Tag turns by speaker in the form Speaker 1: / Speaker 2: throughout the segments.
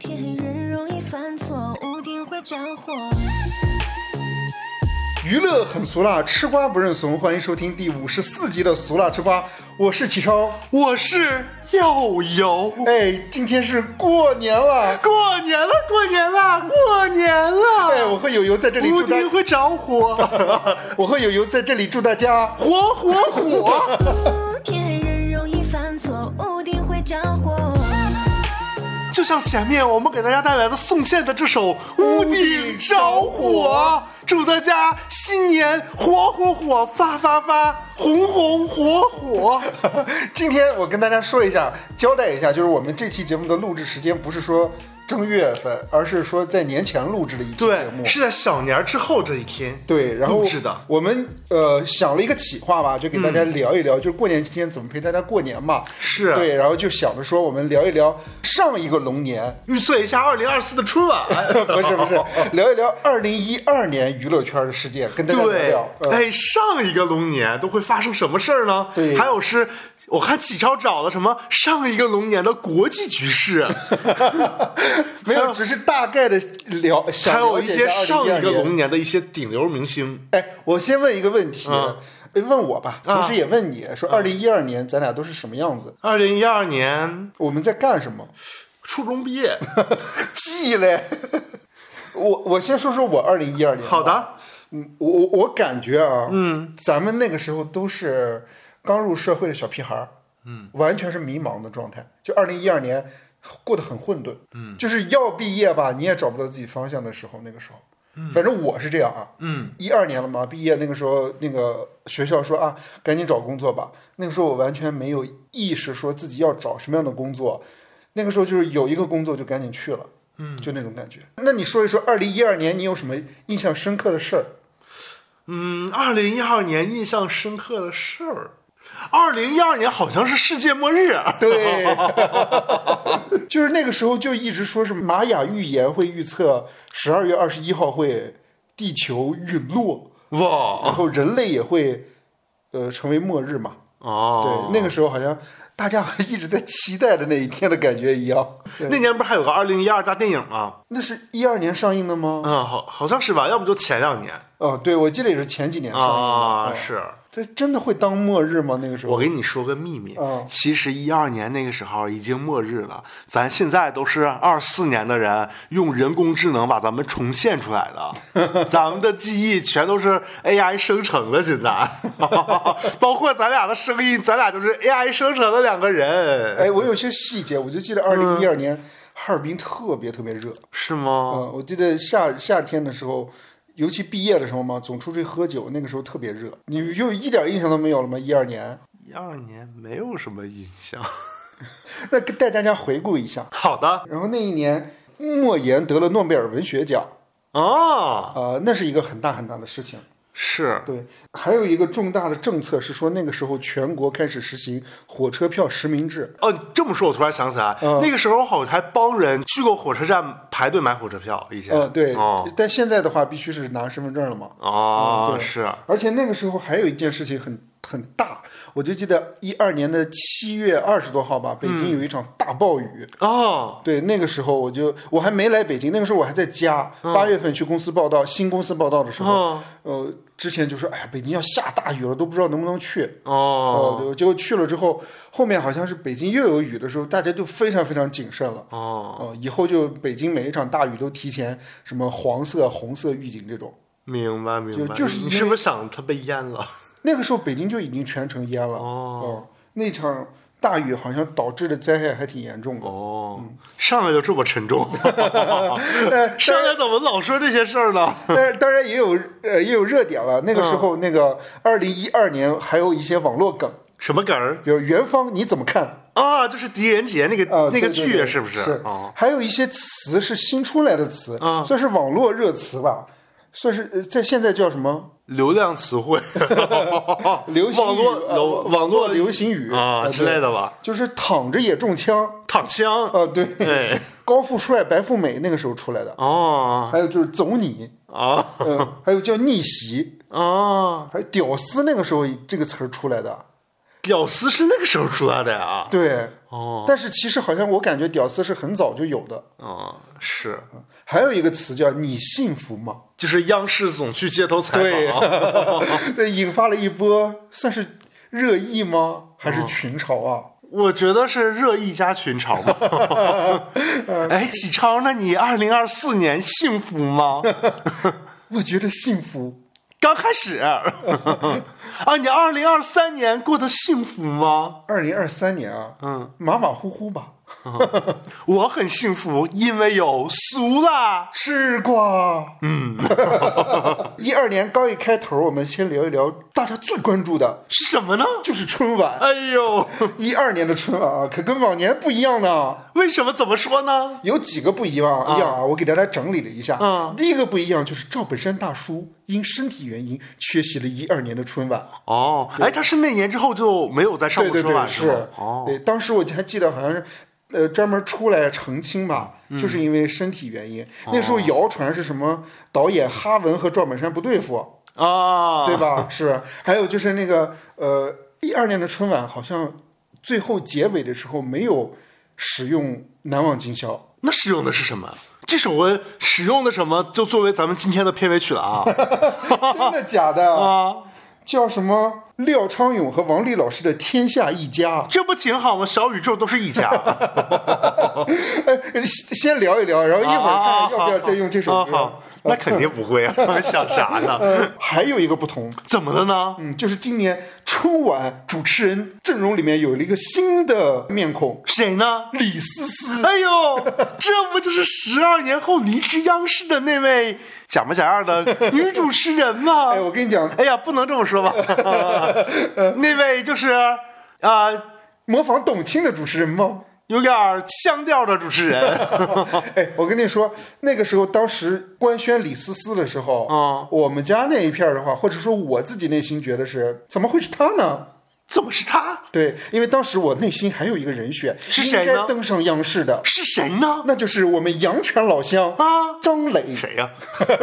Speaker 1: 天黑人容易犯错，屋顶会着火。
Speaker 2: 娱乐很俗辣，吃瓜不认怂。欢迎收听第五十四集的《俗辣吃瓜》，我是启超。
Speaker 3: 我是耀瑶。
Speaker 2: 哎，今天是过年了，
Speaker 3: 过年了，过年了，过年
Speaker 2: 哎，
Speaker 3: 了！
Speaker 2: 我和友友在这里祝
Speaker 3: 屋
Speaker 2: 大
Speaker 3: 顶会着火，
Speaker 2: 我和友友在这里祝大家。
Speaker 3: 火火火！
Speaker 1: 天黑人容易犯错，屋顶会着火。
Speaker 3: 就像前面我们给大家带来的宋茜的这首《屋顶着火》，祝大家新年火火火，发发发，红红火 火。
Speaker 2: 今天我跟大家说一下，交代一下，就是我们这期节目的录制时间不是说正月份，而是说在年前录制的一期节
Speaker 3: 对
Speaker 2: 目，。
Speaker 3: 是在小年儿之后这一天。
Speaker 2: 对，然后
Speaker 3: 录制的嗯
Speaker 2: 我们呃想了一个企划吧，就给大家聊一聊，就是过年期间怎么陪大家过年嘛。
Speaker 3: 是
Speaker 2: 对，然后就想着说我们聊一聊上一个龙年，
Speaker 3: 预测一下二零二四的春晚。
Speaker 2: 不是 不是，聊一聊二零一二年娱乐圈的世界，跟大家聊
Speaker 3: 对
Speaker 2: 聊。，呃
Speaker 3: 哎，上一个龙年都会发生什么事儿呢？
Speaker 2: 对
Speaker 3: 还有是。我看启超找了什么上一个龙年的国际局 势，
Speaker 2: 没有，只是大概的聊，想
Speaker 3: 还有
Speaker 2: 了
Speaker 3: 一
Speaker 2: 解
Speaker 3: 些
Speaker 2: 下2012
Speaker 3: 上一个龙
Speaker 2: 年。
Speaker 3: 年的一些顶流明星。
Speaker 2: 哎，我先问一个问题，
Speaker 3: 嗯
Speaker 2: 哎问我吧，
Speaker 3: 啊
Speaker 2: 同时也问你说，二零一二年咱俩都是什么样子？
Speaker 3: 二零一二年
Speaker 2: 我们在干什么？
Speaker 3: 初中毕 业，
Speaker 2: 屁嘞！ 我我先说说我二零一二年。
Speaker 3: 好，的，
Speaker 2: 嗯，我我我感觉啊，嗯，咱们那个时候都是刚入社会的小屁孩儿，嗯，完全是迷茫的状态。就二零一二年过得很混沌，嗯，就是要毕业吧，你也找不到自己方向的时候，那个时候，嗯，反正我是这样啊，
Speaker 3: 嗯，
Speaker 2: 一二年了嘛，毕业那个时候，那个学校说啊，赶紧找工作吧。那个时候我完全没有意识说自己要找什么样的工作，那个时候就是有一个工作就赶紧去了。嗯，就那种感觉。那你说一说，二零一二年你有什么印象深刻的事儿？
Speaker 3: 嗯，二零一二年印象深刻的事儿，二零一二年好像是世界末日，啊
Speaker 2: 对， 就是那个时候就一直说是玛雅预言会预测十二月二十一号会地球陨落，然
Speaker 3: 哇
Speaker 2: 后人类也会呃成为末日嘛。对
Speaker 3: 哦，，
Speaker 2: 那个时候好像大家好像一直在期待着那一天的感觉一样。对
Speaker 3: 那年不是还有个二零一二大电影吗？
Speaker 2: 那是一二年上映的吗？
Speaker 3: 嗯，好，好像是吧，要不就前两年
Speaker 2: 哦，对，我记得也是前几年上映的。
Speaker 3: 啊，
Speaker 2: 嗯，
Speaker 3: 是。
Speaker 2: 这真的会当末日吗？那个时候
Speaker 3: 我给你说个秘密，
Speaker 2: 嗯
Speaker 3: 其实一二年那个时候已经末日了，咱现在都是二四年的人，用人工智能把咱们重现出 来的，咱们的记忆全都是 AI 生成的，现在， 包括咱俩的声音，咱俩就是 AI 生成的两个人，
Speaker 2: 哎，我有些细节，我就记得二零一二年哈尔滨特别特别热，
Speaker 3: 是吗？
Speaker 2: 嗯，我记得夏夏天的时候，尤其毕业的时候嘛，总出去喝酒，那个时候特别热。你就一点印象都没有了吗？一二年，
Speaker 3: 一二年没有什么印象。
Speaker 2: 那跟带大家回顾一下。
Speaker 3: 好的，
Speaker 2: 然后那一年，莫言得了诺贝尔文学奖，
Speaker 3: 哦，
Speaker 2: 啊，那是一个很大很大的事情。
Speaker 3: 是，
Speaker 2: 对，还有一个重大的政策是说，那个时候全国开始实行火车票实名制。
Speaker 3: 哦，这么说，我突然想起来，
Speaker 2: 嗯
Speaker 3: 那个时候我好像还帮人去过火车站排队买火车票，以前。
Speaker 2: 呃，对，
Speaker 3: 哦，
Speaker 2: 但现在的话必须是拿身份证了嘛。
Speaker 3: 哦
Speaker 2: 嗯，对
Speaker 3: 是，
Speaker 2: 而且那个时候还有一件事情很很大，我就记得一二年的七月二十多号吧，北京有一场大暴雨。
Speaker 3: 哦，
Speaker 2: 对，那个时候我就我还没来北京，那个时候我还在家。八月份去公司报道，新公司报道的时候，
Speaker 3: 哦，
Speaker 2: 呃，之前就说哎呀，北京要下大雨了，都不知道能不能去。
Speaker 3: 哦，
Speaker 2: 哦，结果去了之后，后面好像是北京又有雨的时候，大家就非常非常谨慎了。
Speaker 3: 哦，
Speaker 2: 哦，以后就北京每一场大雨都提前什么黄色、红色预警这种。
Speaker 3: 明白明白。
Speaker 2: 就是因为
Speaker 3: 你是不是想他被淹 了？
Speaker 2: 那个时候北京就已经全城淹了。哦，那场大雨好像导致的灾害还挺严重的。
Speaker 3: 哦，
Speaker 2: 嗯
Speaker 3: 上来就这么 沉重，
Speaker 2: 哎
Speaker 3: 上来怎么老说这些事儿呢？
Speaker 2: 但是当然也有呃也有热点了。那个时
Speaker 3: 嗯
Speaker 2: 候，那个二零一二年还有一些网络梗，
Speaker 3: 什么梗儿
Speaker 2: 比如元芳你怎么看
Speaker 3: 啊？就是狄仁杰那
Speaker 2: 啊？
Speaker 3: 个那
Speaker 2: 对
Speaker 3: 个
Speaker 2: 对
Speaker 3: 剧
Speaker 2: 对
Speaker 3: 是不
Speaker 2: 是？
Speaker 3: 哦，
Speaker 2: 还有一些词是新出来的词，
Speaker 3: 嗯
Speaker 2: 算是网络热词吧，算是呃在现在叫什么？
Speaker 3: 流量词汇，
Speaker 2: 流行语
Speaker 3: 网络
Speaker 2: 呃
Speaker 3: 流网络
Speaker 2: 流行语
Speaker 3: 啊
Speaker 2: 呃
Speaker 3: 之类的
Speaker 2: 对
Speaker 3: 吧
Speaker 2: 就是躺着也中枪
Speaker 3: 躺枪，
Speaker 2: 啊，对，
Speaker 3: 哎，
Speaker 2: 高富帅、白富美那个时候出来的，
Speaker 3: 哦，
Speaker 2: 还有就是走你，呃
Speaker 3: 啊
Speaker 2: 嗯，还有叫逆袭，
Speaker 3: 啊，
Speaker 2: 还有屌丝那个时候这个词儿出来的，
Speaker 3: 屌丝是那个时候出来的呀。
Speaker 2: 对，
Speaker 3: 哦，
Speaker 2: 但是其实好像我感觉屌丝是很早就有的。
Speaker 3: 嗯，是，
Speaker 2: 还有一个词叫“你幸福吗
Speaker 3: 就是央视总去街头采
Speaker 2: 对
Speaker 3: 访，”，
Speaker 2: 对，引发了一波算是热议吗？还是群嘲啊？
Speaker 3: 我觉得是热议加群嘲嘛。 哎，启超，那你二零二四年幸福吗？
Speaker 2: 我觉得幸福，
Speaker 3: 刚开始啊，你二零二三年过得幸福吗？
Speaker 2: 二零二三年啊，嗯，马马虎虎吧，
Speaker 3: 我很幸福，因为有俗啦。
Speaker 2: 吃瓜。嗯， 一二年刚一开头，我们先聊一聊大家最关注的
Speaker 3: 是什么呢？
Speaker 2: 就是春晚。
Speaker 3: 哎呦，
Speaker 2: 一二年的春晚啊，可跟往年不一样呢。
Speaker 3: 为什么这么说呢？
Speaker 2: 有几个不一样啊？样啊，我给大家整理了一下。
Speaker 3: 嗯
Speaker 2: 第一个不一样就是赵本山大叔因身体原因缺席了一二年的春晚。
Speaker 3: 哦，哎，他是那年之后就没有再上
Speaker 2: 对
Speaker 3: 过
Speaker 2: 对
Speaker 3: 春晚
Speaker 2: 对，
Speaker 3: 吗
Speaker 2: 是。
Speaker 3: 哦，
Speaker 2: 对，当时我还记得好像是，呃，专门出来澄清吧，
Speaker 3: 嗯
Speaker 2: 就是因为身体原因。
Speaker 3: 哦
Speaker 2: 那时候谣传是什么导演哈文和赵本山不对付，
Speaker 3: 啊，
Speaker 2: 对 吧？是。还有就是那个呃，一二年的春晚好像最后结尾的时候没有使用《难忘今宵》。
Speaker 3: 那使用的是什么？这首文使用的什么？就作为咱们今天的片尾曲了 啊！
Speaker 2: 真的假的？
Speaker 3: 啊，
Speaker 2: 叫什么？廖昌永和王丽老师的《天下一家
Speaker 3: 这不挺好吗？小宇宙都是 一家。啊》
Speaker 2: 哎，先聊一聊，然后一会儿看要不要再用这首
Speaker 3: 啊啊好
Speaker 2: 歌
Speaker 3: 好。那肯定不 会啊！想啥呢？
Speaker 2: 呃，还有一个不同，
Speaker 3: 怎么了呢？
Speaker 2: 嗯，就是今年春晚主持人阵容里面有了一个新的面孔，
Speaker 3: 谁呢？
Speaker 2: 李思思。
Speaker 3: 哎呦，这不就是十二年后离职央视的那位假模假样的女主持人吗？
Speaker 2: 哎，我跟你讲，
Speaker 3: 哎呀，不能这 么说吧。那位就是啊、
Speaker 2: 模仿董卿的主持人吗？
Speaker 3: 有点儿腔调的主持人。
Speaker 2: 哎，我跟你说，那个时候当时官宣李思思的时候，
Speaker 3: 嗯
Speaker 2: 我们家那一片儿的话，或者说我自己内心觉得是，怎么会是她呢？
Speaker 3: 怎么是他？
Speaker 2: 对，因为当时我内心还有一个人选
Speaker 3: 是谁呢
Speaker 2: 应该登上央视的，
Speaker 3: 是谁呢？
Speaker 2: 那就是我们阳泉老乡
Speaker 3: 啊
Speaker 2: 张磊，
Speaker 3: 谁呀、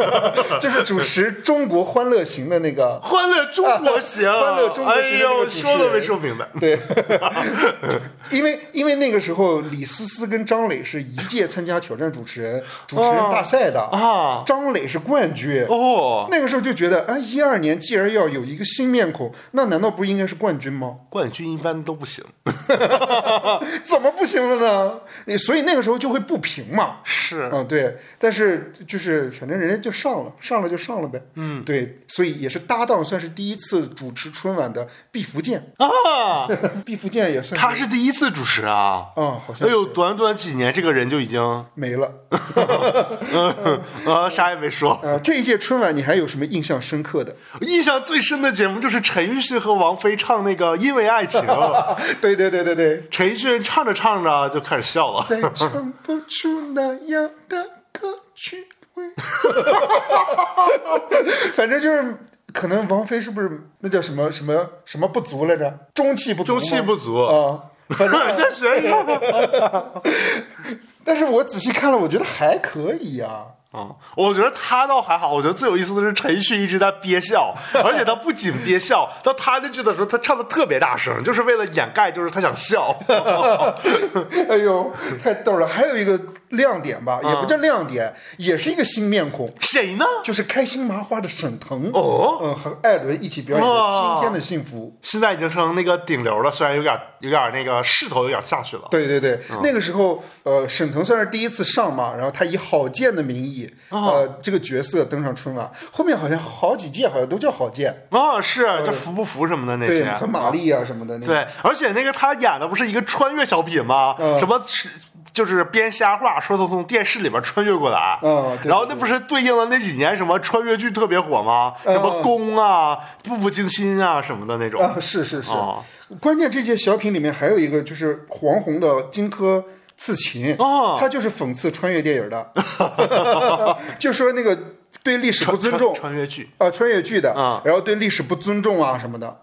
Speaker 2: 就是主持《中国欢乐行》的那个。
Speaker 3: 欢乐中国行，
Speaker 2: 欢乐中国行
Speaker 3: 哎
Speaker 2: 的那
Speaker 3: 呦，
Speaker 2: 个主持人
Speaker 3: 说都没说明白。
Speaker 2: 对，因为因为那个时候李思思跟张磊是一届参加挑战主持人主持人大赛的
Speaker 3: 啊
Speaker 2: 张磊是冠军。
Speaker 3: 哦，
Speaker 2: 那个时候就觉得，哎，一二年既然要有一个新面孔，那难道不应该是冠军吗？
Speaker 3: 冠军一般都不行。
Speaker 2: 怎么不行了呢？你所以那个时候就会不平嘛。
Speaker 3: 是
Speaker 2: 嗯，对，但是就是反正人家就上了，上了就上了呗。嗯，对，所以也是搭档，算是第一次主持春晚的毕福剑，
Speaker 3: 啊，
Speaker 2: 毕福剑也算
Speaker 3: 他是第一次主持啊。
Speaker 2: 啊、好像
Speaker 3: 哎呦，
Speaker 2: 是
Speaker 3: 短短几年，这个人就已经，
Speaker 2: 没了。
Speaker 3: 嗯，呃，啥也没说。
Speaker 2: 啊，这一届春晚你还有什么印象深刻的？
Speaker 3: 印象最深的节目就是陈奕迅和王菲唱那个《因为爱 情》，
Speaker 2: 对对对对对，
Speaker 3: 陈奕迅唱着唱着就开始笑了。
Speaker 2: 再唱不出那样的歌曲。 反正就是，可能王菲是不是那叫什么什么什么不足来着？中气不足吗，
Speaker 3: 中气不足，
Speaker 2: 啊。 反正
Speaker 3: 在学一个
Speaker 2: 但是我仔细看了，我觉得还可以啊。
Speaker 3: 啊！我觉得他倒还好，我觉得最有意思的是陈奕迅一直在憋笑，而且他不仅憋笑，到他这句的时候，他唱的特别大声，就是为了掩盖，就是他想笑。
Speaker 2: 哎呦，太逗了！还有一个亮点吧，也不叫亮点，也是一个新面孔，
Speaker 3: 谁呢？
Speaker 2: 就是开心麻花的沈腾，
Speaker 3: 哦
Speaker 2: 嗯，和艾伦一起表演的《
Speaker 3: 哇
Speaker 2: 今天的幸福》。
Speaker 3: 现在已经成那个顶流了，虽然有点有点那个势头有点下去了。
Speaker 2: 对对对，那个时候，呃，沈腾算是第一次上嘛，然后他以郝建的名义，呃，这个角色登上春晚。后面好像好几届好像都叫郝建，
Speaker 3: 啊、是这服不服什么的那
Speaker 2: 对，
Speaker 3: 些，
Speaker 2: 和玛丽啊什么的那个。
Speaker 3: 对，而且那个他演的不是一个穿越小品吗？
Speaker 2: 嗯
Speaker 3: 什么吃就是编瞎话，说从从电视里边穿越过来。
Speaker 2: 嗯对嗯
Speaker 3: 然后那不是对应了那几年什么穿越剧特别火吗？什么宫啊、步步惊心啊什么的那种。
Speaker 2: 啊，是是是。
Speaker 3: 哦
Speaker 2: 关键这届小品里面还有一个就是黄宏的荆轲刺秦，
Speaker 3: 哦
Speaker 2: 他就是讽刺穿越电影的， 就说那个对历史不尊重
Speaker 3: 穿。穿越剧
Speaker 2: 啊，穿越剧的，
Speaker 3: 啊
Speaker 2: 然后对历史不尊重啊什么的，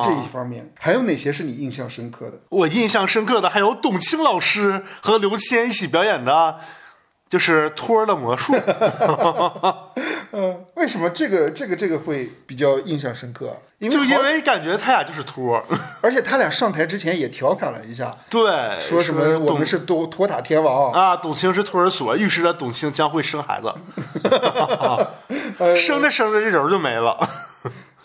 Speaker 2: 啊，这一方面，还有哪些是你印象深刻的？
Speaker 3: 我印象深刻的还有董卿老师 和刘谦一起表演的，就是托儿的魔术。
Speaker 2: 嗯，为什么这个这个这个会比较印象深刻？啊因为
Speaker 3: 就因
Speaker 2: 好
Speaker 3: 为感觉他俩就是托儿，
Speaker 2: 而且他俩上台之前也调侃了一下，
Speaker 3: 对，
Speaker 2: 说什么我
Speaker 3: 董
Speaker 2: 们是托托塔天王，
Speaker 3: 啊，董卿是托儿所，预示着董卿将会生 孩子，生着生着这人就没了。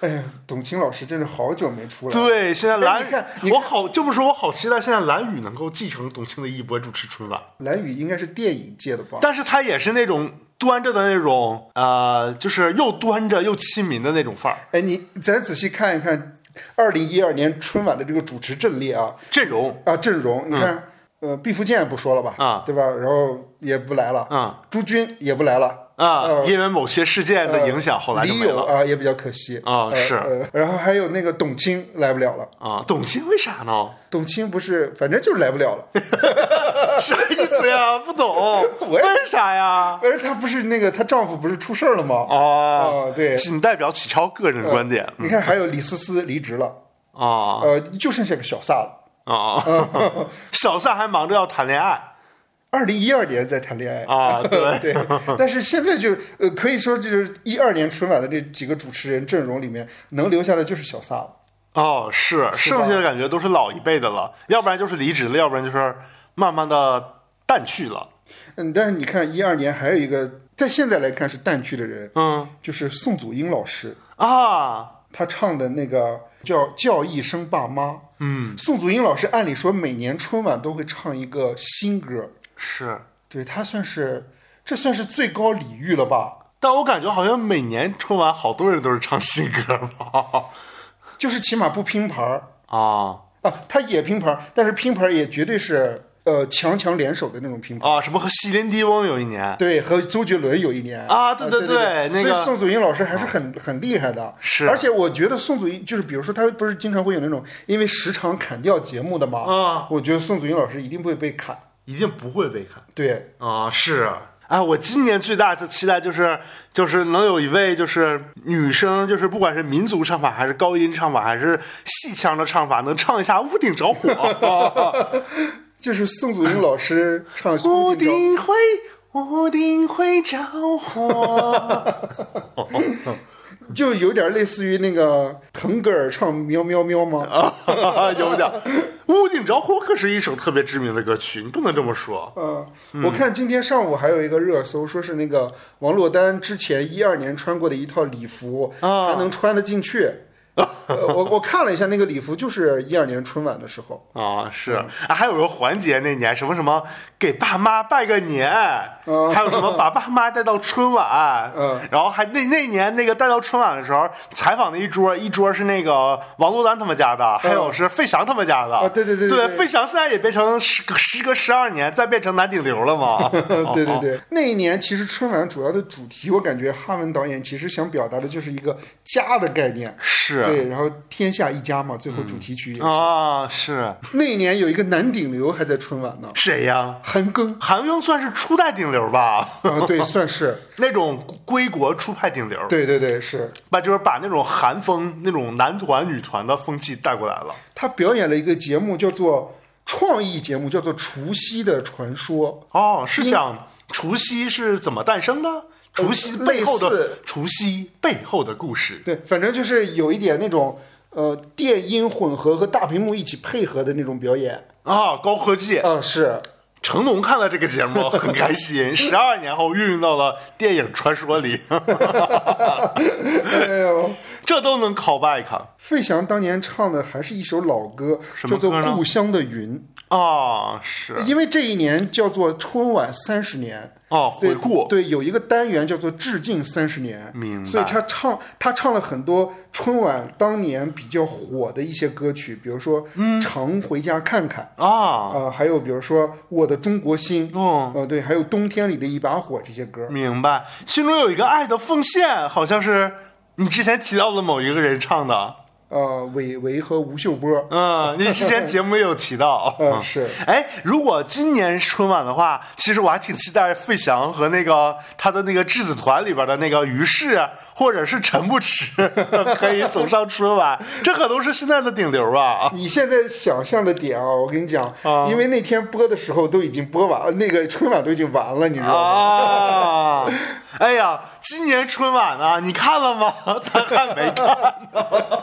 Speaker 2: 哎呀，董卿老师真是好久没出来了。
Speaker 3: 对，现在
Speaker 2: 哎
Speaker 3: 蓝
Speaker 2: 你看你
Speaker 3: 宇，我好这么说，我好期待现在蓝宇能够继承董卿的衣钵主持春晚，
Speaker 2: 蓝宇应该是电影界的吧？
Speaker 3: 但是他也是那种端着的那种，呃，就是又端着又亲民的那种范儿
Speaker 2: 哎，你咱仔细看一看，二零一二年春晚的这个主持阵列啊
Speaker 3: 阵容。
Speaker 2: 啊阵容，你看，呃，毕福剑不说了吧，
Speaker 3: 嗯啊
Speaker 2: 对吧？然后也不来了，
Speaker 3: 啊，
Speaker 2: 朱军也不来了，
Speaker 3: 啊
Speaker 2: 呃，
Speaker 3: 因为某些事件的影响，后来就
Speaker 2: 李
Speaker 3: 没
Speaker 2: 友
Speaker 3: 了
Speaker 2: 啊也比较可惜
Speaker 3: 啊
Speaker 2: 呃
Speaker 3: 是
Speaker 2: 呃然后还有那个董卿来不了了，
Speaker 3: 啊。董卿为啥呢？
Speaker 2: 董卿不是，反正就是来不了 了。
Speaker 3: 啥意思呀？不懂，
Speaker 2: 我也
Speaker 3: 为啥呀？
Speaker 2: 而她不是那个她丈夫不是出事儿了吗？
Speaker 3: 哦
Speaker 2: 啊，对嗯
Speaker 3: 仅代表启超个人观点。
Speaker 2: 你看还有李思思离职了，
Speaker 3: 啊
Speaker 2: 呃，就剩下个小撒了。
Speaker 3: 啊！小撒还忙着要谈恋爱
Speaker 2: 二零一二年在谈恋爱，
Speaker 3: 啊，对
Speaker 2: 对，但是现在就呃，可以说就是一二年春晚的这几个主持人阵容里面，能留下的就是小撒了。
Speaker 3: 哦，是剩下的感觉都是老一辈的了，要不然就是离职了，要不然就是慢慢的淡去了。
Speaker 2: 嗯，但是你看一二年还有一个，在现在来看是淡去的人，
Speaker 3: 嗯
Speaker 2: 就是宋祖英老师，
Speaker 3: 啊，
Speaker 2: 他唱的那个叫《叫一声爸妈》。嗯，宋祖英老师按理说每年春晚都会唱一个新歌，
Speaker 3: 是，
Speaker 2: 对他算是这算是最高礼遇了吧？
Speaker 3: 但我感觉好像每年春晚好多人都是唱新歌 吧？
Speaker 2: 就是起码不拼盘儿
Speaker 3: 啊
Speaker 2: 啊，他也拼盘儿，但是拼盘儿也绝对是呃强强联手的那种拼盘儿。
Speaker 3: 啊，什么和席琳迪翁有一年
Speaker 2: 对，和周杰伦有一年
Speaker 3: 啊对
Speaker 2: 呃
Speaker 3: 对
Speaker 2: 对
Speaker 3: 对那个啊
Speaker 2: 所以宋祖英老师还是很、很厉害的。
Speaker 3: 是
Speaker 2: 而且我觉得宋祖英就是，比如说他不是经常会有那种因为时长砍掉节目的嘛，
Speaker 3: 啊，
Speaker 2: 我觉得宋祖英老师一定不会被砍。
Speaker 3: 一定不会被看。
Speaker 2: 对，
Speaker 3: 啊，是啊。哎，我今年最大的期待就是，就是能有一位就是女生，就是不管是民族唱法，还是高音唱法，还是戏腔的唱法，能唱一下《屋顶着火》
Speaker 2: 就是宋祖英老师唱《
Speaker 3: 屋
Speaker 2: 屋顶着
Speaker 3: 顶会，屋顶会着 火。
Speaker 2: 就有点类似于那个腾格尔唱《喵喵喵》吗？
Speaker 3: 啊，有点儿，《屋顶着火》可是一首特别知名的歌曲，你不能这么说。
Speaker 2: 嗯，我看今天上午还有一个热搜，说是那个王珞丹之前一二年穿过的一套礼服，
Speaker 3: 啊
Speaker 2: 还能穿得进 去。呃我我看了一下那个礼服，就是一二年春晚的时候。
Speaker 3: 啊，是
Speaker 2: 嗯
Speaker 3: 啊，还有个环节，那年什么什么给爸妈拜个年，还有什么把爸妈带到春晚，
Speaker 2: 嗯
Speaker 3: 然后还那那年那个带到春晚的时候，采访的一桌，一桌是那个王珞丹他们家的，还有是费翔他们家的，
Speaker 2: 嗯啊对对对
Speaker 3: 对
Speaker 2: 对对
Speaker 3: 费翔现在也变成时隔时隔十二年，再变成男顶流了嘛， 哦
Speaker 2: 对对对，那一年其实春晚主要的主题，我感觉哈文导演其实想表达的就是一个家的概念。
Speaker 3: 是嗯
Speaker 2: 对，然后天下一家嘛，最后主题曲也是。
Speaker 3: 啊，是
Speaker 2: 那一年有一个男顶流还在春晚呢，
Speaker 3: 谁呀？
Speaker 2: 韩庚
Speaker 3: 韩庚算是初代顶流吧，
Speaker 2: 啊，对，算是，
Speaker 3: 那种归国初派顶流。
Speaker 2: 对对对，是
Speaker 3: 把就是把那种韩风、那种男团、女团的风气带过来了。
Speaker 2: 他表演了一个节目，叫做创意节目，叫做《除夕的传说
Speaker 3: 哦，是
Speaker 2: 嗯
Speaker 3: 讲除夕是怎么诞生的？除夕背后
Speaker 2: 呃类
Speaker 3: 的
Speaker 2: 似
Speaker 3: 除夕背后的故事》。。
Speaker 2: 对，反正就是有一点那种呃电音混合和大屏幕一起配合的那种表演。
Speaker 3: 啊，高科技！
Speaker 2: 啊，是
Speaker 3: 成龙看了这个节目很 开心，十二年后运用到了电影《传说》里，
Speaker 2: 哎呦，
Speaker 3: 这都能 call back
Speaker 2: 费翔当年唱的还是一首老歌，叫
Speaker 3: 么歌
Speaker 2: 做
Speaker 3: 呢
Speaker 2: 《故乡的云
Speaker 3: 啊！》，是
Speaker 2: 因为这一年叫做春晚三十年。
Speaker 3: 哦，
Speaker 2: 对
Speaker 3: 回顾
Speaker 2: 呃对，有一个单元叫做“致敬三十年”，
Speaker 3: 明白
Speaker 2: 所以他唱他唱了很多春晚当年比较火的一些歌曲，比如说《常回家看看》
Speaker 3: 嗯啊，
Speaker 2: 啊、还有比如说《我的中国心》，
Speaker 3: 哦
Speaker 2: 呃，对，还有《冬天里的一把火》这些歌。
Speaker 3: 明白。心中有一个爱的奉献，好像是你之前提到的某一个人唱的。
Speaker 2: 呃，韦唯和吴秀波，
Speaker 3: 嗯，你之前节目也有提到，
Speaker 2: 嗯是
Speaker 3: 哎，如果今年春晚的话，其实我还挺期待费翔和那个他的那个质子团里边的那个于适，啊或者是陈不迟， 可以走上春晚，这可都是现在的顶流啊！
Speaker 2: 你现在想象的点啊，我跟你讲，因为那天播的时候都已经播完了，那个春晚都已经完了，你知道吗？
Speaker 3: 啊， 哎呀，今年春晚啊，你看了吗？ 咱还没看 呢。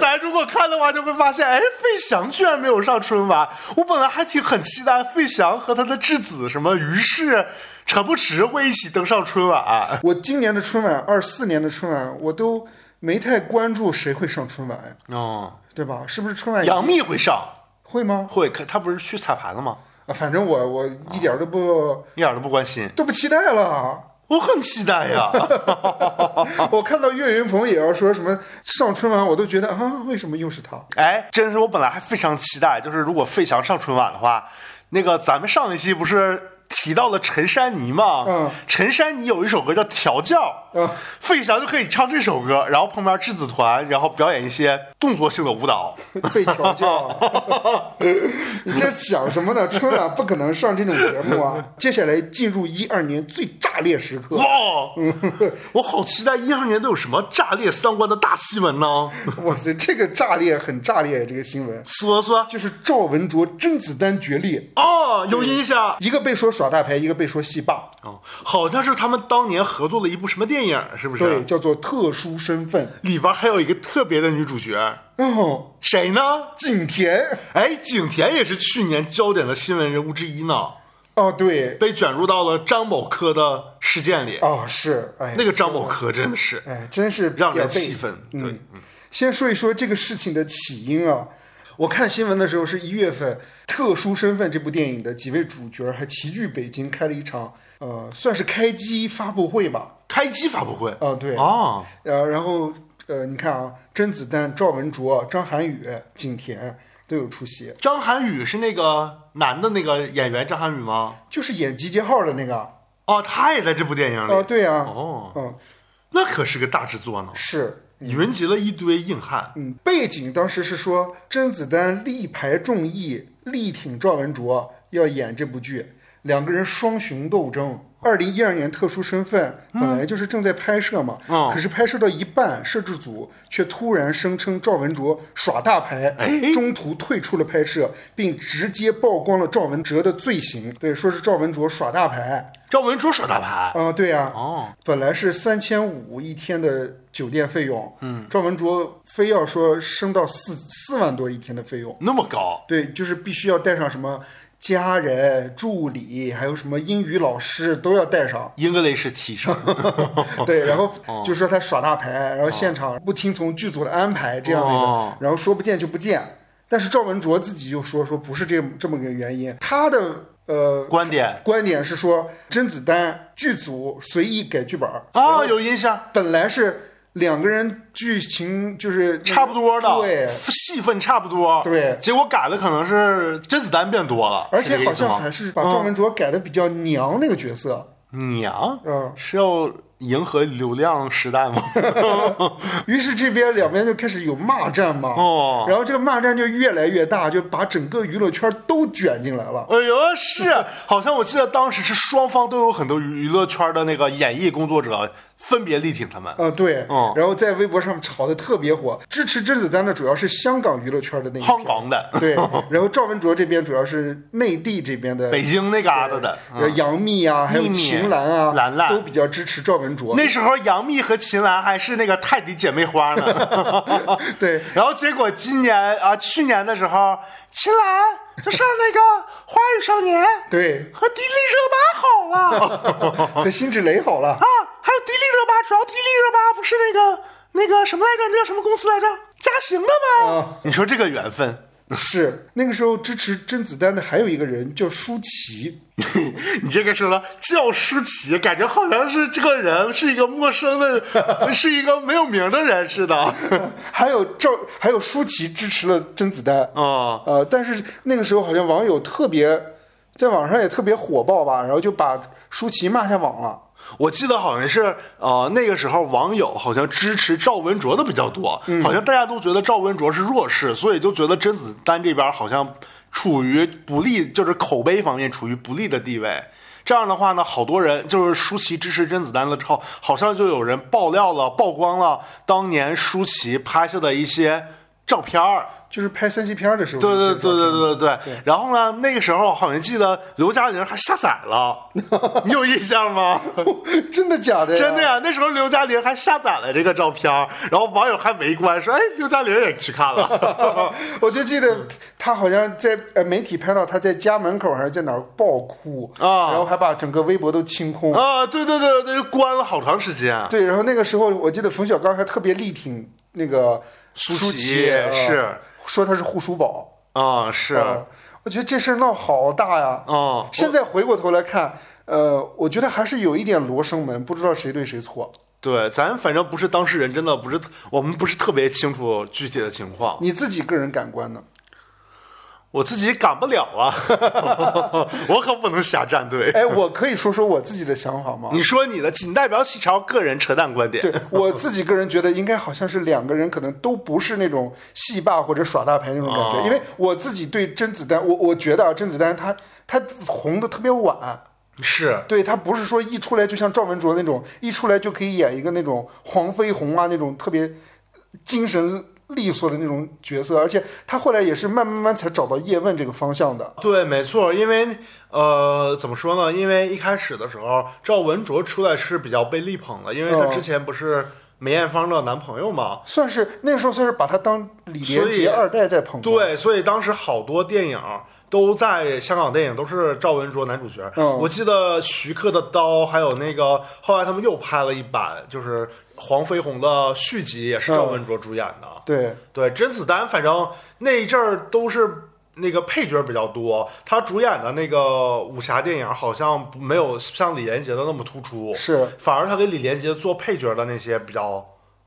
Speaker 3: 咱如果看的话，就会发现，哎，费翔居然没有上春晚。我本来还挺很期待费翔和他的质子什么于适、陈不迟会一起登上春晚。
Speaker 2: 我今年的春晚，二四年的春晚，我都没太关注谁会上春晚呀，
Speaker 3: 哦，
Speaker 2: 对吧？是不是春晚已经
Speaker 3: 哎杨幂会上，
Speaker 2: 会吗？
Speaker 3: 会，可他不是去彩排了吗？
Speaker 2: 啊，反正我我一点儿都不
Speaker 3: 一点都不关心，
Speaker 2: 都不期待了。啊
Speaker 3: 我很期待 呀。
Speaker 2: 我看到岳云鹏也要说什么上春晚，我都觉得啊，为什么又是他？
Speaker 3: 哎，真是我本来还非常期待，就是如果费翔上春晚的话，那个咱们上一期不是提到了陈珊妮吗？
Speaker 2: 嗯
Speaker 3: 陈珊妮有一首歌叫《调教》，
Speaker 2: 嗯
Speaker 3: 费翔就可以唱这首歌，然后旁边质子团，然后表演一些动作性的舞蹈。
Speaker 2: 被调教， 你这想什么呢？春晚不可能上这种节目啊！接下来进入一二年最炸裂时刻
Speaker 3: 哇，，我好期待一二年都有什么炸裂三观的大新闻呢？
Speaker 2: 哇塞，这个炸裂很炸裂，啊这个新闻
Speaker 3: 说说
Speaker 2: 就是赵文卓甄子丹决裂，
Speaker 3: 哦，有印象
Speaker 2: 一个被说耍大牌，一个被说戏霸，
Speaker 3: 哦，好像是他们当年合作的一部什么电影，是啊不
Speaker 2: 对，
Speaker 3: 是？
Speaker 2: 叫做特殊身份。
Speaker 3: 里边还有一个特别的女主角，
Speaker 2: 哦，
Speaker 3: 谁呢？
Speaker 2: 景甜，
Speaker 3: 哎，景甜也是去年焦点的新闻人物之一呢，
Speaker 2: 哦对，
Speaker 3: 被卷入到了张某科的事件里。
Speaker 2: 哦是，哎，
Speaker 3: 那个张某科真的是
Speaker 2: 哎，真是
Speaker 3: 让人
Speaker 2: 点背嗯
Speaker 3: 气愤。对，嗯
Speaker 2: 先说一说这个事情的起因啊。我看新闻的时候是一月份，《特殊身份》这部电影的几位主角还齐聚北京开了一场，呃，算是开机发布会吧。
Speaker 3: 开机发布会
Speaker 2: 啊、对，
Speaker 3: 哦，
Speaker 2: 呃，然后呃，你看啊，甄子丹、赵文卓、张涵予、景甜都有出席，
Speaker 3: 张涵予是那个男的那个演员张涵予吗？
Speaker 2: 就是演集结号的那个啊。
Speaker 3: 哦，他也在这部电影里。
Speaker 2: 哦，对啊，
Speaker 3: 哦，
Speaker 2: 嗯，
Speaker 3: 那可是个大制作呢，
Speaker 2: 是，
Speaker 3: 云集了一堆硬汉。
Speaker 2: 嗯，背景当时是说甄子丹力排众议，力挺赵文卓要演这部剧，两个人双雄斗争。二零一二年特殊身份
Speaker 3: 嗯
Speaker 2: 本来就是正在拍摄嘛，
Speaker 3: 哦
Speaker 2: 可是拍摄到一半，摄制组却突然声称赵文卓耍大牌，
Speaker 3: 哎
Speaker 2: 中途退出了拍摄，并直接曝光了赵文哲的罪行。对，说是赵文卓耍大牌。
Speaker 3: 赵文卓耍大牌。
Speaker 2: 啊、对呀、
Speaker 3: 哦，
Speaker 2: 本来是三千五一天的酒店费用，嗯，赵文卓非要说升到四四万多一天的费用，
Speaker 3: 那么高，，
Speaker 2: 对，就是必须要带上什么家人、助理，还有什么英语老师都要带上
Speaker 3: 英格雷是替身。 哦
Speaker 2: 对，然后就说他耍大牌，然后现场不听从剧组的安排这样的一个，
Speaker 3: 哦
Speaker 2: 然后说不见就不见。但是赵文卓自己就说说不是这这么个原因，他的呃
Speaker 3: 观点
Speaker 2: 观点是说甄子丹剧组随意改剧本儿
Speaker 3: 哦，有印象，
Speaker 2: 本来是两个人剧情就是
Speaker 3: 差不多的，
Speaker 2: 对，
Speaker 3: 戏份差不多，
Speaker 2: 对
Speaker 3: 结果改了，可能是甄子丹变多了，
Speaker 2: 而
Speaker 3: 是
Speaker 2: 且
Speaker 3: 这个
Speaker 2: 好
Speaker 3: 意思吗
Speaker 2: 像还是把赵文卓改的比较娘那个角色。
Speaker 3: 娘，
Speaker 2: 嗯
Speaker 3: 啊是要迎合流量时代 吗？
Speaker 2: 于是这边两边就开始有骂战嘛，
Speaker 3: 哦
Speaker 2: 然后这个骂战就越来越大，就把整个娱乐圈都卷进来了。
Speaker 3: 哎呦，是，好像我记得当时是双方都有很多娱乐圈的那个演艺工作者分别力挺他们。
Speaker 2: 啊、对，
Speaker 3: 哦
Speaker 2: 然后在微博上炒的特别火。支持甄子丹的主要是香港娱乐圈的那一批
Speaker 3: 嗯香港的
Speaker 2: 对，然后赵文卓这边主要是内地这边的
Speaker 3: 北京那嘎达的，
Speaker 2: 呃杨幂啊，还有
Speaker 3: 幂幂
Speaker 2: 秦岚啊，
Speaker 3: 兰兰
Speaker 2: 都比较支持赵文卓。
Speaker 3: 那时候杨幂和秦岚还是那个泰迪姐妹花 呢。
Speaker 2: 对，
Speaker 3: 然后结果今年啊，去年的时候，秦岚就上那个《花儿与少年》
Speaker 2: 对，
Speaker 3: 和《迪丽热巴》 好了。
Speaker 2: 和辛芷蕾好了
Speaker 3: 啊，，还有迪丽热巴，主要迪丽热巴不是那个那个什么来着？那叫什么公司来着？嘉行的吗？
Speaker 2: 啊
Speaker 3: 你说这个缘分，
Speaker 2: 是那个时候支持甄子丹的还有一个人叫舒淇，
Speaker 3: 你这个说的叫舒淇，感觉好像是这个人是一个陌生的， 是一个没有名的人似的。
Speaker 2: 还有赵，还有舒淇支持了甄子丹
Speaker 3: 哦
Speaker 2: 呃，但是那个时候好像网友特别，在网上也特别火爆吧，然后就把舒淇骂下网了。
Speaker 3: 我记得好像是呃那个时候网友好像支持赵文卓的比较多，好像大家都觉得赵文卓是弱势，所以就觉得甄子丹这边好像处于不利，就是口碑方面处于不利的地位。这样的话呢，好多人就是舒淇支持甄子丹了之后，好像就有人爆料了、曝光了当年舒淇拍下的一些照片儿，
Speaker 2: 就是拍三级片儿的时候，
Speaker 3: 对对对对对对
Speaker 2: 对
Speaker 3: 然后呢，那个时候好像记得刘嘉玲还下载 了，你有印象吗？
Speaker 2: 对， 真的假的呀？
Speaker 3: 真的呀，那时候刘嘉玲还下载了这个照片儿，然后网友还围观说：“哎，刘嘉玲也去看 了。
Speaker 2: 我就记得他好像在呃媒体拍到他在家门口还是在哪儿爆哭
Speaker 3: 啊
Speaker 2: 然后还把整个微博都清”空
Speaker 3: 啊，对对对对，关了好长时间。
Speaker 2: 对，然后那个时候我记得冯小刚还特别力挺那个
Speaker 3: 舒
Speaker 2: 舒
Speaker 3: 淇
Speaker 2: 淇，啊
Speaker 3: 是
Speaker 2: 说他是护书宝，
Speaker 3: 啊、是
Speaker 2: 啊
Speaker 3: 啊、
Speaker 2: 我觉得这事儿闹好大呀。
Speaker 3: 嗯
Speaker 2: 现在回过头来看，呃，我觉得还是有一点罗生门，不知道谁对谁错。
Speaker 3: 对，咱反正不是当事人，真的不是，我们不是特别清楚具体的情况。
Speaker 2: 你自己个人感官呢？
Speaker 3: 我自己赶不了 啊，我可不能瞎站队。
Speaker 2: 哎，我可以说说我自己的想法吗？
Speaker 3: 你说你的，仅代表启超个人扯淡观点。
Speaker 2: 对我自己个人觉得，应该好像是两个人可能都不是那种戏霸或者耍大牌那种感觉，
Speaker 3: 哦
Speaker 2: 因为我自己对甄子丹，我我觉得啊，甄子丹他他红的特别晚，
Speaker 3: 是
Speaker 2: 对他不是说一出来就像赵文卓那种，一出来就可以演一个那种黄飞鸿啊那种特别精神利索的那种角色，而且他后来也是慢慢慢才找到叶问这个方向的。
Speaker 3: 对，没错，因为呃，怎么说呢？因为一开始的时候，赵文卓出来是比较被力捧的，因为他
Speaker 2: 嗯
Speaker 3: 之前不是梅艳芳的男朋友嘛。
Speaker 2: 算是那时候算是把他当李连
Speaker 3: 所以
Speaker 2: 杰二代在捧吧，
Speaker 3: 对，所以当时好多电影都在香港电影都是赵文卓男主角。
Speaker 2: 嗯
Speaker 3: 我记得徐克的《刀》，还有那个后来他们又拍了一版，就是黄飞鸿的续集，
Speaker 2: 嗯
Speaker 3: 也是赵文卓主演的。
Speaker 2: 对，
Speaker 3: 对，甄子丹反正那一阵儿都是那个配角比较多，他主演的那个武侠电影好像没有像李连杰的那么突出，
Speaker 2: 是
Speaker 3: 反而他给李连杰做配角的那些比较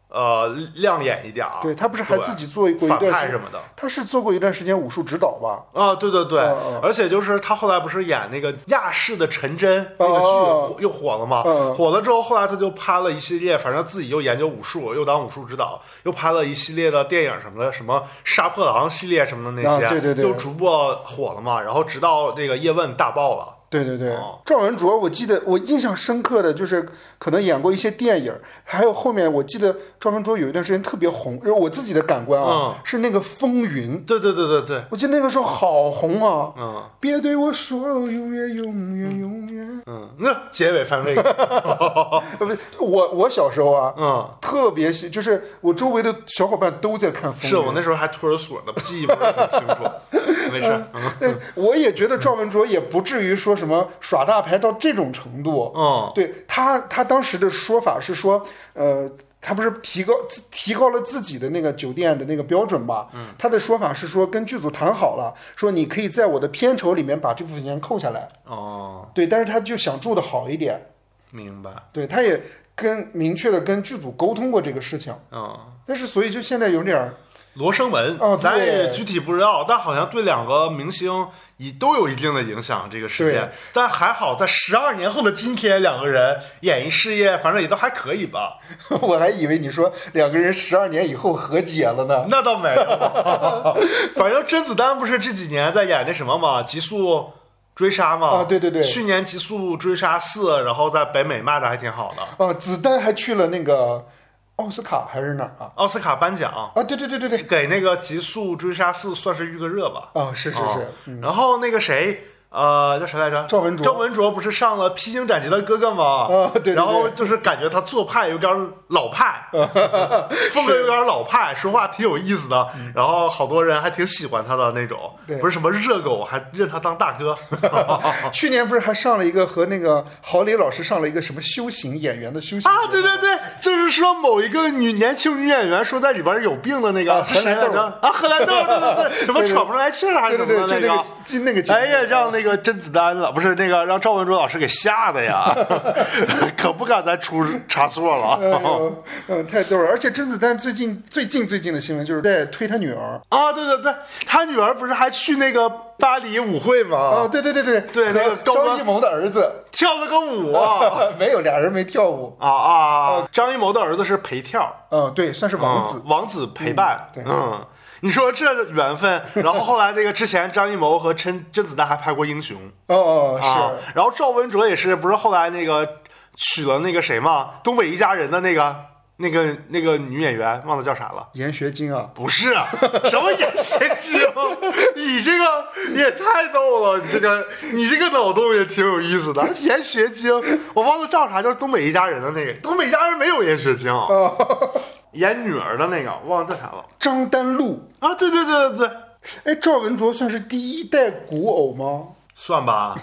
Speaker 3: 呃亮眼一点儿。
Speaker 2: 对他不是还
Speaker 3: 对
Speaker 2: 自己做过一
Speaker 3: 反
Speaker 2: 段
Speaker 3: 派
Speaker 2: 时
Speaker 3: 什么的。
Speaker 2: 他是做过一段时间武术指导吧？
Speaker 3: 啊，对对对，
Speaker 2: 嗯嗯
Speaker 3: 而且就是他后来不是演那个亚视的陈真、那个剧
Speaker 2: 哦
Speaker 3: 火又火了嘛，
Speaker 2: 嗯
Speaker 3: 火了之后，后来他就拍了一系列，反正自己又研究武术，又当武术指导，又拍了一系列的电影什么的，什么杀破狼系列什么的那些，
Speaker 2: 啊对对对
Speaker 3: 又逐步火了嘛，然后直到那个叶问大爆了。
Speaker 2: 对对对，
Speaker 3: 哦
Speaker 2: 赵文卓，我记得我印象深刻的就是可能演过一些电影，还有后面我记得赵文卓有一段时间特别红，就是我自己的感官啊，
Speaker 3: 嗯
Speaker 2: 是那个《风云》，
Speaker 3: 对对对对对，
Speaker 2: 我记得那个时候好红啊。
Speaker 3: 嗯
Speaker 2: 别对我说哦永远永远永远，
Speaker 3: 嗯，那结尾翻 这个，
Speaker 2: 呃不是我我小时候啊，
Speaker 3: 嗯，
Speaker 2: 特别喜，就是我周围的小伙伴都在看《风云》，
Speaker 3: 是我那时候还托着锁呢，记忆不是很清楚，没事儿，嗯
Speaker 2: 对，哎我也觉得赵文卓也不至于说什么耍大牌到这种程度。
Speaker 3: 嗯
Speaker 2: 对他，他当时的说法是说，呃，他不是提高自提高了自己的那个酒店的那个标准吧？嗯，他的说法是说跟剧组谈好了，说你可以在我的片酬里面把这部分钱扣下来。
Speaker 3: 哦，
Speaker 2: 对，但是他就想住的好一点。
Speaker 3: 明白，
Speaker 2: 对，他也跟明确的跟剧组沟通过这个事情，
Speaker 3: 嗯。
Speaker 2: 但是所以就现在有点儿
Speaker 3: 罗生门，
Speaker 2: 哦对
Speaker 3: 咱也具体不知道，但好像对两个明星也都有一定的影响。这个事件
Speaker 2: 对，
Speaker 3: 但还好，在十二年后的今天，两个人演艺事业反正也都还可以吧？
Speaker 2: 我还以为你说两个人十二年以后和解了呢。
Speaker 3: 那倒没有，反正甄子丹不是这几年在演那什么嘛，《极速追杀》嘛？
Speaker 2: 啊对对对
Speaker 3: 去年《极速追杀四》，然后在北美卖的还挺好的，
Speaker 2: 啊，子弹还去了那个奥斯卡还是哪儿啊？
Speaker 3: 奥斯卡颁奖
Speaker 2: 啊，对对对对对，
Speaker 3: 给那个《极速追杀四》算是预个热吧？
Speaker 2: 啊，是是是，嗯
Speaker 3: 哦然后那个谁，呃，叫谁来着？
Speaker 2: 赵文卓
Speaker 3: 赵文卓哦不是上了《披荆斩棘的哥哥》吗？
Speaker 2: 啊对对对
Speaker 3: 然后就是感觉他做派有点老派， 风格有点老派，说话挺有意思的。然后好多人还挺喜欢他的那种
Speaker 2: 对，
Speaker 3: 嗯不是什么热狗，还认他当大 哥。
Speaker 2: 啊去年不是还上了一个和那个郝蕾老师上了一个什么修行演员的修行
Speaker 3: 啊，
Speaker 2: 节
Speaker 3: 对
Speaker 2: 目
Speaker 3: 对对，就是说某一个女年轻女演员说在里边有病的那个
Speaker 2: 啊荷兰豆
Speaker 3: 谁来着啊，荷兰豆，对对对，什么喘不上来气儿还是什
Speaker 2: 对对
Speaker 3: 么
Speaker 2: 对，
Speaker 3: 的
Speaker 2: 就
Speaker 3: 那
Speaker 2: 那个。
Speaker 3: 个
Speaker 2: 就那个节目
Speaker 3: 哎呀，让那个甄子丹了，不是那个让赵文卓老师给吓 的呀，可不敢再出差错
Speaker 2: 哎
Speaker 3: 了。
Speaker 2: 呦，嗯，太逗了！而且甄子丹最近最近最近的新闻就是在推他女儿。
Speaker 3: 啊，对对对，他女儿不是还去那个巴黎舞会
Speaker 2: 哦，
Speaker 3: 吗？
Speaker 2: 对对对对，
Speaker 3: 对那个
Speaker 2: 和
Speaker 3: 高
Speaker 2: 张
Speaker 3: 光
Speaker 2: 艺谋的儿子，
Speaker 3: 跳了个舞啊
Speaker 2: 没有，俩人没跳舞。
Speaker 3: 啊啊！张艺谋的儿子是陪跳，
Speaker 2: 嗯，对，算是王子
Speaker 3: 嗯。王子陪伴，
Speaker 2: 嗯对
Speaker 3: 嗯。你说这缘分，然后后来那个之前张艺谋和甄甄子丹还拍过《英雄》
Speaker 2: 哦，
Speaker 3: 啊
Speaker 2: 是，
Speaker 3: 然后赵文卓也是，不是后来那个娶了那个谁嘛，东北一家人的那个那个那个女演员忘了叫啥了。
Speaker 2: 研学金啊，
Speaker 3: 不是 什么眼神精，啊你这个也太逗了，你这个你这个脑洞也挺有意思的。研学精，我忘了叫啥，就是东北一家人的那个，东北一家人没有研学精，演女儿的那个忘了叫啥了
Speaker 2: 哦 张丹露。
Speaker 3: 啊？对对对对对，
Speaker 2: 哎，赵文卓算是第一代古偶吗？
Speaker 3: 算 吧。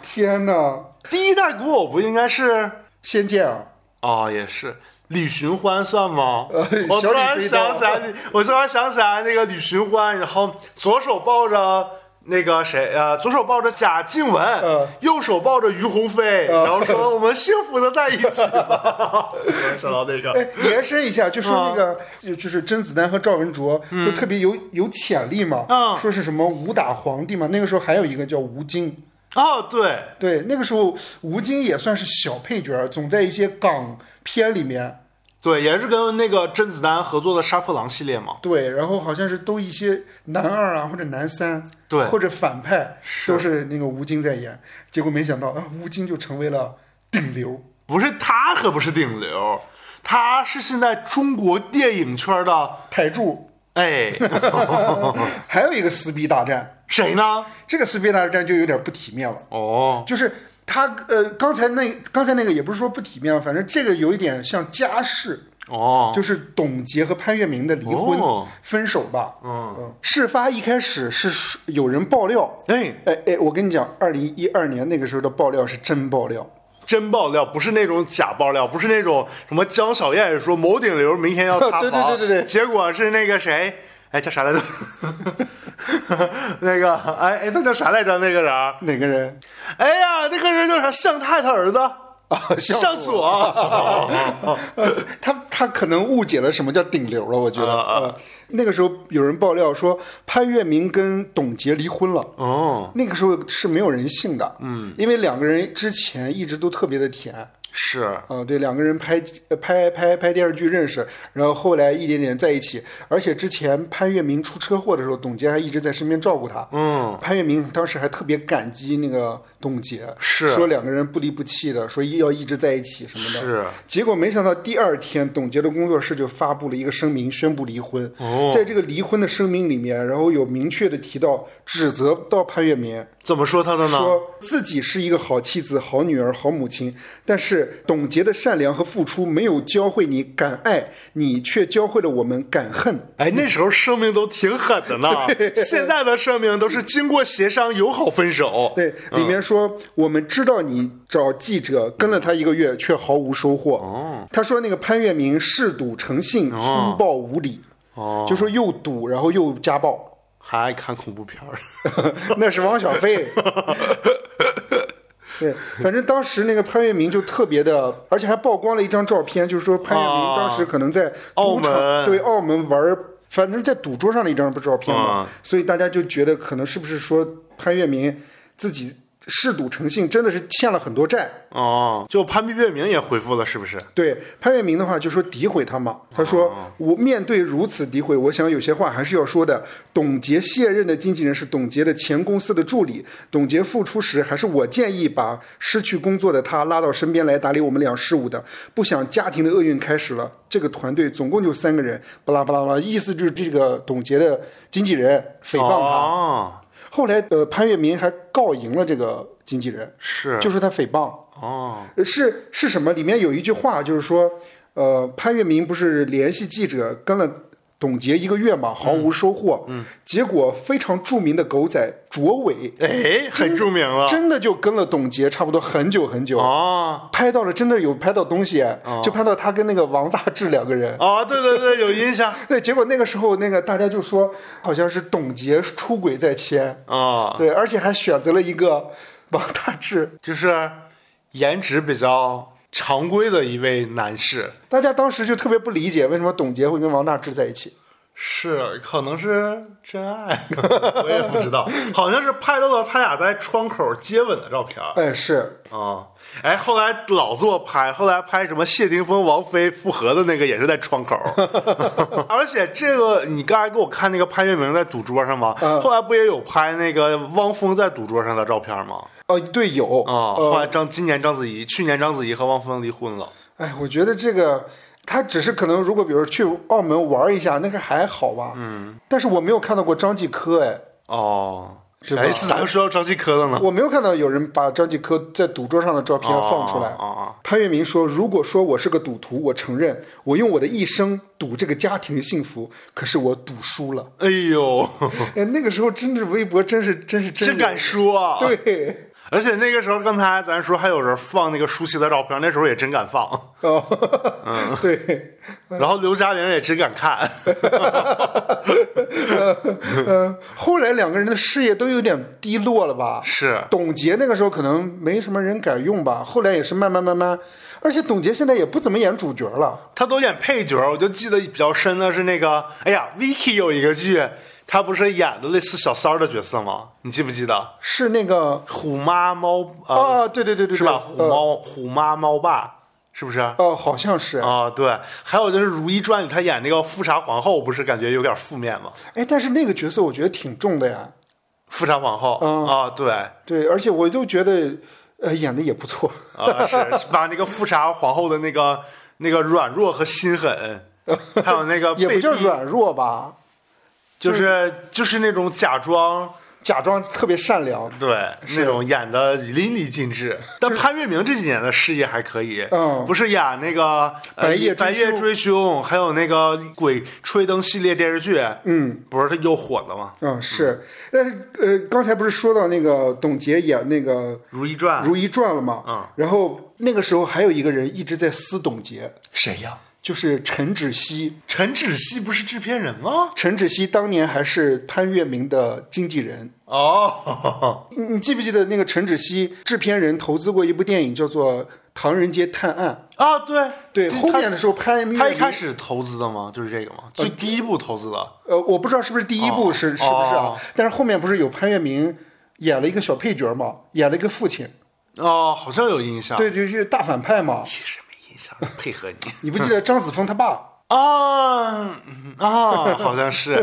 Speaker 2: 天哪，
Speaker 3: 第一代古偶不应该是
Speaker 2: 仙剑啊！
Speaker 3: 哦，也是李寻欢算吗？我
Speaker 2: 呃小李
Speaker 3: 突然
Speaker 2: 飞刀
Speaker 3: 想起来你，我突然想起来那个李寻欢，然后左手抱着那个谁，呃，左手抱着贾静雯，
Speaker 2: 嗯
Speaker 3: 右手抱着于鸿飞，然后说我们幸福的在一起 吧。我想到那个，
Speaker 2: 哎，延伸一下，就说那个，
Speaker 3: 嗯
Speaker 2: 就就是甄子丹和赵文卓都特别有有潜力嘛，
Speaker 3: 嗯
Speaker 2: 说是什么武打皇帝嘛，那个时候还有一个叫吴京。
Speaker 3: 哦，对，
Speaker 2: 对，那个时候吴京也算是小配角，总在一些港片里面。
Speaker 3: 对，也是跟那个甄子丹合作的《杀破狼》系列嘛。
Speaker 2: 对，然后好像是都一些男二啊，或者男三，
Speaker 3: 对
Speaker 2: 或者反派，
Speaker 3: 是
Speaker 2: 都是那个吴京在演。结果没想到啊，吴京就成为了顶流。
Speaker 3: 不是他可不是顶流，他是现在中国电影圈的，
Speaker 2: 台 柱，
Speaker 3: 哎，
Speaker 2: 还有一个撕逼大战，
Speaker 3: 谁呢？
Speaker 2: 这个撕逼大战就有点不体面了，
Speaker 3: 哦，
Speaker 2: 就是。他呃，刚才那刚才那个也不是说不体面，啊反正这个有一点像家事，
Speaker 3: 哦，
Speaker 2: 就是董洁和潘粤明的离婚、
Speaker 3: 哦
Speaker 2: 分手吧。
Speaker 3: 嗯
Speaker 2: 嗯，事发一开始是有人爆料，
Speaker 3: 哎，
Speaker 2: 哎哎，我跟你讲，二零一二年那个时候的爆料是真爆料，
Speaker 3: 真爆料，不是那种假爆料，不是那种什么江小燕说某顶流明天要塌 房，
Speaker 2: 对对对对对
Speaker 3: 结果是那个谁，哎叫啥来着？ 那个哎哎，他叫啥来着？那个人儿，
Speaker 2: 哪个人
Speaker 3: 哎呀，那个人叫啥？向太他儿子
Speaker 2: 啊？向
Speaker 3: 向哦
Speaker 2: 左，
Speaker 3: 左，
Speaker 2: 他他可能误解了什么叫顶流了，我觉
Speaker 3: 啊
Speaker 2: 得。呃那个时候有人爆料说潘粤明跟董洁离婚了。
Speaker 3: 哦，
Speaker 2: 那个时候是没有人信的，嗯，因为两个人之前一直都特别的甜，啊、
Speaker 3: 是
Speaker 2: 对，两个人拍呃拍拍拍电视剧认识，然后后来一点点在一起，而且之前潘粤明出车祸的时候，董洁还一直在身边照顾他，
Speaker 3: 嗯，
Speaker 2: 潘粤明当时还特别感激那个董洁，
Speaker 3: 是
Speaker 2: 说两个人不离不弃的，说要一直在一起什么的。
Speaker 3: 是，
Speaker 2: 结果没想到第二天，董洁的工作室就发布了一个声明，宣布离婚。
Speaker 3: 哦
Speaker 2: 在这个离婚的声明里面，然后有明确的提到指责到潘粤明，
Speaker 3: 怎么说他的呢？
Speaker 2: 说自己是一个好妻子、好女儿、好母亲，但是董洁的善良和付出没有教会你敢爱，你却教会了我们敢恨。
Speaker 3: 哎，那时候声明都挺狠的呢， 现在的声明都是经过协商友好分手，
Speaker 2: 对，里面说、我们知道你找记者跟了他一个月，却毫无收获。哦，他说那个潘粤明嗜赌成性，粗暴无礼，
Speaker 3: 哦，
Speaker 2: 就说又赌，然后又家暴，
Speaker 3: 还爱看恐怖片儿。
Speaker 2: 那是汪小菲。对，反正当时那个潘粤明就特别的，而且还曝光了一张照片，就是说潘粤明当时可能在
Speaker 3: 啊澳
Speaker 2: 赌场
Speaker 3: 门
Speaker 2: 对澳门玩儿，反正在赌桌上的一张照片嘛，
Speaker 3: 嗯
Speaker 2: 所以大家就觉得可能是不是说潘粤明自己嗜赌成性，真的是欠了很多债。
Speaker 3: 哦，就潘碧月明也回复了，是不是？
Speaker 2: 对潘粤明的话，就说诋毁他
Speaker 3: 哦
Speaker 2: 嘛。他说：“我面对如此诋毁，我想有些话还是要说的。董洁卸任的经纪人是董洁的前公司的助理，董洁复出时还是我建议把失去工作的她拉到身边来打理我们俩事务的。不想家庭的厄运开始了。这个团队总共就三个人，巴拉巴拉巴拉，意思就是这个董洁的经纪人诽谤她。
Speaker 3: 哦，
Speaker 2: 后来，呃，潘粤明还告赢了这个经纪人，
Speaker 3: 是
Speaker 2: 就说他诽谤。”
Speaker 3: 哦，
Speaker 2: 是是什么？里面有一句话，就是说，呃，潘粤明不是联系记者跟了董洁一个月嘛，毫无收获。嗯，结果非常著名的狗仔卓伟，
Speaker 3: 哎，很著名了。
Speaker 2: 真的就跟了董洁差不多很久很久，
Speaker 3: 哦
Speaker 2: 拍到了真的有拍到东西，啊就拍到他跟那个王大治两个人。
Speaker 3: 哦，对对对，有印象。
Speaker 2: 对，结果那个时候，那个大家就说，好像是董洁出轨在先，
Speaker 3: 哦，
Speaker 2: 对，而且还选择了一个王大治，
Speaker 3: 就是颜值比较常规的一位男士，
Speaker 2: 大家当时就特别不理解为什么董洁会跟王大治在一起。
Speaker 3: 是可能是真爱，我也不知道，好像是拍到了他俩在窗口接吻的照片儿。
Speaker 2: 哎，是
Speaker 3: 哦，哎，后来老做拍，后来拍什么谢霆锋、王菲复合的那个也是在窗口， 而且这个你刚才给我看那个潘粤明在赌桌上吗？
Speaker 2: 嗯
Speaker 3: 后来不也有拍那个汪峰在赌桌上的照片吗？
Speaker 2: 哦，对，有
Speaker 3: 啊、后来
Speaker 2: 呃，
Speaker 3: 章今年章子怡，去年章子怡和汪峰离婚了，
Speaker 2: 哎，我觉得这个他只是可能，如果比如去澳门玩一下，那个还好吧。嗯，但是我没有看到过张继科，哎，
Speaker 3: 哦，
Speaker 2: 对吧
Speaker 3: 哎，是咋又说到张继科了呢？
Speaker 2: 我没有看到有人把张继科在赌桌上的照片放出来。
Speaker 3: 哦哦哦
Speaker 2: 潘粤明说：“如果说我是个赌徒，我承认我用我的一生赌这个家庭的幸福，可是我赌输了。
Speaker 3: 哎呦，
Speaker 2: 哎，那个时候真是微博，真是真是 真
Speaker 3: 真
Speaker 2: 有
Speaker 3: 敢说啊！，
Speaker 2: 对
Speaker 3: 而且那个时候，刚才咱说还有人放那个舒淇的照片，那时候也真敢放，
Speaker 2: 哦，
Speaker 3: 嗯
Speaker 2: 对，
Speaker 3: 然后刘嘉玲也真敢 看。
Speaker 2: 呃， 后来两个人的事业都有点低落了吧？
Speaker 3: 是
Speaker 2: 董洁那个时候可能没什么人敢用吧，后来也是慢慢慢慢，而且董洁现在也不怎么演主角了。
Speaker 3: 他都演配角，我就记得比较深的是那个，哎呀，Vicky 有一个剧，他不是演的类似小三儿的角色吗？你记不记得？
Speaker 2: 是那个
Speaker 3: 虎妈猫
Speaker 2: 啊，
Speaker 3: 呃
Speaker 2: 对对对对，
Speaker 3: 是吧？
Speaker 2: 对
Speaker 3: 虎？猫、虎妈猫爸是不是？啊、
Speaker 2: 呃哦，好像是。
Speaker 3: 对。还有就是《如懿传》里他演那个富察皇后，不是感觉有点负面吗？
Speaker 2: 哎，但是那个角色我觉得挺重的呀，
Speaker 3: 富察皇后啊、
Speaker 2: 嗯
Speaker 3: 对。
Speaker 2: 对，而且我就觉得，呃，演的也不错。
Speaker 3: 啊，是是把那个富察皇后的那个那个软弱和心 狠，还有那个
Speaker 2: 也
Speaker 3: 呃被
Speaker 2: 不叫
Speaker 3: 逼，
Speaker 2: 软弱吧，
Speaker 3: 就是就是那种假装
Speaker 2: 假装特别善良。
Speaker 3: 对那种演的淋漓尽致。但潘粤明这几年的事业还可以，
Speaker 2: 嗯
Speaker 3: 不是演那个呃
Speaker 2: 白夜追
Speaker 3: 白夜
Speaker 2: 凶
Speaker 3: 追凶，还有那个鬼吹灯系列电视剧，
Speaker 2: 嗯，
Speaker 3: 不是他又火了吗？
Speaker 2: 嗯，是。但是呃，刚才不是说到那个董洁演那个
Speaker 3: 《如懿传》
Speaker 2: 《如懿传》了吗？
Speaker 3: 嗯
Speaker 2: 然后那个时候还有一个人一直在撕董洁，
Speaker 3: 谁呀？
Speaker 2: 就是陈芷溪。
Speaker 3: 陈芷溪不是制片人吗？
Speaker 2: 陈芷溪当年还是潘粤明的经纪人。
Speaker 3: 哦，
Speaker 2: 你你记不记得那个陈芷溪制片人投资过一部电影叫做《唐人街探案》？
Speaker 3: 啊，对
Speaker 2: 对，
Speaker 3: 他
Speaker 2: 后面的时呃候潘粤明
Speaker 3: 他一开始投资的吗？就是这个吗？最第一步投资的
Speaker 2: 呃，我不知道是不是第一部
Speaker 3: 哦
Speaker 2: 是、是不是啊？
Speaker 3: 哦
Speaker 2: 但是后面不是有潘粤明演了一个小配角嘛，演了一个父亲，
Speaker 3: 哦，好像有印象。，
Speaker 2: 对，就是大反派嘛。
Speaker 3: 其实没印象，配合你
Speaker 2: 你不记得张子枫他爸？
Speaker 3: 啊嗯啊， 好像是。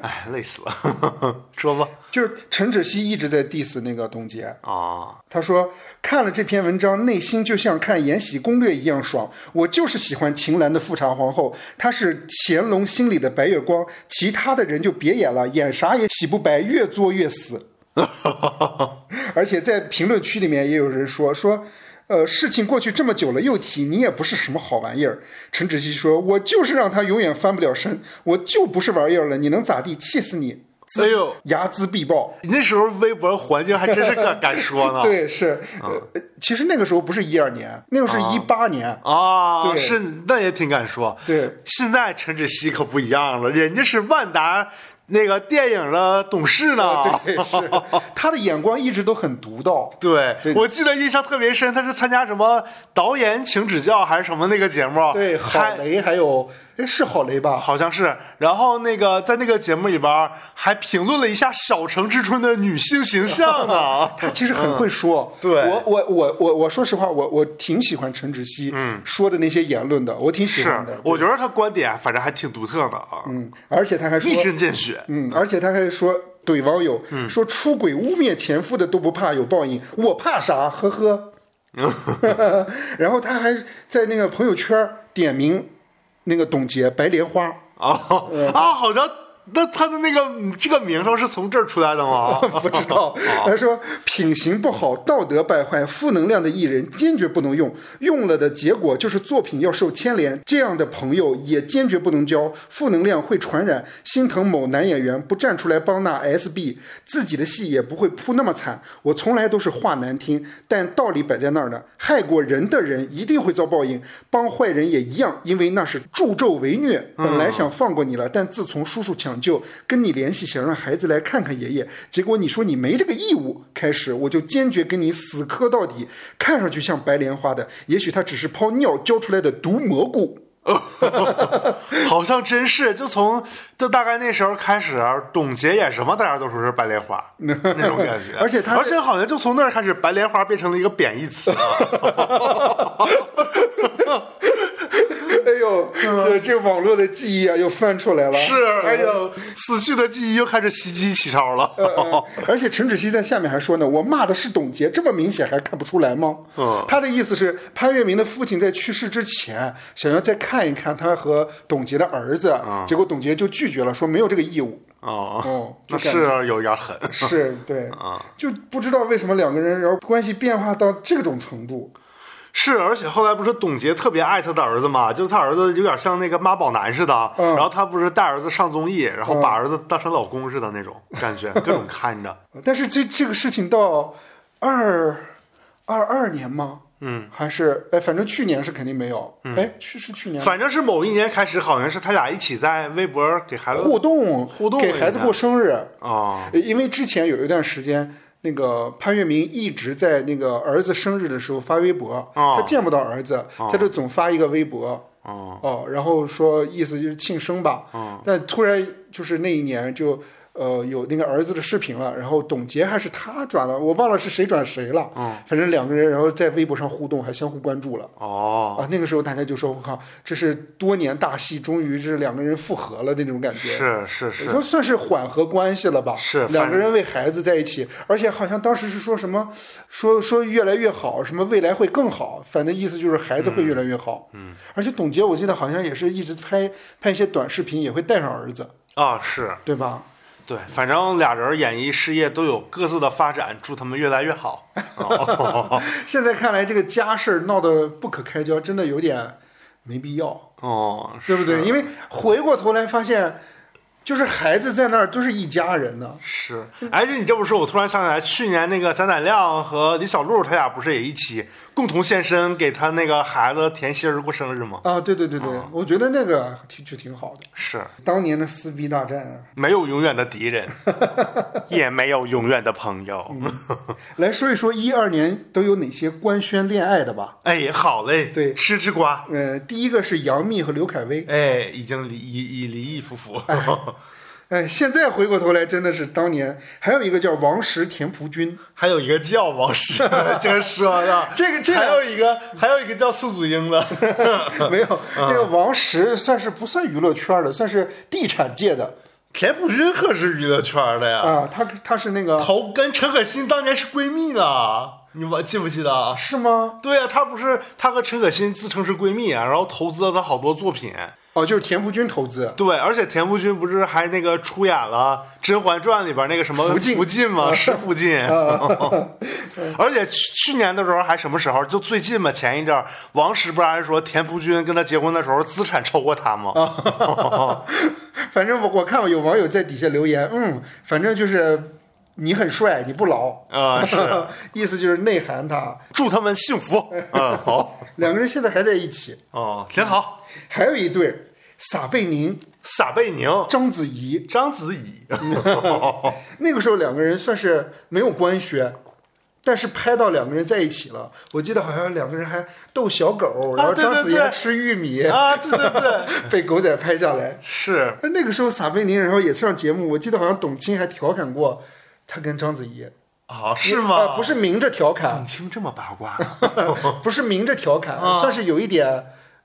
Speaker 3: 哎，累死了， 说吧。
Speaker 2: 就是陈芷溪一直在 diss 那个董洁，
Speaker 3: 啊，
Speaker 2: 他说看了这篇文章，内心就像看《延禧攻略》一样爽。我就是喜欢秦岚的富察皇后，她是乾隆心里的白月光，其他的人就别演了，演啥也洗不白，越作越死。 而且在评论区里面也有人说说。呃，事情过去这么久了，又提你也不是什么好玩意儿。陈芷溪说：“我就是让他永远翻不了身，我就不是玩意儿了，你能咋地？气死你！”
Speaker 3: 哎呦，
Speaker 2: 睚眦必报。
Speaker 3: 你那时候微博环境还真是敢敢说 呢。
Speaker 2: 对，是，
Speaker 3: 啊
Speaker 2: 呃，其实那个时候不是一二年，那个是一八年，
Speaker 3: 啊，
Speaker 2: 对
Speaker 3: 是那也挺敢说。
Speaker 2: 对，
Speaker 3: 现在陈芷溪可不一样了，人家是万达那个电影的董事呢。
Speaker 2: 对，是，
Speaker 3: 啊
Speaker 2: 他的眼光一直都很独到。
Speaker 3: 对，
Speaker 2: 对
Speaker 3: 我记得印象特别深，他是参加什么导演请指教还是什么那个节目，
Speaker 2: 对，郝
Speaker 3: 还
Speaker 2: 雷还有，哎，是郝雷吧？
Speaker 3: 啊好像是，然后那个在那个节目里边儿还评论了一下《小城之春》的女性形象呢
Speaker 2: 。他其实很会说。
Speaker 3: 嗯对
Speaker 2: 我我我我我说实话，我我挺喜欢陈芷溪说的那些言论的，我挺喜
Speaker 3: 嗯是
Speaker 2: 欢的，。
Speaker 3: 我觉得他观点反正还挺独特的啊，
Speaker 2: 嗯，而且他还说
Speaker 3: 一针见血。
Speaker 2: 嗯，而且他还说怼网友，说出轨污蔑前夫的都不怕有报应，我怕啥？呵呵。然后他还在那个朋友圈点名那个董洁白莲花，
Speaker 3: 哦啊，好像那他的那个嗯这个名声是从这儿出来的 吗？啊
Speaker 2: 不知道。他说品行不好、道德败坏、负能量的艺人坚决不能用，用了的结果就是作品要受牵连，这样的朋友也坚决不能交，负能量会传染。心疼某男演员不站出来帮那 SB，自己的戏也不会扑那么惨。我从来都是话难听，但道理摆在那儿呢。害过人的人一定会遭报应，帮坏人也一样，因为那是助纣为虐。本来想放过你了，但自从叔叔抢救，跟你联系，想让孩子来看看爷爷，结果你说你没这个义务，开始我就坚决跟你死磕到底。看上去像白莲花的，也许他只是泡尿浇出来的毒蘑菇。
Speaker 3: 好像真是，就从就大概那时候开始，董洁演什么，大家都说是白 莲花那种感觉。
Speaker 2: 而且她
Speaker 3: 而且好像就从那儿开始，白莲花变成了一个贬义词了。
Speaker 2: 哎呦，呦， 啊这这网络的记忆啊又翻出来了。
Speaker 3: 是，哎
Speaker 2: 呦。
Speaker 3: 呦，死去的记忆又开始袭击启超了。
Speaker 2: 呃而且陈芷溪在下面还说呢，我骂的是董洁，这么明显还看不出来吗？
Speaker 3: 嗯
Speaker 2: 他的意思是潘粤明的父亲在去世之前，想要再看一看他和董洁的儿子，结果董洁就拒绝了，说没有这个义务。
Speaker 3: 啊哦，
Speaker 2: 哦，就
Speaker 3: 那
Speaker 2: 感
Speaker 3: 是啊
Speaker 2: 觉。
Speaker 3: 有点狠。
Speaker 2: 是对，就不知道为什么两个人，然后关系变化到这种程度，
Speaker 3: 是，而且后来不是董洁特别爱她的儿子嘛，就是她儿子有点像那个妈宝男似的，
Speaker 2: 嗯
Speaker 3: 然后她不是带儿子上综艺，然后把儿子当成老公似的那种感觉，各种 看着。
Speaker 2: 但是这这个事情到二二二年吗？嗯，还是哎，反正去年是肯定没有，哎，去是去年吗，
Speaker 3: 嗯反正是某一年开始，好像是他俩一起在微博给孩子
Speaker 2: 互动
Speaker 3: 互动
Speaker 2: 给孩子
Speaker 3: 一下
Speaker 2: 过生日，
Speaker 3: 哦，
Speaker 2: 呃因为之前有一段时间，那个潘粤明一直在那个儿子生日的时候发微博，
Speaker 3: 哦
Speaker 2: 他见不到儿子，他就总发一个微博，
Speaker 3: 哦，
Speaker 2: 然后说意思就是庆生吧，但突然就是那一年就。呃，有那个儿子的视频了，然后董洁还是他转了，我忘了是谁转谁了。反正两个人然后在微博上互动，还相互关注了。
Speaker 3: 哦，
Speaker 2: 啊，那个时候大家就说：“我靠，这是多年大戏，终于是两个人复合了那种感觉。”
Speaker 3: 是是
Speaker 2: 你说
Speaker 3: 是，
Speaker 2: 算是缓和关系了吧？
Speaker 3: 是反
Speaker 2: 两个人为孩子在一起，而且好像当时是说什么，说说越来越好，什么未来会更好，反正意思就是孩子会越来越好。嗯，而且董洁我记得好像也是一直拍拍一些短视频，也会带上儿子，
Speaker 3: 啊是
Speaker 2: 对吧？
Speaker 3: 对，反正俩人演艺事业都有各自的发展，祝他们越来越好。哦
Speaker 2: 现在看来这个家事儿闹得不可开交，真的有点没必要，
Speaker 3: 哦，
Speaker 2: 对不对？
Speaker 3: 是
Speaker 2: 因为回过头来发现，就是孩子在那儿都是一家人呢。
Speaker 3: 是，而且你这么说，我突然想起来，去年那个贾乃亮和李小璐，他俩不是也一起共同现身给他那个孩子甜心儿过生日吗？
Speaker 2: 啊，对对对对，
Speaker 3: 哦
Speaker 2: 我觉得那个挺就挺好的。
Speaker 3: 是，
Speaker 2: 当年的撕逼大战啊，
Speaker 3: 没有永远的敌 人，也没有永远的朋友。
Speaker 2: 来说一说一二年都有哪些官宣恋爱的吧。
Speaker 3: 哎，好嘞，
Speaker 2: 对
Speaker 3: 吃吃瓜。
Speaker 2: 呃，第一个是杨幂和刘恺威。
Speaker 3: 哎，已经离已已离异夫妇。
Speaker 2: 哎，现在回过头来，真的是当年还有一个叫王石、田朴 珺。
Speaker 3: 还有一个叫王 石，这个说的，
Speaker 2: 这个这个
Speaker 3: 还有一个还有一个叫宋祖英 的，
Speaker 2: 没
Speaker 3: 啊
Speaker 2: 有，那个王石算是不算娱乐圈的，算是地产界的
Speaker 3: 田朴珺可是娱乐圈的呀，
Speaker 2: 啊。他他是那个
Speaker 3: 头跟陈可辛当年是闺蜜呢，你忘记不记得啊？
Speaker 2: 是吗？
Speaker 3: 对呀、她不是她和陈可辛自称是闺蜜啊，然后投资了她好多作品。
Speaker 2: 哦，就是田朴珺投资。
Speaker 3: 对，而且田馥甄不是还那个出演了《甄嬛传》里边那个什么
Speaker 2: 福晋啊
Speaker 3: 吗？是福晋。
Speaker 2: 呃
Speaker 3: 而且去去年的时候还什么时候？就最近嘛，前一阵儿王石不是还说田馥甄跟他结婚的时候资产超过他吗？
Speaker 2: 啊反正我我看有网友在底下留言，嗯，反正就是你很帅，你不老，
Speaker 3: 啊，是，
Speaker 2: 意思就是内涵他。
Speaker 3: 祝他们幸
Speaker 2: 啊
Speaker 3: 福。嗯，好，
Speaker 2: 两个人现在还在一起，
Speaker 3: 哦，挺好。
Speaker 2: 还有一对撒贝宁、
Speaker 3: 撒贝宁、
Speaker 2: 章子怡。
Speaker 3: 章 子怡，
Speaker 2: 那个时候两个人算是没有官宣，但是拍到两个人在一起了。我记得好像两个人还逗小狗，然后
Speaker 3: 啊对对
Speaker 2: 章子怡
Speaker 3: 对
Speaker 2: 还吃玉米，
Speaker 3: 啊，对对对，
Speaker 2: 被狗仔拍下来。
Speaker 3: 是。
Speaker 2: 而那个时候撒贝宁，然后也上节目，我记得好像董卿还调侃过他跟章子怡，
Speaker 3: 啊，是
Speaker 2: 啊
Speaker 3: 吗？
Speaker 2: 不是明着调侃
Speaker 3: 董，卿这么八卦，啊
Speaker 2: 不是明着调侃，算是有一点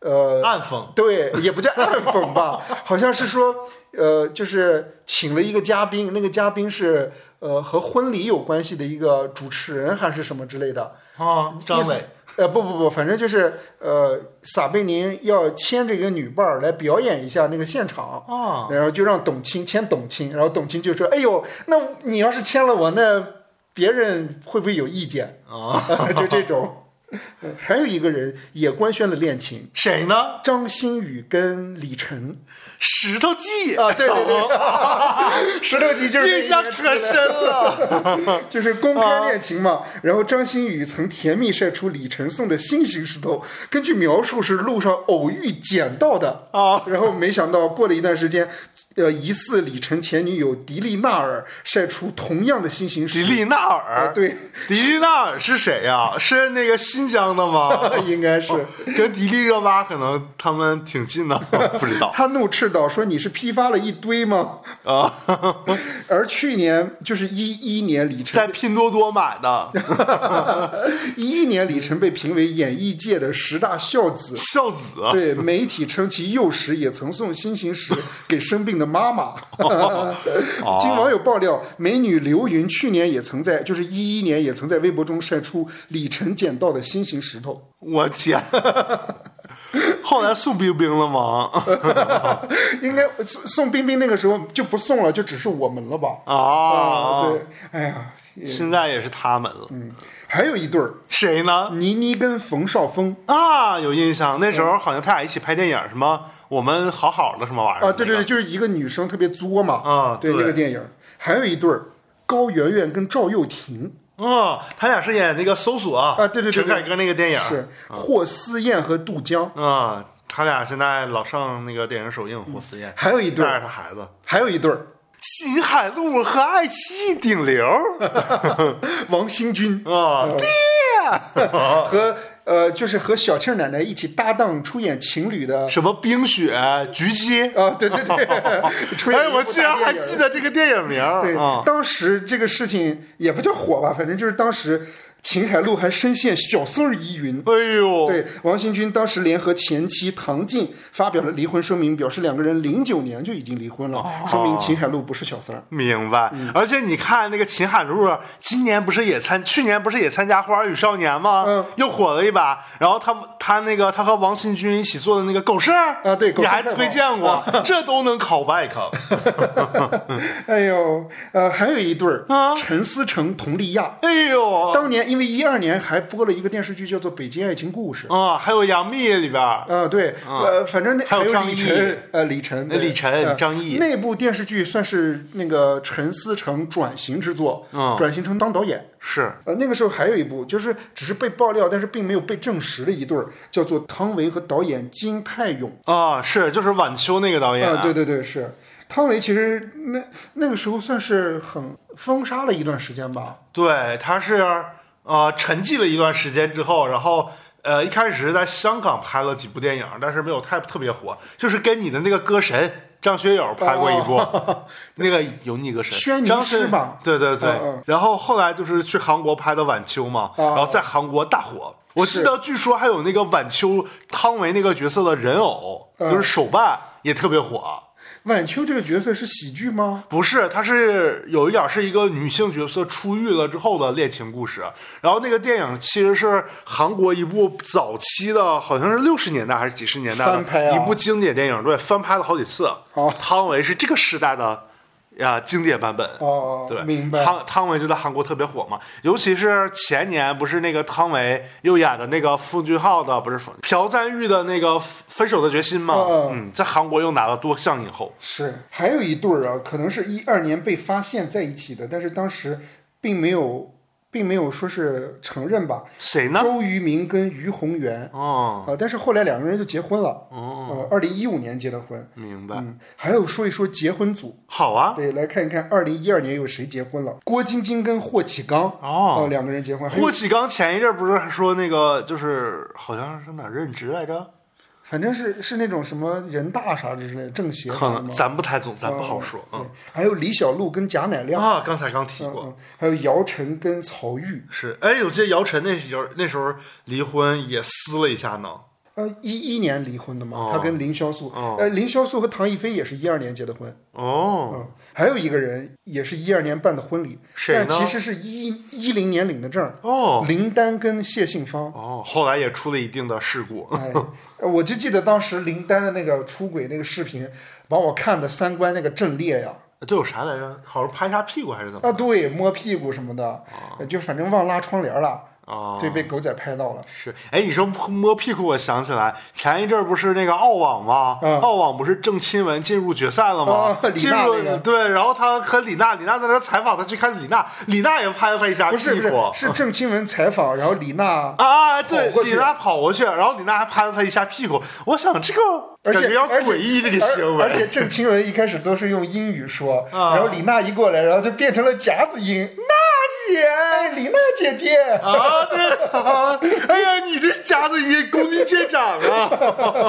Speaker 2: 呃
Speaker 3: 暗讽
Speaker 2: 对，也不叫暗讽 吧，好像是说，呃，就是请了一个嘉宾，那个嘉宾是呃和婚礼有关系的一个主持人还是什么之类的。
Speaker 3: 啊，张
Speaker 2: 意
Speaker 3: 伟
Speaker 2: 思。呃，不不不，反正就是呃，撒贝宁要牵着一个女伴儿来表演一下那个现场
Speaker 3: 啊
Speaker 2: 然后就让董卿牵董卿，然后董卿就说：“哎呦，那你要是牵了我，那别人会不会有意见？”
Speaker 3: 啊，
Speaker 2: 就这种。呃还有一个人也官宣了恋情，
Speaker 3: 谁呢？
Speaker 2: 张馨予跟李 晨
Speaker 3: 石头记
Speaker 2: 啊，对对 对，石头集就是那一
Speaker 3: 印象
Speaker 2: 年出
Speaker 3: 可
Speaker 2: 来
Speaker 3: 深啊了。
Speaker 2: 的， 就是公开恋情嘛。然后张馨予曾甜蜜晒出李晨送的心形石头，根据描述是路上偶遇捡到的
Speaker 3: 啊
Speaker 2: 然后没想到过了一段时间，呃，疑似李晨前女友迪丽娜尔晒出同样的新型
Speaker 3: 迪
Speaker 2: 时，
Speaker 3: 丽纳尔，
Speaker 2: 啊对，
Speaker 3: 迪丽纳尔是谁呀、是那个新疆的 吗？
Speaker 2: 应该
Speaker 3: 哦
Speaker 2: 是。
Speaker 3: 跟迪丽热巴可能他们挺近的， 不知道
Speaker 2: 他怒斥道：“说你是批发了一堆吗
Speaker 3: 啊，？”
Speaker 2: 而去年就是一一年，李晨
Speaker 3: 在拼多多买 的，
Speaker 2: 一一年李晨被评为演艺界的十大孝子。
Speaker 3: 孝子。
Speaker 2: 对媒体称其幼时也曾送新型时给生病的妈妈。经网友爆料，美女刘芸去年也曾在，就是一一年也曾在微博中晒出李晨捡到的新型石 头。
Speaker 3: 我天！后来送冰冰了吗？
Speaker 2: 应该送送冰冰那个时候就不送了，就只是我们了吧？
Speaker 3: 啊，
Speaker 2: 对，哎呀，也
Speaker 3: 现在也是他们了。
Speaker 2: 嗯还有一对儿，
Speaker 3: 谁呢？
Speaker 2: 倪妮跟冯绍峰。
Speaker 3: 啊，有印象，那时候好像他俩一起拍电影，什么我们好好的什么玩意儿
Speaker 2: 啊，对对对，
Speaker 3: 那个
Speaker 2: 就是一个女生特别作嘛。
Speaker 3: 啊
Speaker 2: 对
Speaker 3: 对
Speaker 2: 那个电影儿，还有一对儿，高圆圆跟赵又廷。
Speaker 3: 嗯，他俩是演那个《搜索》啊
Speaker 2: 啊对对对对
Speaker 3: 陈凯歌那个电影
Speaker 2: 是霍思燕和杜江，
Speaker 3: 啊，他俩现在老上那个电影首映，胡思燕
Speaker 2: 还有一对
Speaker 3: 带着
Speaker 2: 儿，
Speaker 3: 他孩子。
Speaker 2: 还有一对儿，
Speaker 3: 秦海璐和爱奇艺 顶流嗯
Speaker 2: 王星君
Speaker 3: 啊，
Speaker 2: 和呃，就是和小庆奶奶一起搭档出演情侣的
Speaker 3: 什么冰雪、菊姬，
Speaker 2: 啊，对对对， 出演
Speaker 3: 哎，
Speaker 2: 一部
Speaker 3: 我居然
Speaker 2: 大
Speaker 3: 还
Speaker 2: 电影
Speaker 3: 记。得这个电影名儿
Speaker 2: 对，
Speaker 3: 啊！
Speaker 2: 当时这个事情也不叫火吧，反正就是当时秦海璐还深陷小三儿疑云。
Speaker 3: 哎呦，
Speaker 2: 对，王新军当时联合前妻唐静发表了离婚声明，表示两个人零九年就已经离婚
Speaker 3: 哦
Speaker 2: 了，说明秦海璐不是小 三儿。
Speaker 3: 明白。
Speaker 2: 嗯
Speaker 3: 而且你看那个秦海璐，今年不是也参，去年不是也参加《花儿与少年》吗？
Speaker 2: 嗯
Speaker 3: 又火了一把。然后他他那个他和王新军一起做的那个狗剩儿
Speaker 2: 啊对狗
Speaker 3: 你还
Speaker 2: 剩儿啊
Speaker 3: 推荐过， 这都能 call back。
Speaker 2: 哎呦，呃，还有一对儿，
Speaker 3: 啊
Speaker 2: 陈思诚、佟丽娅，
Speaker 3: 哎呦，
Speaker 2: 当年因为一二年还播了一个电视剧叫做《北京爱情故事》。
Speaker 3: 啊、还有杨幂里边儿，
Speaker 2: 啊、对，呃，反正那
Speaker 3: 还有
Speaker 2: 有
Speaker 3: 张
Speaker 2: 李
Speaker 3: 译
Speaker 2: 晨，呃，李晨，对
Speaker 3: 李晨
Speaker 2: 呃
Speaker 3: 张译
Speaker 2: 那部电视剧算是那个陈思诚转型之作，
Speaker 3: 嗯
Speaker 2: 转型成当导演。
Speaker 3: 是
Speaker 2: 呃，那个时候还有一部，就是只是被爆料，但是并没有被证实的一对儿，叫做汤唯和导演金泰勇。
Speaker 3: 啊、是就是晚秋那个导演，
Speaker 2: 啊、对对对，是汤唯。其实那那个时候算是很封杀了一段时间吧。
Speaker 3: 对，他是呃沉寂了一段时间之后，然后呃一开始是在香港拍了几部电影，但是没有太特别火，就是跟你的那个歌神张学友拍过 一部，那个油腻歌神
Speaker 2: 轩尼
Speaker 3: 张学
Speaker 2: 诗吧
Speaker 3: 对对对，
Speaker 2: 嗯嗯
Speaker 3: 然后后来就是去韩国拍的《晚秋》嘛，
Speaker 2: 哦
Speaker 3: 然后在韩国大火。我记
Speaker 2: 是
Speaker 3: 得，据说还有那个晚秋汤唯那个角色的人偶，
Speaker 2: 嗯
Speaker 3: 就是手办也特别火。
Speaker 2: 晚秋这个角色是喜剧吗？
Speaker 3: 不是，它是有一点是一个女性角色出狱了之后的恋情故事。然后那个电影其实是韩国一部早期的，好像是六十年代还是几十年代的
Speaker 2: 翻拍啊
Speaker 3: 一部经典电影，对，翻拍了好几次。
Speaker 2: 哦
Speaker 3: 汤唯是这个时代的呀、经典版本。
Speaker 2: 哦，
Speaker 3: 对，
Speaker 2: 明白。
Speaker 3: 汤汤唯就在韩国特别火嘛，尤其是前年不是那个汤唯又演的那个奉俊昊的，不是奉朴赞玉的那个《分手的决心》嘛，
Speaker 2: 嗯
Speaker 3: 嗯，在韩国又拿了多项影后。
Speaker 2: 是，还有一对儿啊，可能是一二年被发现在一起的，但是当时并没有，并没有说是承认吧。
Speaker 3: 谁呢？
Speaker 2: 周渝民跟于洪元啊、
Speaker 3: 哦，
Speaker 2: 但是后来两个人就结婚了，呃，二零一五年结的婚。
Speaker 3: 明白。
Speaker 2: 嗯，还有说一说结婚组，
Speaker 3: 好啊，
Speaker 2: 对，来看一看二零一二年有谁结婚了？郭晶晶跟霍启刚
Speaker 3: 哦
Speaker 2: 两个人结婚，还有
Speaker 3: 霍启刚前一阵不是还说那个就是好像是哪儿任职来着？
Speaker 2: 反正是是那种什么人大啥之类的政协
Speaker 3: 可
Speaker 2: 啥的
Speaker 3: 能
Speaker 2: 吗？
Speaker 3: 咱不太懂，咱不好说。
Speaker 2: 对
Speaker 3: 嗯，
Speaker 2: 还有李小璐跟贾乃亮，
Speaker 3: 啊，刚才刚提
Speaker 2: 嗯
Speaker 3: 过，
Speaker 2: 嗯，还有姚晨跟曹郁，
Speaker 3: 是哎，我记得姚晨那时候那时候离婚也撕了一下呢。
Speaker 2: 呃，一一年离婚的嘛，
Speaker 3: 哦
Speaker 2: 他跟凌潇肃，
Speaker 3: 哦
Speaker 2: 呃，凌潇肃和唐亦菲也是一二年结的婚，
Speaker 3: 哦，
Speaker 2: 嗯，还有一个人也是一二年办的婚礼，
Speaker 3: 谁呢
Speaker 2: 但其实是一一零年领的证，
Speaker 3: 哦
Speaker 2: 林丹跟谢杏芳，
Speaker 3: 哦，后来也出了一定的事故。
Speaker 2: 哎，我就记得当时林丹的那个出轨那个视频，把我看的三观那个震裂呀，
Speaker 3: 这有啥来着？好像拍一下屁股还是怎么？
Speaker 2: 啊，对，摸屁股什么的，呃就反正忘拉窗帘了。
Speaker 3: 哦，
Speaker 2: 对，被狗仔拍到了。
Speaker 3: 是，哎，你说摸屁股，我想起来，前一阵儿不是那个澳网吗？
Speaker 2: 嗯
Speaker 3: 澳网不是郑钦文进入决赛了吗？
Speaker 2: 哦李
Speaker 3: 进
Speaker 2: 娜
Speaker 3: 入、
Speaker 2: 那个
Speaker 3: 对，然后他和李娜，李娜在那采访，他去看李娜，李娜也拍了他一下
Speaker 2: 不是
Speaker 3: 屁
Speaker 2: 不是
Speaker 3: 股，，
Speaker 2: 是郑钦文采访，然后李娜，
Speaker 3: 啊，
Speaker 2: 跑过
Speaker 3: 对，
Speaker 2: 去
Speaker 3: 李娜跑过去，然后李娜还拍了他一下屁股，我想这个
Speaker 2: 而
Speaker 3: 感觉
Speaker 2: 且
Speaker 3: 有点
Speaker 2: 而且
Speaker 3: 诡异，这个行为，
Speaker 2: 而而且郑钦文一开始都是用英语说，
Speaker 3: 啊
Speaker 2: 然后李娜一过来，然后就变成了夹子音，娜姐，哎，李娜姐姐，
Speaker 3: 啊，对啊，哎呀，你这夹子音工兵接掌啊！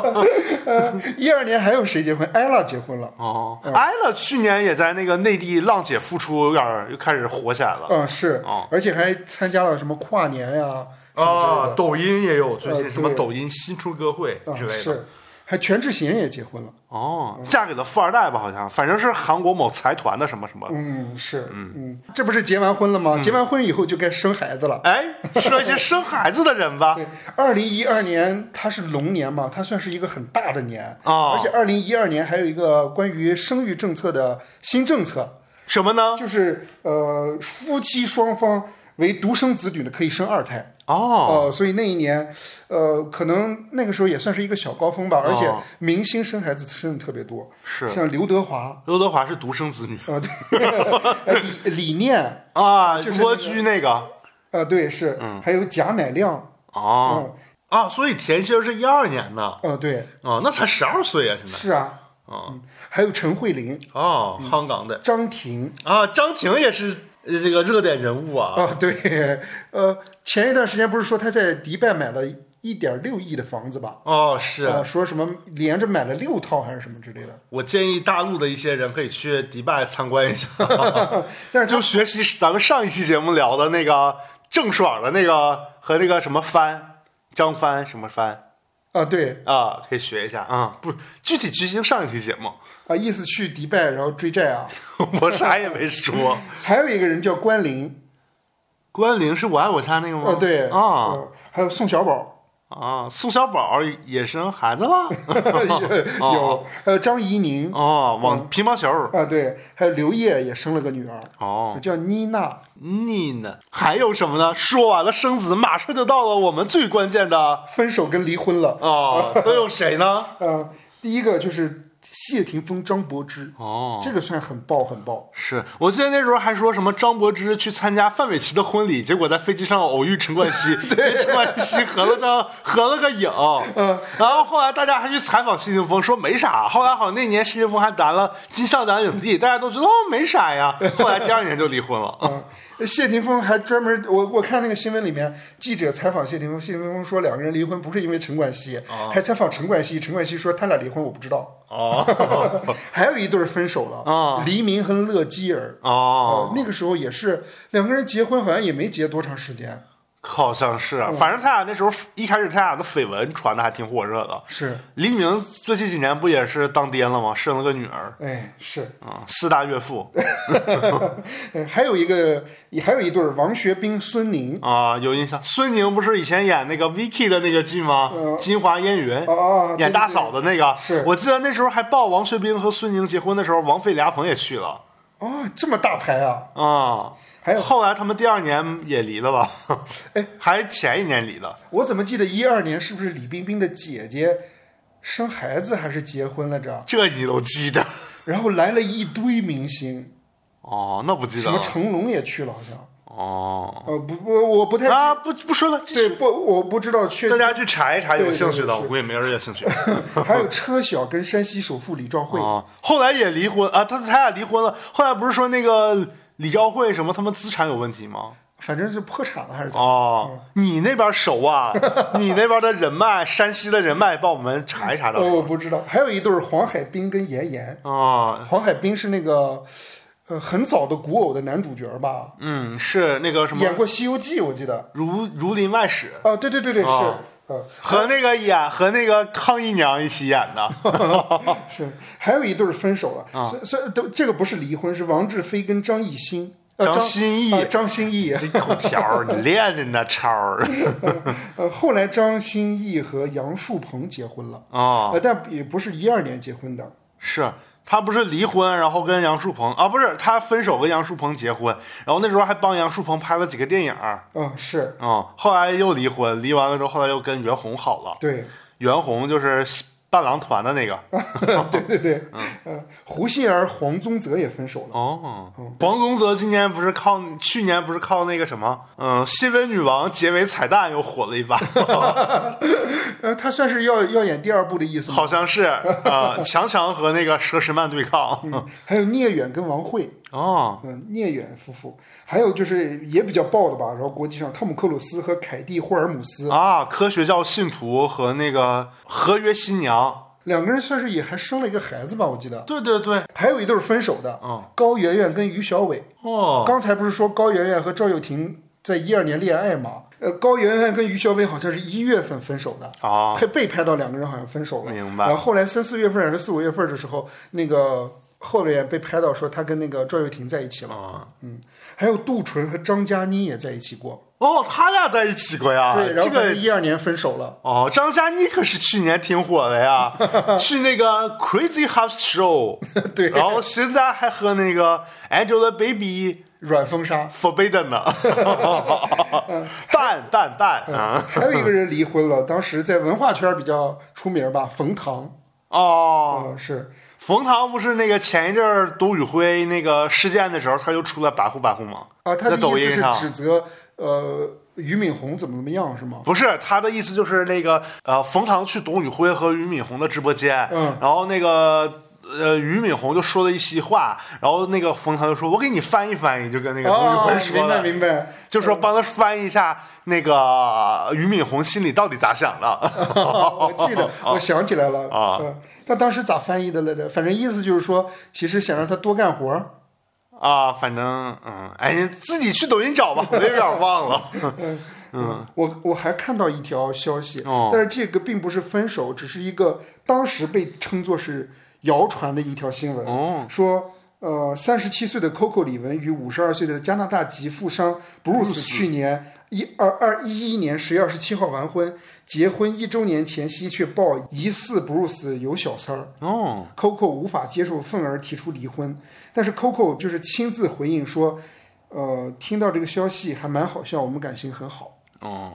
Speaker 2: 呃一二年还有谁结婚？艾拉结婚了，
Speaker 3: 哦，艾乐去年也在那个内地浪姐复出，有点儿又开始火起来了。
Speaker 2: 嗯，是
Speaker 3: 哦，
Speaker 2: 而且还参加了什么跨年呀，什么
Speaker 3: 啊
Speaker 2: 之，类的
Speaker 3: 抖音也有最近
Speaker 2: 呃
Speaker 3: 什么
Speaker 2: 对
Speaker 3: 抖音新出歌会之
Speaker 2: 啊，
Speaker 3: 类的。
Speaker 2: 是，嗯还全智贤也结婚了，
Speaker 3: 哦，嫁给了富二代吧？好像，反正是韩国某财团的什么什么。
Speaker 2: 嗯，是，嗯，这不是结完婚了
Speaker 3: 嗯
Speaker 2: 吗？结完婚以后就该生孩子了。
Speaker 3: 哎，说一些生孩子的人 吧。
Speaker 2: 对，二零一二年它是龙年嘛，它算是一个很大的年
Speaker 3: 哦
Speaker 2: 而且二零一二年还有一个关于生育政策的新政策，
Speaker 3: 什么呢？
Speaker 2: 就是呃，夫妻双方为独生子女的可以生二胎。
Speaker 3: 哦，
Speaker 2: 哦，所以那一年，呃，可能那个时候也算是一个小高峰吧，而且
Speaker 3: 哦
Speaker 2: 明星生孩子生的特别多，
Speaker 3: 是
Speaker 2: 像刘德华，
Speaker 3: 刘德华是独生子女
Speaker 2: 呃， 对李李念，
Speaker 3: 啊，
Speaker 2: 嗯就是那个
Speaker 3: 蜗居那个。
Speaker 2: 呃，对，是，
Speaker 3: 嗯
Speaker 2: 还有贾乃亮，
Speaker 3: 哦
Speaker 2: 嗯
Speaker 3: 啊，所以甜心儿是一二年的
Speaker 2: 呃，对，
Speaker 3: 哦，那才十二岁啊，现在
Speaker 2: 是啊，嗯，还有陈慧琳、
Speaker 3: 哦，香港的
Speaker 2: 张庭，
Speaker 3: 啊，张庭也是呃这个热点人物啊。
Speaker 2: 啊，对，呃，前一段时间不是说他在迪拜买了一点六亿的房子吧？
Speaker 3: 哦，是
Speaker 2: 啊，说什么连着买了六套还是什么之类 的？
Speaker 3: 我建议大陆的一些人可以去迪拜参观 一下，
Speaker 2: 但是
Speaker 3: 就学习咱们上一期节目聊的那个郑爽的那个和那个什么帆，张帆什么帆
Speaker 2: 啊，对
Speaker 3: 啊，可以学一下啊、不，具体执行上一期节目，
Speaker 2: 啊，意思去迪拜然后追债啊。
Speaker 3: 我啥也没说。
Speaker 2: 还有一个人叫关林，
Speaker 3: 关凌是我爱我家那个吗？
Speaker 2: 哦，对，
Speaker 3: 啊
Speaker 2: 呃还有宋小 宝，
Speaker 3: 啊，宋小宝也生孩子了
Speaker 2: 有，还有张怡宁，
Speaker 3: 哦，往乒乓球儿
Speaker 2: 啊，对，还有刘烨也生了个女儿，
Speaker 3: 哦，
Speaker 2: 叫妮娜。
Speaker 3: 腻呢？还有什么呢？说完了生子，马上就到了我们最关键的
Speaker 2: 分手跟离婚了，
Speaker 3: 哦，都有谁呢？
Speaker 2: 呃，第一个就是谢霆锋、张柏芝，
Speaker 3: 哦，
Speaker 2: 这个算很爆很爆。
Speaker 3: 是我记得那时候还说什么张柏芝去参加范玮琪的婚礼，结果在飞机上偶遇陈冠希，跟陈冠希合了张合了个影。嗯，然后后来大家还去采访谢霆锋，说没啥。后来好像那年谢霆锋还拿了金像奖影帝，大家都觉得哦没啥呀。后来第二年就离婚了。
Speaker 2: 啊，谢霆锋还专门，我我看那个新闻里面，记者采访谢霆锋，谢霆锋说两个人离婚不是因为陈冠希，还采访陈冠希，陈冠希说他俩离婚我不知道。
Speaker 3: 哦
Speaker 2: 还有一对儿分手了，
Speaker 3: 啊
Speaker 2: 黎明和乐基儿。
Speaker 3: 哦
Speaker 2: 呃，那个时候也是两个人结婚，好像也没结多长时间。
Speaker 3: 好像是，啊反正他俩那时候一开始他俩的绯闻传的还挺火热的。
Speaker 2: 是，
Speaker 3: 黎明最近几年不也是当爹了吗？生了个女儿
Speaker 2: 哎，是，
Speaker 3: 啊、四大岳父
Speaker 2: 呃还有一个，还有一对儿王学兵、孙宁。
Speaker 3: 啊、有印象。孙宁不是以前演那个 Vicky 的那个剧吗？金华烟云》
Speaker 2: 嗯哦哦
Speaker 3: 演大嫂的那个。
Speaker 2: 是
Speaker 3: 我记得那时候还报王学兵和孙宁结婚的时候，王菲、梁鹏也去了
Speaker 2: 哦，这么大牌啊！
Speaker 3: 啊。
Speaker 2: 还有
Speaker 3: 后来他们第二年也离了吧？
Speaker 2: 哎，
Speaker 3: 还前一年离的。
Speaker 2: 我怎么记得一二年是不是李冰冰的姐姐生孩子还是结婚来着？
Speaker 3: 这你都记得？
Speaker 2: 然后来了一堆明星，
Speaker 3: 哦，那不记
Speaker 2: 什
Speaker 3: 得
Speaker 2: 么
Speaker 3: 了。
Speaker 2: 成龙也去了，好像。
Speaker 3: 哦
Speaker 2: 呃，不，我我不太、
Speaker 3: 啊，不不说了，继
Speaker 2: 对，
Speaker 3: 续
Speaker 2: 不，我不知道确
Speaker 3: 大。家去查一查，有
Speaker 2: 对对
Speaker 3: 兴趣
Speaker 2: 对
Speaker 3: 的，
Speaker 2: 是
Speaker 3: 我估计没人有 兴趣。
Speaker 2: 还有车晓跟山西首富李兆慧，
Speaker 3: 啊，后来也离婚啊，他他俩离婚了。后来不是说那个李兆慧什么他们资产有问题吗？
Speaker 2: 反正是破产了还是怎么？
Speaker 3: 哦，你那边熟啊，你那边的人脉，山西的人脉，帮我们查一查的
Speaker 2: 呃，。我不知道。还有一对儿黄海冰跟严妍，
Speaker 3: 哦，
Speaker 2: 黄海冰是那个呃很早的古偶的男主角吧，
Speaker 3: 嗯，是那个什么
Speaker 2: 演过《西游记》，我记得。
Speaker 3: 如如林外史。
Speaker 2: 啊，对对对对，是
Speaker 3: 哦，
Speaker 2: 呃，
Speaker 3: 和那个演和那个康姨娘一起演的，
Speaker 2: 是，还有一对儿分手
Speaker 3: 哦
Speaker 2: 了，所以所以都这个不是离婚，是王志飞跟张艺兴，呃
Speaker 3: 张
Speaker 2: 张
Speaker 3: 歆艺
Speaker 2: 啊张歆 艺，
Speaker 3: 你口条儿你练的那超儿
Speaker 2: 呃，后来张歆艺和杨树鹏结婚了，
Speaker 3: 啊
Speaker 2: 呃，但也不是一二年结婚的，
Speaker 3: 是他不是离婚，然后跟杨树鹏啊，不是他分手跟杨树鹏结婚，然后那时候还帮杨树鹏拍了几个电影儿，
Speaker 2: 嗯，是
Speaker 3: 嗯，后来又离婚，离完了之后，后来又跟袁弘好了。
Speaker 2: 对，
Speaker 3: 袁弘就是伴郎团的那个。
Speaker 2: 对对对，嗯，胡杏儿、黄宗泽也分手了。
Speaker 3: 哦，黄宗泽今年不是靠去年不是靠那个什么，嗯，《新闻女王》结尾彩蛋又火了一把，
Speaker 2: 呃，他算是要要演第二部的意思吗？
Speaker 3: 好像是啊、呃强强和那个佘诗曼对抗。
Speaker 2: 还有聂远跟王慧，
Speaker 3: 嗯哦，
Speaker 2: 嗯，聂远夫妇，还有就是也比较爆的吧，然后国际上汤姆克鲁斯和凯蒂霍尔姆斯、
Speaker 3: 啊，科学教信徒和那个合约新娘。
Speaker 2: 两个人算是也还生了一个孩子吧，我记得。
Speaker 3: 对对对，
Speaker 2: 还有一对儿分手的，
Speaker 3: 嗯
Speaker 2: 高圆圆跟于小伟。
Speaker 3: 哦，
Speaker 2: 刚才不是说高圆圆和赵又廷在一二年恋爱吗？呃，高圆圆跟于小伟好像是一月份分手的。
Speaker 3: 啊，
Speaker 2: 还被拍到两个人好像分手了，
Speaker 3: 明白
Speaker 2: 然后后来三四月份还是四五月份的时候，那个后来被拍到说他跟那个赵又廷在一起了，嗯
Speaker 3: 啊，
Speaker 2: 还有杜淳和张嘉倪也在一起过，
Speaker 3: 哦，他俩在一起过呀？
Speaker 2: 对，然
Speaker 3: 啊这
Speaker 2: 后在
Speaker 3: 个
Speaker 2: 一二年分手了，
Speaker 3: 哦，张嘉倪可是去年挺火 的呀，去那个 Crazy House Show，
Speaker 2: 对
Speaker 3: 然后现在还和那个 Angelababy
Speaker 2: 软封杀。
Speaker 3: Forbidden 呢， 淡淡淡啊，
Speaker 2: 还有一个人离婚了，当时在文化圈比较出名吧，冯唐，
Speaker 3: 哦，
Speaker 2: 嗯，是，
Speaker 3: 冯唐不是那个前一阵儿董宇辉那个事件的时候，他又出来白呼白呼吗？
Speaker 2: 啊，他的
Speaker 3: 在抖
Speaker 2: 意
Speaker 3: 音
Speaker 2: 思是
Speaker 3: 上
Speaker 2: 指责呃俞敏洪怎么怎么样是吗？
Speaker 3: 不是他的意思，就是那个呃，冯唐去董宇辉和俞敏洪的直播间，
Speaker 2: 嗯
Speaker 3: 然后那个。呃，俞敏洪就说了一席话，然后那个冯唐就说：“我给你翻译翻译。”就跟那个董宇
Speaker 2: 啊，
Speaker 3: 辉说
Speaker 2: 明
Speaker 3: 的，
Speaker 2: 白明白，
Speaker 3: 就说帮他翻译一下那个呃俞敏洪心里到底咋想的。
Speaker 2: 我记 得，我想起来了
Speaker 3: 啊
Speaker 2: 嗯他当时咋翻译的来着？反正意思就是说，其实想让他多干活儿。
Speaker 3: 啊，反正嗯，哎，你自己去抖音找吧，我有点 忘了。
Speaker 2: 我我还看到一条消息，
Speaker 3: 嗯哦
Speaker 2: 但是这个并不是分手，只是一个当时被称作是谣传的一条新闻，
Speaker 3: 哦
Speaker 2: 说呃，三十七岁的 Coco 李玟与五十二岁的加拿大籍富商 Bruce 去年一二二一一年十月二十七号完婚，结婚一周年前夕却曝疑似 Bruce 有小三儿。
Speaker 3: 哦，
Speaker 2: Coco 无法接受，愤而提出离婚。但是 Coco 就是亲自回应说，呃，听到这个消息还蛮好笑，我们感情很好。
Speaker 3: 哦，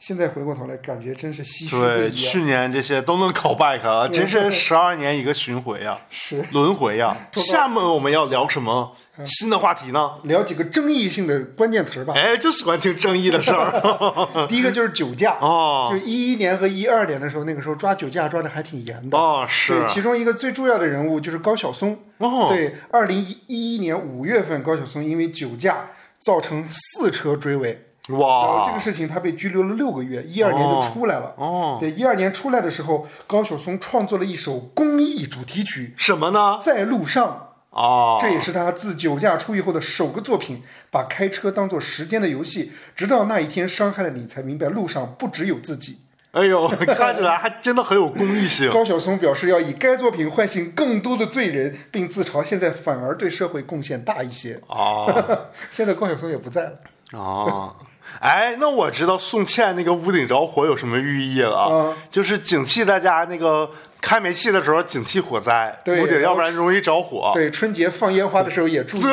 Speaker 2: 现在回过头来，感觉真是唏嘘
Speaker 3: 对，
Speaker 2: 不已啊。
Speaker 3: 去年这些都能 call back 啊，真是十二年一个巡回呀、
Speaker 2: 是嗯
Speaker 3: 轮回呀、
Speaker 2: 说到
Speaker 3: 下面我们要聊什么新的话题呢？
Speaker 2: 聊几个争议性的关键词儿吧。
Speaker 3: 哎，就喜欢听争议的事儿。
Speaker 2: 第一个就是酒驾，
Speaker 3: 哦
Speaker 2: 就一一年和一二年的时候，那个时候抓酒驾抓的还挺严的。
Speaker 3: 哦，是
Speaker 2: 对，其中一个最重要的人物就是高晓松。
Speaker 3: 哦
Speaker 2: 对，二零一一年五月份，高晓松因为酒驾造成四车追尾。然后
Speaker 3: 哇，
Speaker 2: 这个事情他被拘留了六个月，一二年就出来了。
Speaker 3: 啊哦
Speaker 2: 对，一二年出来的时候，高晓松创作了一首公益主题曲
Speaker 3: 什么呢？
Speaker 2: 《在路上》，
Speaker 3: 哦，
Speaker 2: 这也是他自酒驾出狱后的首个作品，把开车当做时间的游戏，直到那一天伤害了你，才明白路上不只有自己。
Speaker 3: 哎呦，看起来还真的很有公益性。
Speaker 2: 高晓松表示要以该作品唤醒更多的罪人，并自嘲现在反而对社会贡献大一些。
Speaker 3: 哦
Speaker 2: 现在高晓松也不在了。
Speaker 3: 哦，哎，那我知道宋茜那个屋顶着火有什么寓意了啊，
Speaker 2: 嗯
Speaker 3: 就是警惕大家那个开煤气的时候警惕火灾，
Speaker 2: 对
Speaker 3: 屋顶
Speaker 2: 然
Speaker 3: 要
Speaker 2: 后
Speaker 3: 不然容易着火。
Speaker 2: 对，春节放烟花的时候也注意。
Speaker 3: 啊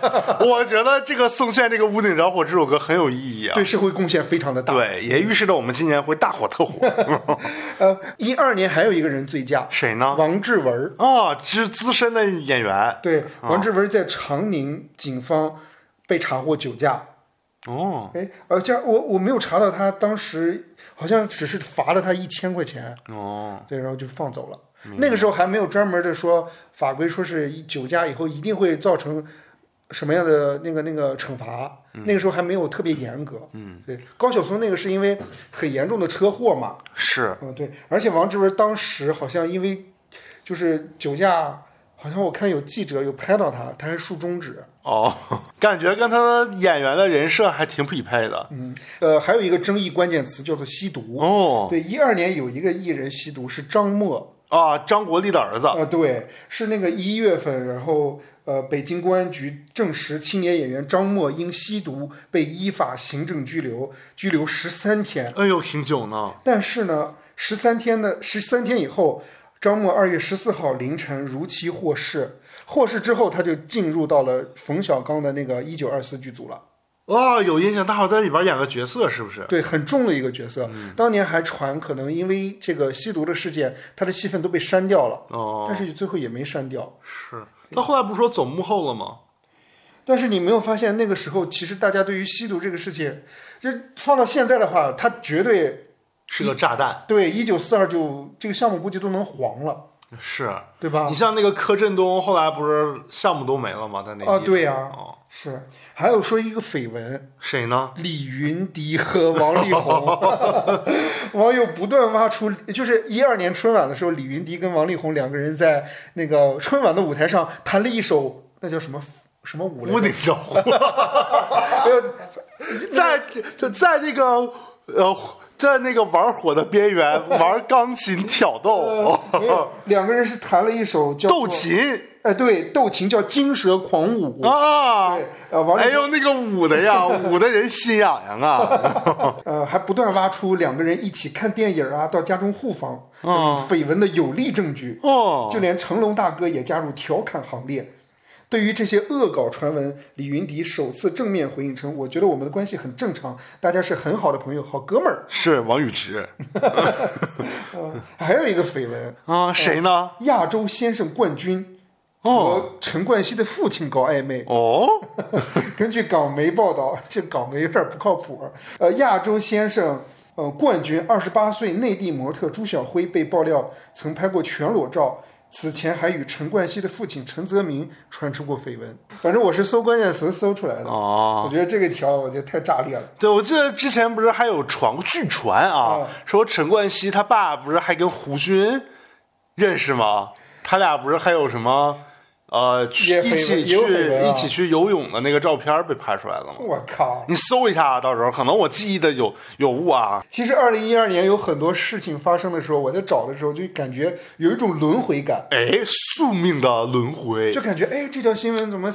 Speaker 3: 对，我觉得这个宋茜这个屋顶着火这首歌很有意义啊。
Speaker 2: 对社会贡献非常的大。
Speaker 3: 对，也预示着我们今年会大火特火。
Speaker 2: 呃，一二年还有一个人醉驾，
Speaker 3: 谁呢
Speaker 2: 王志文儿。
Speaker 3: 哦，是资深的演员。
Speaker 2: 对，王志文儿在长宁警方被查获酒驾。
Speaker 3: 哦，
Speaker 2: 哎，而且我我没有查到他当时好像只是罚了他一千块钱，
Speaker 3: 哦，
Speaker 2: 对，然后就放走了。那个时候还没有专门的说法规说是一酒驾以后一定会造成什么样的那个那个惩罚，
Speaker 3: 嗯
Speaker 2: 那个时候还没有特别严格。嗯，对，高晓松那个是因为很严重的车祸嘛，
Speaker 3: 是
Speaker 2: 嗯，对，而且王志文当时好像因为就是酒驾，好像我看有记者有拍到他，他还竖中指。
Speaker 3: 哦，感觉跟他演员的人设还挺匹配的。
Speaker 2: 嗯，呃，还有一个争议关键词叫做吸毒。
Speaker 3: 哦，
Speaker 2: 对，一二年有一个艺人吸毒是张默，
Speaker 3: 啊，张国立的儿子。
Speaker 2: 啊、对，是那个一月份，然后呃，北京公安局证实青年演员张默因吸毒被依法行政拘留，拘留十三天。
Speaker 3: 哎呦，挺久呢。
Speaker 2: 但是呢，十三天的十三天以后，张默二月十四号凌晨如期获释，获释之后他就进入到了冯小刚的那个一九二四剧组了。
Speaker 3: 哦，有印象，他好像在里边演个角色，是不是？
Speaker 2: 对，很重的一个角色。当年还传可能因为这个吸毒的事件，他的戏份都被删掉了，
Speaker 3: 哦，
Speaker 2: 但是最后也没删掉。
Speaker 3: 是。他后来不是说走幕后了吗？
Speaker 2: 但是你没有发现那个时候，其实大家对于吸毒这个事情，就放到现在的话，他绝对
Speaker 3: 是
Speaker 2: 嗯
Speaker 3: 个炸弹。
Speaker 2: 对一九四二就这个项目估计都能黄了，
Speaker 3: 是
Speaker 2: 对吧
Speaker 3: 你？像那个柯震东，后来不是项目都没了吗？他那
Speaker 2: 啊
Speaker 3: 一
Speaker 2: 对呀
Speaker 3: 哦，
Speaker 2: 是，还有说一个绯闻，
Speaker 3: 谁呢？
Speaker 2: 李云迪和王 力宏，网友不断挖出，就是一二年春晚的时候，李云迪跟王力宏两个人在那个春晚的舞台上弹了一首那叫什么什么舞来
Speaker 3: 屋
Speaker 2: 着？
Speaker 3: 顶着火， 在在那个呃，在那个玩火的边缘玩钢琴挑 逗，
Speaker 2: 没有，哎两个人是弹了一首叫做
Speaker 3: 斗，琴
Speaker 2: 哎，对，斗琴叫《金蛇狂舞》
Speaker 3: 啊
Speaker 2: 对，呃王力宏
Speaker 3: 哎呦那个舞的呀，舞的人心痒痒啊，
Speaker 2: 呃，还不断挖出两个人一起看电影啊，到家中互访、
Speaker 3: 啊
Speaker 2: 嗯、绯闻的有力证据。
Speaker 3: 哦，
Speaker 2: 就连成龙大哥也加入调侃行列。对于这些恶搞传闻，李云迪首次正面回应称：“我觉得我们的关系很正常，大家是很好的朋友，好哥们儿。
Speaker 3: 是王 宇之嗯
Speaker 2: 呃”还有一个绯闻，
Speaker 3: 啊，谁呢？
Speaker 2: 亚洲先生冠军和陈冠希的父亲搞暧 昧。
Speaker 3: 哦，
Speaker 2: 根据港媒报道，这港媒有点不靠谱。呃，亚洲先生呃冠军二十八岁内地模特朱晓辉被爆料曾拍过全裸照，此前还与陈冠希的父亲陈泽民传出过绯闻。反正我是搜关键词搜出来的。
Speaker 3: 哦
Speaker 2: 我觉得这个条我觉得太炸裂了。
Speaker 3: 对，我记得之前不是还有传据传啊，
Speaker 2: 嗯
Speaker 3: 说陈冠希他爸不是还跟胡军认识吗？他俩不是还有什么呃去
Speaker 2: 也
Speaker 3: 一
Speaker 2: 绯闻也
Speaker 3: 起
Speaker 2: 有绯
Speaker 3: 去
Speaker 2: 闻啊
Speaker 3: 一起去游泳的那个照片被拍出来了吗？
Speaker 2: 我靠！
Speaker 3: 你搜一下啊，到时候可能我记忆的有有误啊。
Speaker 2: 其实二零一二年有很多事情发生的时候，我在找的时候就感觉有一种轮回感，
Speaker 3: 哎，宿命的轮回
Speaker 2: 就，感觉哎，这条新闻怎么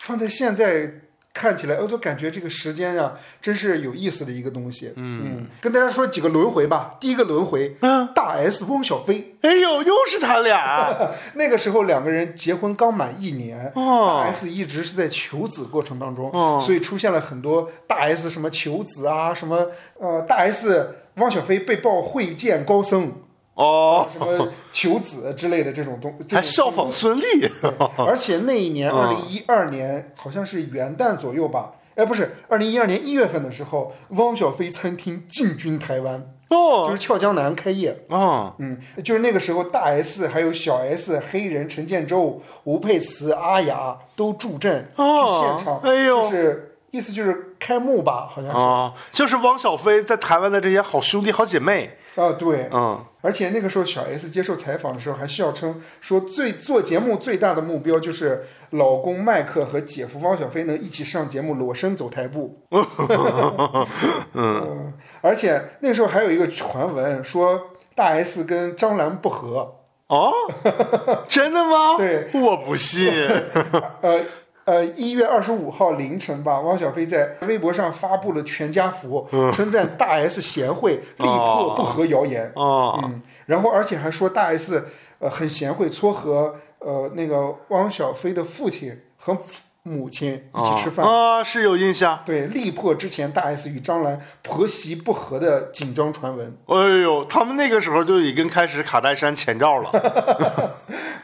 Speaker 2: 放在现在看起来，呃我都感觉这个时间啊，真是有意思的一个东西。嗯跟大家说几个轮回吧。第一个轮回，
Speaker 3: 嗯
Speaker 2: 大 S 汪小菲，
Speaker 3: 哎呦，又是他俩，
Speaker 2: 那个时候两个人结婚刚满一年，
Speaker 3: 哦
Speaker 2: 大 S 一直是在求子过程当中，
Speaker 3: 哦
Speaker 2: 所以出现了很多大 S 什么求子啊，什么呃大 S 汪小菲被曝会见高僧，
Speaker 3: 哦，
Speaker 2: 什 么求子之类的这种东，这种
Speaker 3: 还效仿孙俪，
Speaker 2: 而且那一年，二
Speaker 3: 嗯
Speaker 2: 零一二年好像是元旦左右吧，哎，不是，二零一二年一月份的时候，汪小菲餐厅进军台湾，就
Speaker 3: 哦
Speaker 2: 是，俏江南开业。
Speaker 3: 嗯，
Speaker 2: 嗯，就是那个时候，大 S 还有小 S、黑人陈建州、吴佩慈、阿雅都助阵、
Speaker 3: 哦
Speaker 2: 去现场，
Speaker 3: 哎呦
Speaker 2: 就是意思就是开幕吧，好像是啊、
Speaker 3: 啊，就是汪小菲在台湾的这些好兄弟、好姐妹，
Speaker 2: 啊对，
Speaker 3: 嗯，
Speaker 2: 而且那个时候，小 S 接受采访的时候还笑称说最做节目最大的目标就是老公麦克和姐夫汪小菲能一起上节目裸身走台步。嗯，而且那时候还有一个传闻说大 S 跟张兰不和，
Speaker 3: 哦，真的吗？
Speaker 2: 对，
Speaker 3: 我 不信。
Speaker 2: 呃。呃，一月二十五号凌晨吧，汪小菲在微博上发布了全家福，称赞大 S 贤惠，力破不和谣言。
Speaker 3: 哦，
Speaker 2: 嗯，然后而且还说大 S 呃很贤惠，撮合呃那个汪小菲的父亲和母亲一起吃饭。
Speaker 3: 啊，是有印象。
Speaker 2: 对，力破之前大 S 与张兰婆媳不和的紧张传闻。
Speaker 3: 哎呦，他们那个时候就已经开始卡戴珊前兆了。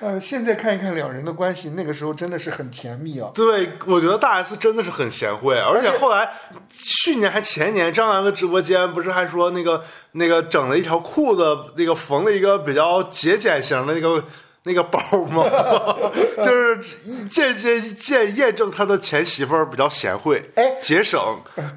Speaker 2: 呃，现在看一看两人的关系，那个时候真的是很甜蜜啊。
Speaker 3: 对，我觉得大 S 真的是很贤惠，而且后来去年还前年，张兰的直播间不是还说那个那个整了一条裤子，那个缝了一个比较节俭型的那个。 那个包 吗？就是间接见验证他的前媳妇儿比较贤惠，
Speaker 2: 哎
Speaker 3: 节省，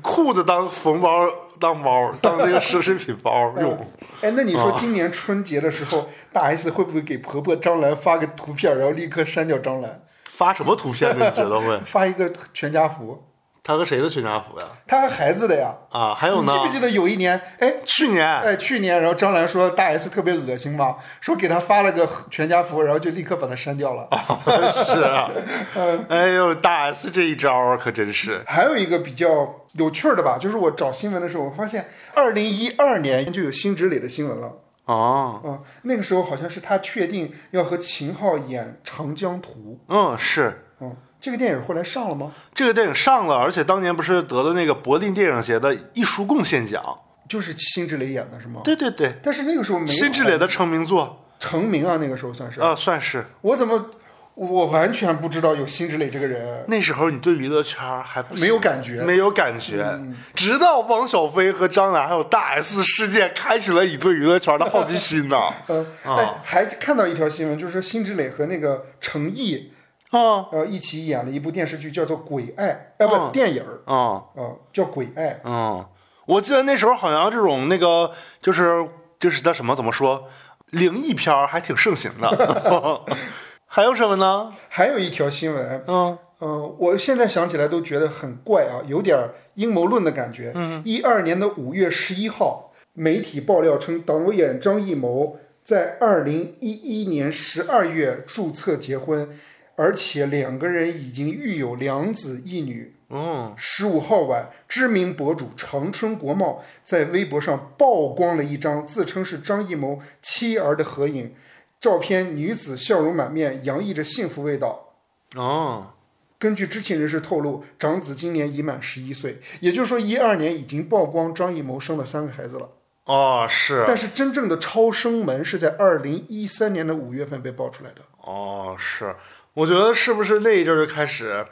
Speaker 3: 裤子当缝包当包当那个奢侈品包用。
Speaker 2: 哎，那你说今年春节的时候，大 S 会不会给婆婆张兰发个图片，然后立刻删掉张兰，
Speaker 3: 发什么图片呢？你觉得会？
Speaker 2: 发一个全家福？
Speaker 3: 他和谁的全家福呀？
Speaker 2: 她和孩子的呀。
Speaker 3: 啊，还有
Speaker 2: 你
Speaker 3: 呢
Speaker 2: 记？不记得有一年，哎，
Speaker 3: 去年
Speaker 2: 哎，去年然后张兰说大 S 特别恶心嘛，说给她发了个全家福，然后就立刻把她删掉了。
Speaker 3: 哦 是啊，哎呦，大 S 这一招儿可真是
Speaker 2: 还有一个比较有趣儿的吧，就是我找新闻的时候，我发现二零一二年就有辛芷蕾的新闻了。
Speaker 3: 哦，
Speaker 2: 嗯，那个时候好像是他确定要和秦昊演《长江图
Speaker 3: 嗯，是》。
Speaker 2: 嗯，这个电影后来上了吗？
Speaker 3: 这个电影上了，而且当年不是得了那个柏林电影节的艺术贡献奖？
Speaker 2: 就是辛芷蕾演的是吗？
Speaker 3: 对对对，
Speaker 2: 但是那个时候没有
Speaker 3: 辛芷蕾的成名作，
Speaker 2: 成名啊，那个时候算是。
Speaker 3: 呃，算是
Speaker 2: 我怎么我完全不知道有辛芷蕾这个人，
Speaker 3: 那时候你对娱乐圈儿还不
Speaker 2: 没有感觉嗯
Speaker 3: 没有感觉。直到王小飞和张楠还有大 S 事件，开启了你对娱乐圈的好奇心呐。
Speaker 2: 呃，
Speaker 3: 啊
Speaker 2: 哎，还看到一条新闻，就是说辛芷蕾和那个程毅
Speaker 3: 啊
Speaker 2: 呃一起演了一部电视剧，叫做《鬼爱》，啊，不，
Speaker 3: 嗯
Speaker 2: 电影儿，
Speaker 3: 啊
Speaker 2: 啊，叫《鬼爱》。
Speaker 3: 嗯，我记得那时候好像这种那个就是就是叫什么怎么说，灵异片儿还挺盛行的。 还有什么呢？
Speaker 2: 还有一条新闻，
Speaker 3: 嗯，
Speaker 2: 嗯，我现在想起来都觉得很怪啊，有点儿阴谋论的感觉。嗯，一二年的五月十一号，媒体爆料称，导演张艺谋在二零一一年十二月注册结婚，而且两个人已经育有两子一女。
Speaker 3: 嗯，
Speaker 2: 十五号晚，知名博主长春国贸在微博上曝光了一张自称是张艺谋妻儿的合影，照片女子笑容满面，洋溢着幸福味道。
Speaker 3: 哦，
Speaker 2: 根据知情人士透露，长子今年已满十一岁，也就是说，一二年已经曝光张艺谋生了三个孩子了。
Speaker 3: 哦，是，
Speaker 2: 但是真正的超生门是在二零一三年的五月份被爆出来的。
Speaker 3: 哦，是，我觉得是不是那一阵儿就开始，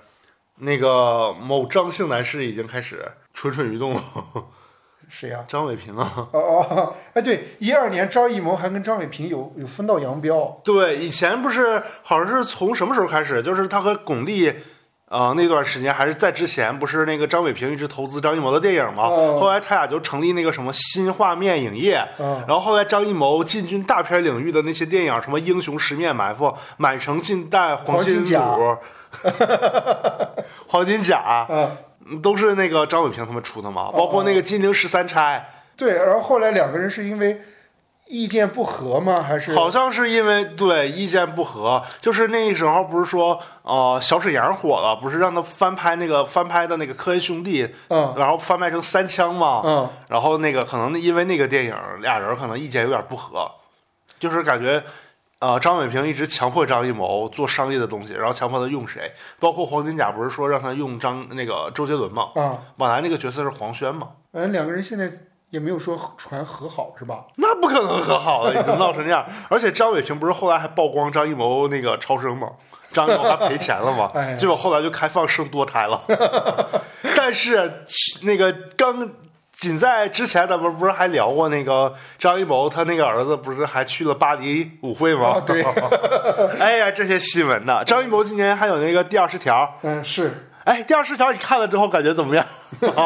Speaker 3: 那个某张姓男士已经开始蠢蠢欲动了？
Speaker 2: 谁呀、
Speaker 3: 张伟平啊，
Speaker 2: 哦哦，哎，对，一二年张艺谋还跟张伟平有有分道扬镳。
Speaker 3: 对，以前不是好像是从什么时候开始，就是他和巩俐。呃，那段时间还是在之前，不是那个张伟平一直投资张艺谋的电影吗？
Speaker 2: 哦
Speaker 3: 后来他俩就成立那个什么新画面影业，
Speaker 2: 嗯
Speaker 3: 然后后来张艺谋进军大片领域的那些电影，什么《英雄十面埋伏》《满城尽带黄
Speaker 2: 黄金
Speaker 3: 金
Speaker 2: 甲
Speaker 3: 甲》黄金甲，
Speaker 2: 啊，
Speaker 3: 嗯都是那个张伟平他们出的嘛，包括那个《金陵十三钗
Speaker 2: 对，然后后来两个人是因为意见不合吗？还》，是
Speaker 3: 好像是因为对意见不合，就是那时候不是说呃小沈阳火了，不是让他翻拍那个翻拍的那个科恩兄弟，
Speaker 2: 嗯
Speaker 3: 然后翻拍成三枪嘛，
Speaker 2: 嗯
Speaker 3: 然后那个可能因为那个电影俩人可能意见有点不合，就是感觉。呃，张伟平一直强迫张艺谋做商业的东西，然后强迫他用谁，包括黄金甲不是说让他用张那个周杰伦嘛？
Speaker 2: 啊，
Speaker 3: 本来那个角色是黄轩嘛，
Speaker 2: 反正两个人现在也没有说传和好是吧？
Speaker 3: 那不可能和好了，已经闹成这样。 而且张伟平不是后来还曝光张艺谋那个超生吗？张艺谋还赔钱了嘛
Speaker 2: 哎呀？
Speaker 3: 结果后来就开放生多胎了。 但是那个刚仅在之前，咱们不是还聊过那个张艺谋他那个儿子不是还去了巴黎舞会吗？
Speaker 2: 啊对
Speaker 3: 哎呀，这些新闻呐，张艺谋今年还有那个第二十条。
Speaker 2: 嗯，是。
Speaker 3: 哎，第二十条你看了之后感觉怎么样？ 哦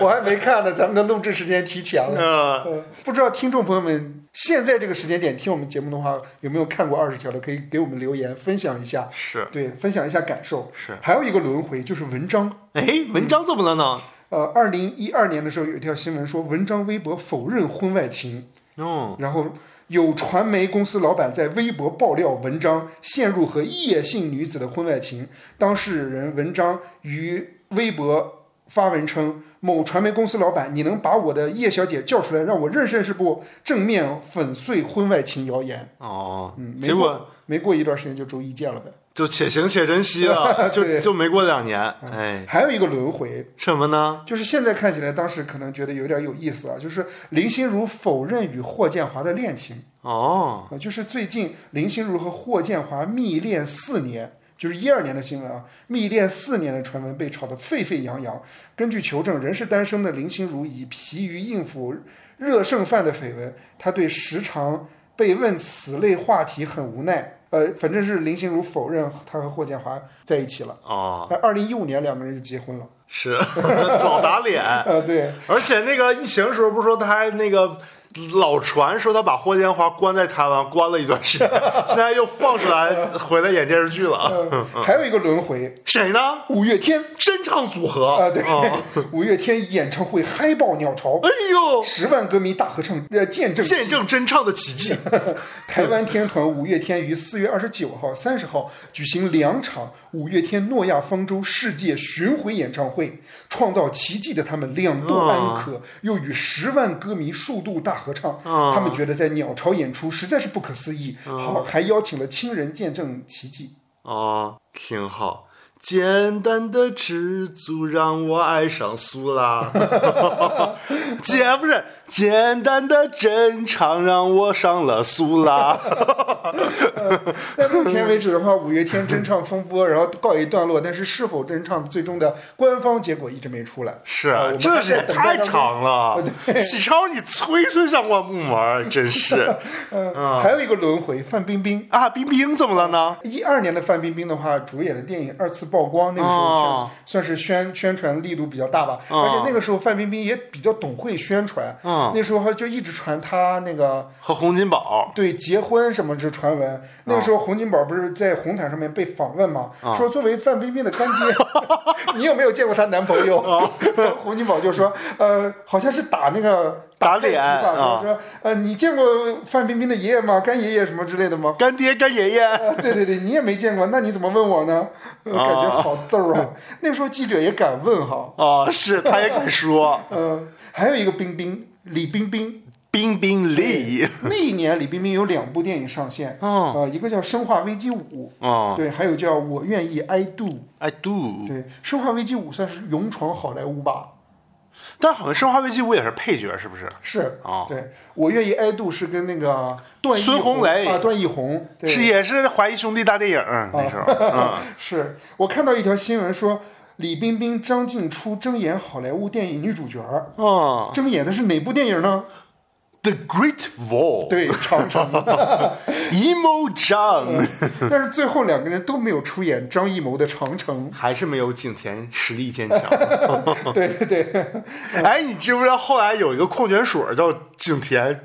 Speaker 2: 我还没看呢，咱们的录制时间提前了。
Speaker 3: 嗯，
Speaker 2: 呃，不知道听众朋友们现在这个时间点听我们节目的话，有没有看过二十条的？可以给我们留言分享一下，
Speaker 3: 是。
Speaker 2: 对，分享一下感受。
Speaker 3: 是
Speaker 2: 还有一个轮回就是文章。
Speaker 3: 哎，文章怎么了呢？
Speaker 2: 呃，二零一二年的时候有一条新闻说，文章微博否认婚外情，
Speaker 3: 嗯，
Speaker 2: 然后有传媒公司老板在微博爆料文章陷入和叶姓女子的婚外情，当事人文章于微博发文称：“某传媒公司老板，你能把我的叶小姐叫出来，让我认识认识不？”正面粉碎婚外情谣言。
Speaker 3: 哦，
Speaker 2: 嗯，没
Speaker 3: 结果
Speaker 2: 过没过一段时间就周一见了呗。
Speaker 3: 就且行且珍惜了，
Speaker 2: 对嗯
Speaker 3: 就就没过两年，哎，
Speaker 2: 还有一个轮回，
Speaker 3: 什么呢？
Speaker 2: 就是现在看起来，当时可能觉得有点有意思啊，就是林心如否认与霍建华的恋情。
Speaker 3: 哦，
Speaker 2: 啊，就是最近林心如和霍建华密恋四年，就是一二年的新闻啊，密恋四年的传闻被炒得沸沸扬扬。根据求证，仍是单身的林心如已疲于应付热剩饭的绯闻，她对时常被问此类话题很无奈。呃，反正是林心如否认她和霍建华在一起了。
Speaker 3: 哦，
Speaker 2: 在二零一五年，两个人就结婚了。
Speaker 3: 是老打脸，
Speaker 2: 呃，对，
Speaker 3: 而且那个疫情时候不是说他还那个老传说他把霍建华关在台湾关了一段 时间，现在又放出来回来演电视剧了，
Speaker 2: 呃，还有一个轮回，
Speaker 3: 谁呢？
Speaker 2: 五月天
Speaker 3: 真唱组合
Speaker 2: 啊，对
Speaker 3: 哦，
Speaker 2: 五月天演唱会嗨爆鸟巢
Speaker 3: 哎，呦，
Speaker 2: 十万歌迷大合唱，呃，见证
Speaker 3: 见证真唱的奇迹，
Speaker 2: 台湾天团五月天于四月二十九号、三十号举行两场五月天诺亚方舟世界巡回演
Speaker 3: 啊
Speaker 2: 唱会，创造奇迹的他们两度安可，又与十万歌迷数度大合唱，他们觉得在鸟巢演出实在是不可思议，
Speaker 3: 啊
Speaker 2: 好还邀请了亲人见证奇迹。
Speaker 3: 哦，挺好。简单的知足让我爱上苏拉， 姐不是简单的真诚让我上了苏拉。
Speaker 2: 那目前为止的话，五月天真唱风波，然后告一段落，但是是否真唱最终的官方结果一直没出来。
Speaker 3: 是
Speaker 2: 啊我，们
Speaker 3: 这
Speaker 2: 还
Speaker 3: 是
Speaker 2: 在
Speaker 3: 也
Speaker 2: 等待
Speaker 3: 太
Speaker 2: 当中
Speaker 3: 长了。启超，你催催向我木门儿，真是
Speaker 2: 嗯，还有一个轮回，范冰冰。
Speaker 3: 啊！冰冰怎么了呢？
Speaker 2: 一二年的范冰冰的话，主演的电影二次曝光，那个时候算、
Speaker 3: 哦
Speaker 2: 算是宣宣传力度比较大吧。
Speaker 3: 哦
Speaker 2: 而且那个时候范冰冰也比较懂会宣传，
Speaker 3: 嗯
Speaker 2: 那时候还就一直传她那个
Speaker 3: 和洪金宝
Speaker 2: 对结婚什么这传闻。那个时候洪金宝不是在红毯上面被访问嘛，
Speaker 3: 嗯
Speaker 2: 说作为范冰冰的干 爹，你有没有见过她男朋友？ 洪金宝就说，呃，好像是打那个。
Speaker 3: 嗯打
Speaker 2: 太极
Speaker 3: 脸
Speaker 2: 吧，说
Speaker 3: 啊，
Speaker 2: 说，呃，你见过范冰冰的爷爷吗？干爷爷什么之类的吗？
Speaker 3: 干爹干爷爷，
Speaker 2: 啊，对对对，你也没见过，那你怎么问我 呢？呃感觉好逗啊！那时候记者也敢问哈，
Speaker 3: 哦，是他也敢说
Speaker 2: 嗯、还有一个冰冰，李冰冰，
Speaker 3: 冰冰丽，
Speaker 2: 那一年李冰冰有两部电影上线，
Speaker 3: 哦
Speaker 2: 呃，一个叫《生化危机五》，
Speaker 3: 哦哎
Speaker 2: 对，还有叫《我愿意 I Do》，
Speaker 3: ，I do，
Speaker 2: 对，《生化危机五》算是勇闯好莱坞吧。
Speaker 3: 但好像《生化危机五》也是配角，是不是？
Speaker 2: 是，
Speaker 3: 哦
Speaker 2: 对我愿意 I do 是跟那个段奕
Speaker 3: 孙红雷
Speaker 2: 啊，段奕宏，对
Speaker 3: 是也是华谊兄弟大电影
Speaker 2: 哦
Speaker 3: 那 时候，嗯，
Speaker 2: 是我看到一条新闻说，李冰冰、张静初争演好莱坞电影女主角儿，
Speaker 3: 哦
Speaker 2: 争演的是哪部电影呢？
Speaker 3: ，The Great Wall，
Speaker 2: 对，长城。
Speaker 3: ，Emo
Speaker 2: 嗯
Speaker 3: 张
Speaker 2: 但是最后两个人都没有出演张艺谋的《长 城
Speaker 3: 还是没有景甜实力坚强。》。哦
Speaker 2: 对对对，
Speaker 3: 哎，你知不知道后来有一个矿泉水叫景甜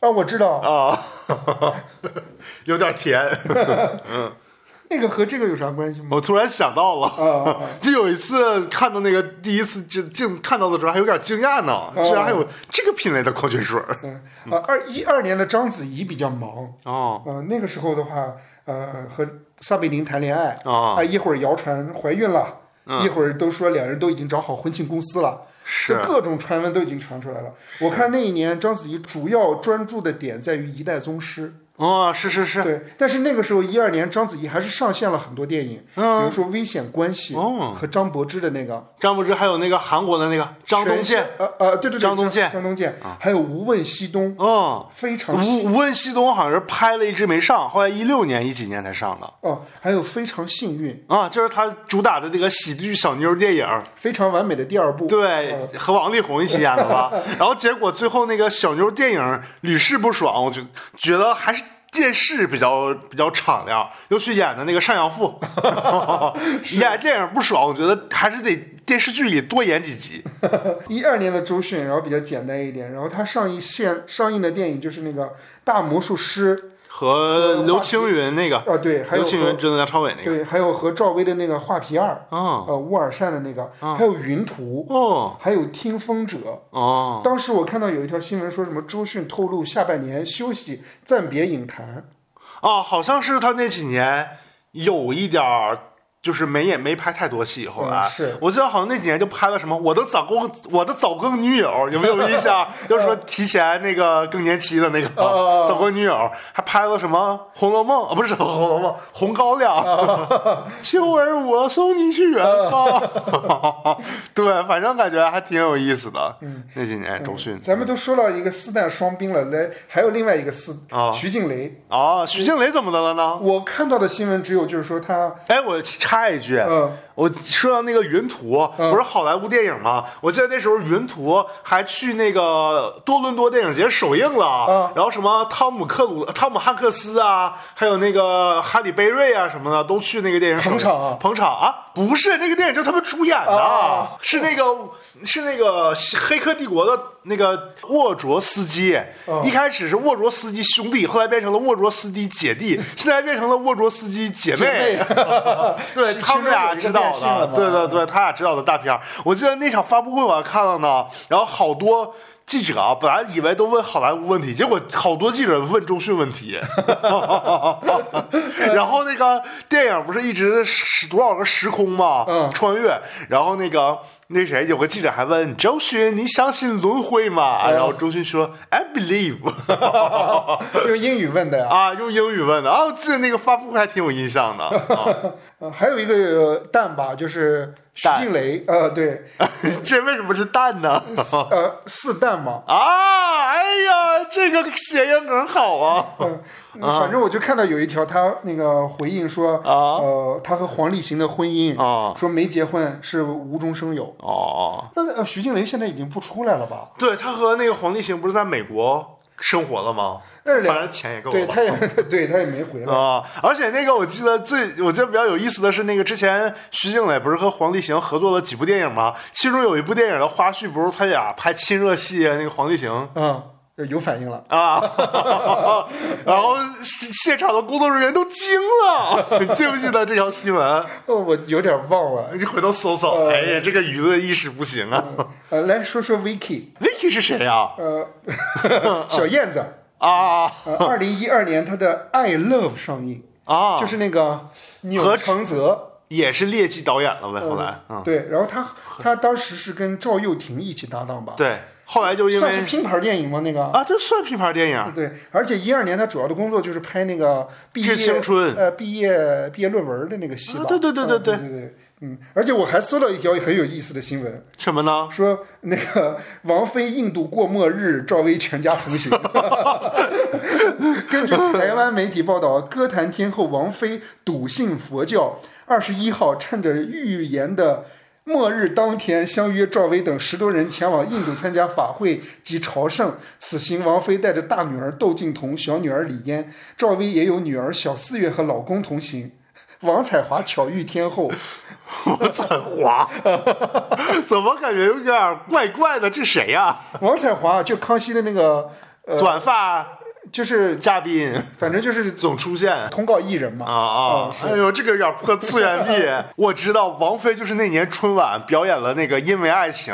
Speaker 2: 啊，我知道，
Speaker 3: 啊？ 有点甜，
Speaker 2: 那个和这个有啥关系吗？
Speaker 3: 我突然想到
Speaker 2: 啊
Speaker 3: 了。
Speaker 2: 啊，啊
Speaker 3: 就有一次看到那个第一次就竟看到的时候还有点惊讶呢，居然还有这个品类的矿泉水
Speaker 2: 哦嗯啊，二一二年的章子怡比较忙，
Speaker 3: 哦
Speaker 2: 呃，那个时候的话，呃，和撒贝宁谈恋爱，
Speaker 3: 哦
Speaker 2: 啊，嗯一会儿谣传怀孕了，一会儿都说两人都已经找好婚庆公司了。
Speaker 3: 是
Speaker 2: 就各种传闻都已经传出来了。我看那一年章子怡主要专注的点在于《一代宗师》，
Speaker 3: 哦是是是
Speaker 2: 对，但是那个时候一二年，章子怡还是上线了很多电影，比如说《危险关系》
Speaker 3: 嗯哦
Speaker 2: 和张柏芝的那个
Speaker 3: 张柏芝还有那个韩国的那个张东
Speaker 2: 全是
Speaker 3: 宪，
Speaker 2: 呃呃，对对对，
Speaker 3: 张东宪
Speaker 2: 张东宪，还有《无问西东》，
Speaker 3: 哦，
Speaker 2: 非常幸
Speaker 3: 吴吴问西东好像是拍了一直没上，后来一六年一几年才上的
Speaker 2: 哦，还有非常幸运，
Speaker 3: 啊，就是他主打的那个喜剧小妞电影，
Speaker 2: 非常完美的第二部，
Speaker 3: 对，和王力宏一起演的 吧。然后结果最后那个小妞电影屡试不爽，我就觉得还是电视比较比较敞亮，尤其演的那个单 阳父，演电影不爽，我觉得还是得电视剧里多演几集。
Speaker 2: 呃一二年的周迅，然后比较简单一点，然后她上一线上映的电影就是那个《大魔术师》
Speaker 3: 和刘青云那个，
Speaker 2: 啊，对，还有
Speaker 3: 刘青云、
Speaker 2: 和
Speaker 3: 甄子丹、梁朝伟那个，
Speaker 2: 对，还有和赵薇的那个《画皮二》，
Speaker 3: 哎哦
Speaker 2: 呃，乌尔善的那个，还有《云图》，
Speaker 3: 哦
Speaker 2: 还有《听风者》，
Speaker 3: 哦
Speaker 2: 当时我看到有一条新闻说什么周迅透露下半年休息暂别影坛，
Speaker 3: 哦，好像是他那几年有一点儿。就是没也没拍太多戏，后来、
Speaker 2: 嗯是
Speaker 3: 我记得好像那几年就拍了什么我的早更我的早更女友，有没有印 象？就是说提前那个更年期的那个、
Speaker 2: 哦
Speaker 3: 早更女友，还拍了什么《红楼梦》啊？不是《红楼
Speaker 2: 哦
Speaker 3: 梦》，《红高粱》 秋儿，我送你去远 方。对，反正感觉还挺有意思的。嗯，那几年周迅，
Speaker 2: 咱们都说到一个四弹双兵了，来还有另外一个四、
Speaker 3: 啊
Speaker 2: 徐静蕾，
Speaker 3: 哦，徐静蕾怎么的了呢？
Speaker 2: 我看到的新闻只有就是说她
Speaker 3: 哎，我插一句，
Speaker 2: 嗯
Speaker 3: 我说到那个云图，不是好莱坞电影吗？我记得那时候云图还去那个多伦多电影节首映了，
Speaker 2: 嗯
Speaker 3: 然后什么汤姆克鲁、汤姆汉克斯啊，还有那个哈里贝瑞啊什么的，都去那个电影首映
Speaker 2: 捧场啊
Speaker 3: 捧场啊！不是那个电影，就是他们主演的，
Speaker 2: 啊
Speaker 3: 是那个是那个《黑客帝国》的那个沃卓斯基，
Speaker 2: 嗯
Speaker 3: 一开始是沃卓斯基兄弟，后来变成了沃卓斯基姐弟，现在变成了沃卓斯基姐
Speaker 2: 姐妹
Speaker 3: 对
Speaker 2: 是
Speaker 3: 他们俩知道
Speaker 2: 其中有一个变性了
Speaker 3: 的
Speaker 2: 嘛，
Speaker 3: 对对对，他俩知道的大片儿。我记得那场发布会我还看了呢，然后好多记者啊，本来以为都问好莱坞问题，结果好多记者问周迅问题。 然后那个电影不是一直时多少个时空嘛，
Speaker 2: 嗯
Speaker 3: 穿越。然后那个那谁有个记者还问周迅：“你相信轮回吗？”啊
Speaker 2: 嗯
Speaker 3: 然后周迅说：“I believe。
Speaker 2: 用英语问的”呀。
Speaker 3: 啊，用英语问的啊，我记得那个发布会还挺有印象的。 啊、
Speaker 2: 呃还有一个呃蛋吧，就是徐
Speaker 3: 蛋
Speaker 2: 静蕾，呃， 对，
Speaker 3: 这为什么是蛋呢？
Speaker 2: 呃，四蛋嘛，
Speaker 3: 啊，哎呀，这个谐音梗好啊！
Speaker 2: 嗯，反正我就看到有一条，他那个回应说，
Speaker 3: 啊
Speaker 2: 呃，他和黄立行的婚姻，
Speaker 3: 啊
Speaker 2: 说没结婚是无中生有。
Speaker 3: 哦，
Speaker 2: 但是呃，徐静蕾现在已经不出来了吧？
Speaker 3: 对他和那个黄立行不是在美国生活了吗？
Speaker 2: 但是两
Speaker 3: 反正钱也够
Speaker 2: 对，
Speaker 3: 了吧。
Speaker 2: 他也 对他也没回来。
Speaker 3: 啊、而且那个我记得最，我觉得比较有意思的是，那个之前徐静蕾不是和黄立行合作了几部电影吗？其中有一部电影的花絮，不是他俩拍亲热戏，那个黄立行
Speaker 2: 嗯，有反应了。
Speaker 3: 啊， 然后现场的工作人员都惊了， 你记不记得这条新闻？
Speaker 2: 哦，我有点忘了。
Speaker 3: 你回头搜搜，哎呀，这个舆论意识不行啊
Speaker 2: 呃，来说说 Vicky，
Speaker 3: ！Vicky 是谁呀、
Speaker 2: 呃， 小燕子，
Speaker 3: 啊？啊
Speaker 2: 呃，二零一二年她的《I Love》上映，
Speaker 3: 啊，
Speaker 2: 就是那个钮
Speaker 3: 和
Speaker 2: 承泽。
Speaker 3: 也是劣迹导演了呗，后来，嗯，
Speaker 2: 对，然后他他当时是跟赵又廷一起搭档吧？，
Speaker 3: 对，后来就因
Speaker 2: 算是嗯
Speaker 3: 为
Speaker 2: 拼盘电影吗？那个
Speaker 3: 啊，这算品牌电影，
Speaker 2: 对，而且一二年他主要的工作就是拍那个毕业
Speaker 3: 致青春
Speaker 2: 呃毕业毕业论文的那个戏吧、
Speaker 3: 啊对对对对
Speaker 2: 嗯对对，嗯，而且我还搜了一条很有意思的新闻，
Speaker 3: 什么呢？
Speaker 2: 说那个王菲印度过末日，赵薇全家同行。根据台湾媒体报道，歌坛天后王菲笃信佛教，二十一号趁着预言的。末日当天，相约赵薇等十多人前往印度参加法会及朝圣。此行，王菲带着大女儿窦靖童、小女儿李嫣，赵薇也有女儿小四月和老公同行。王彩华巧遇天后，
Speaker 3: 我彩华，怎么感觉有点怪怪的？这谁呀、
Speaker 2: 王彩华就康熙的那个，呃，
Speaker 3: 短发
Speaker 2: 就是
Speaker 3: 嘉宾
Speaker 2: 反正就是
Speaker 3: 总出现。
Speaker 2: 通告艺人嘛。
Speaker 3: 啊
Speaker 2: 哦
Speaker 3: 啊！哎呦，这个有点破次元 壁。我知道王菲就是那年春晚表演了那个《因为爱情》，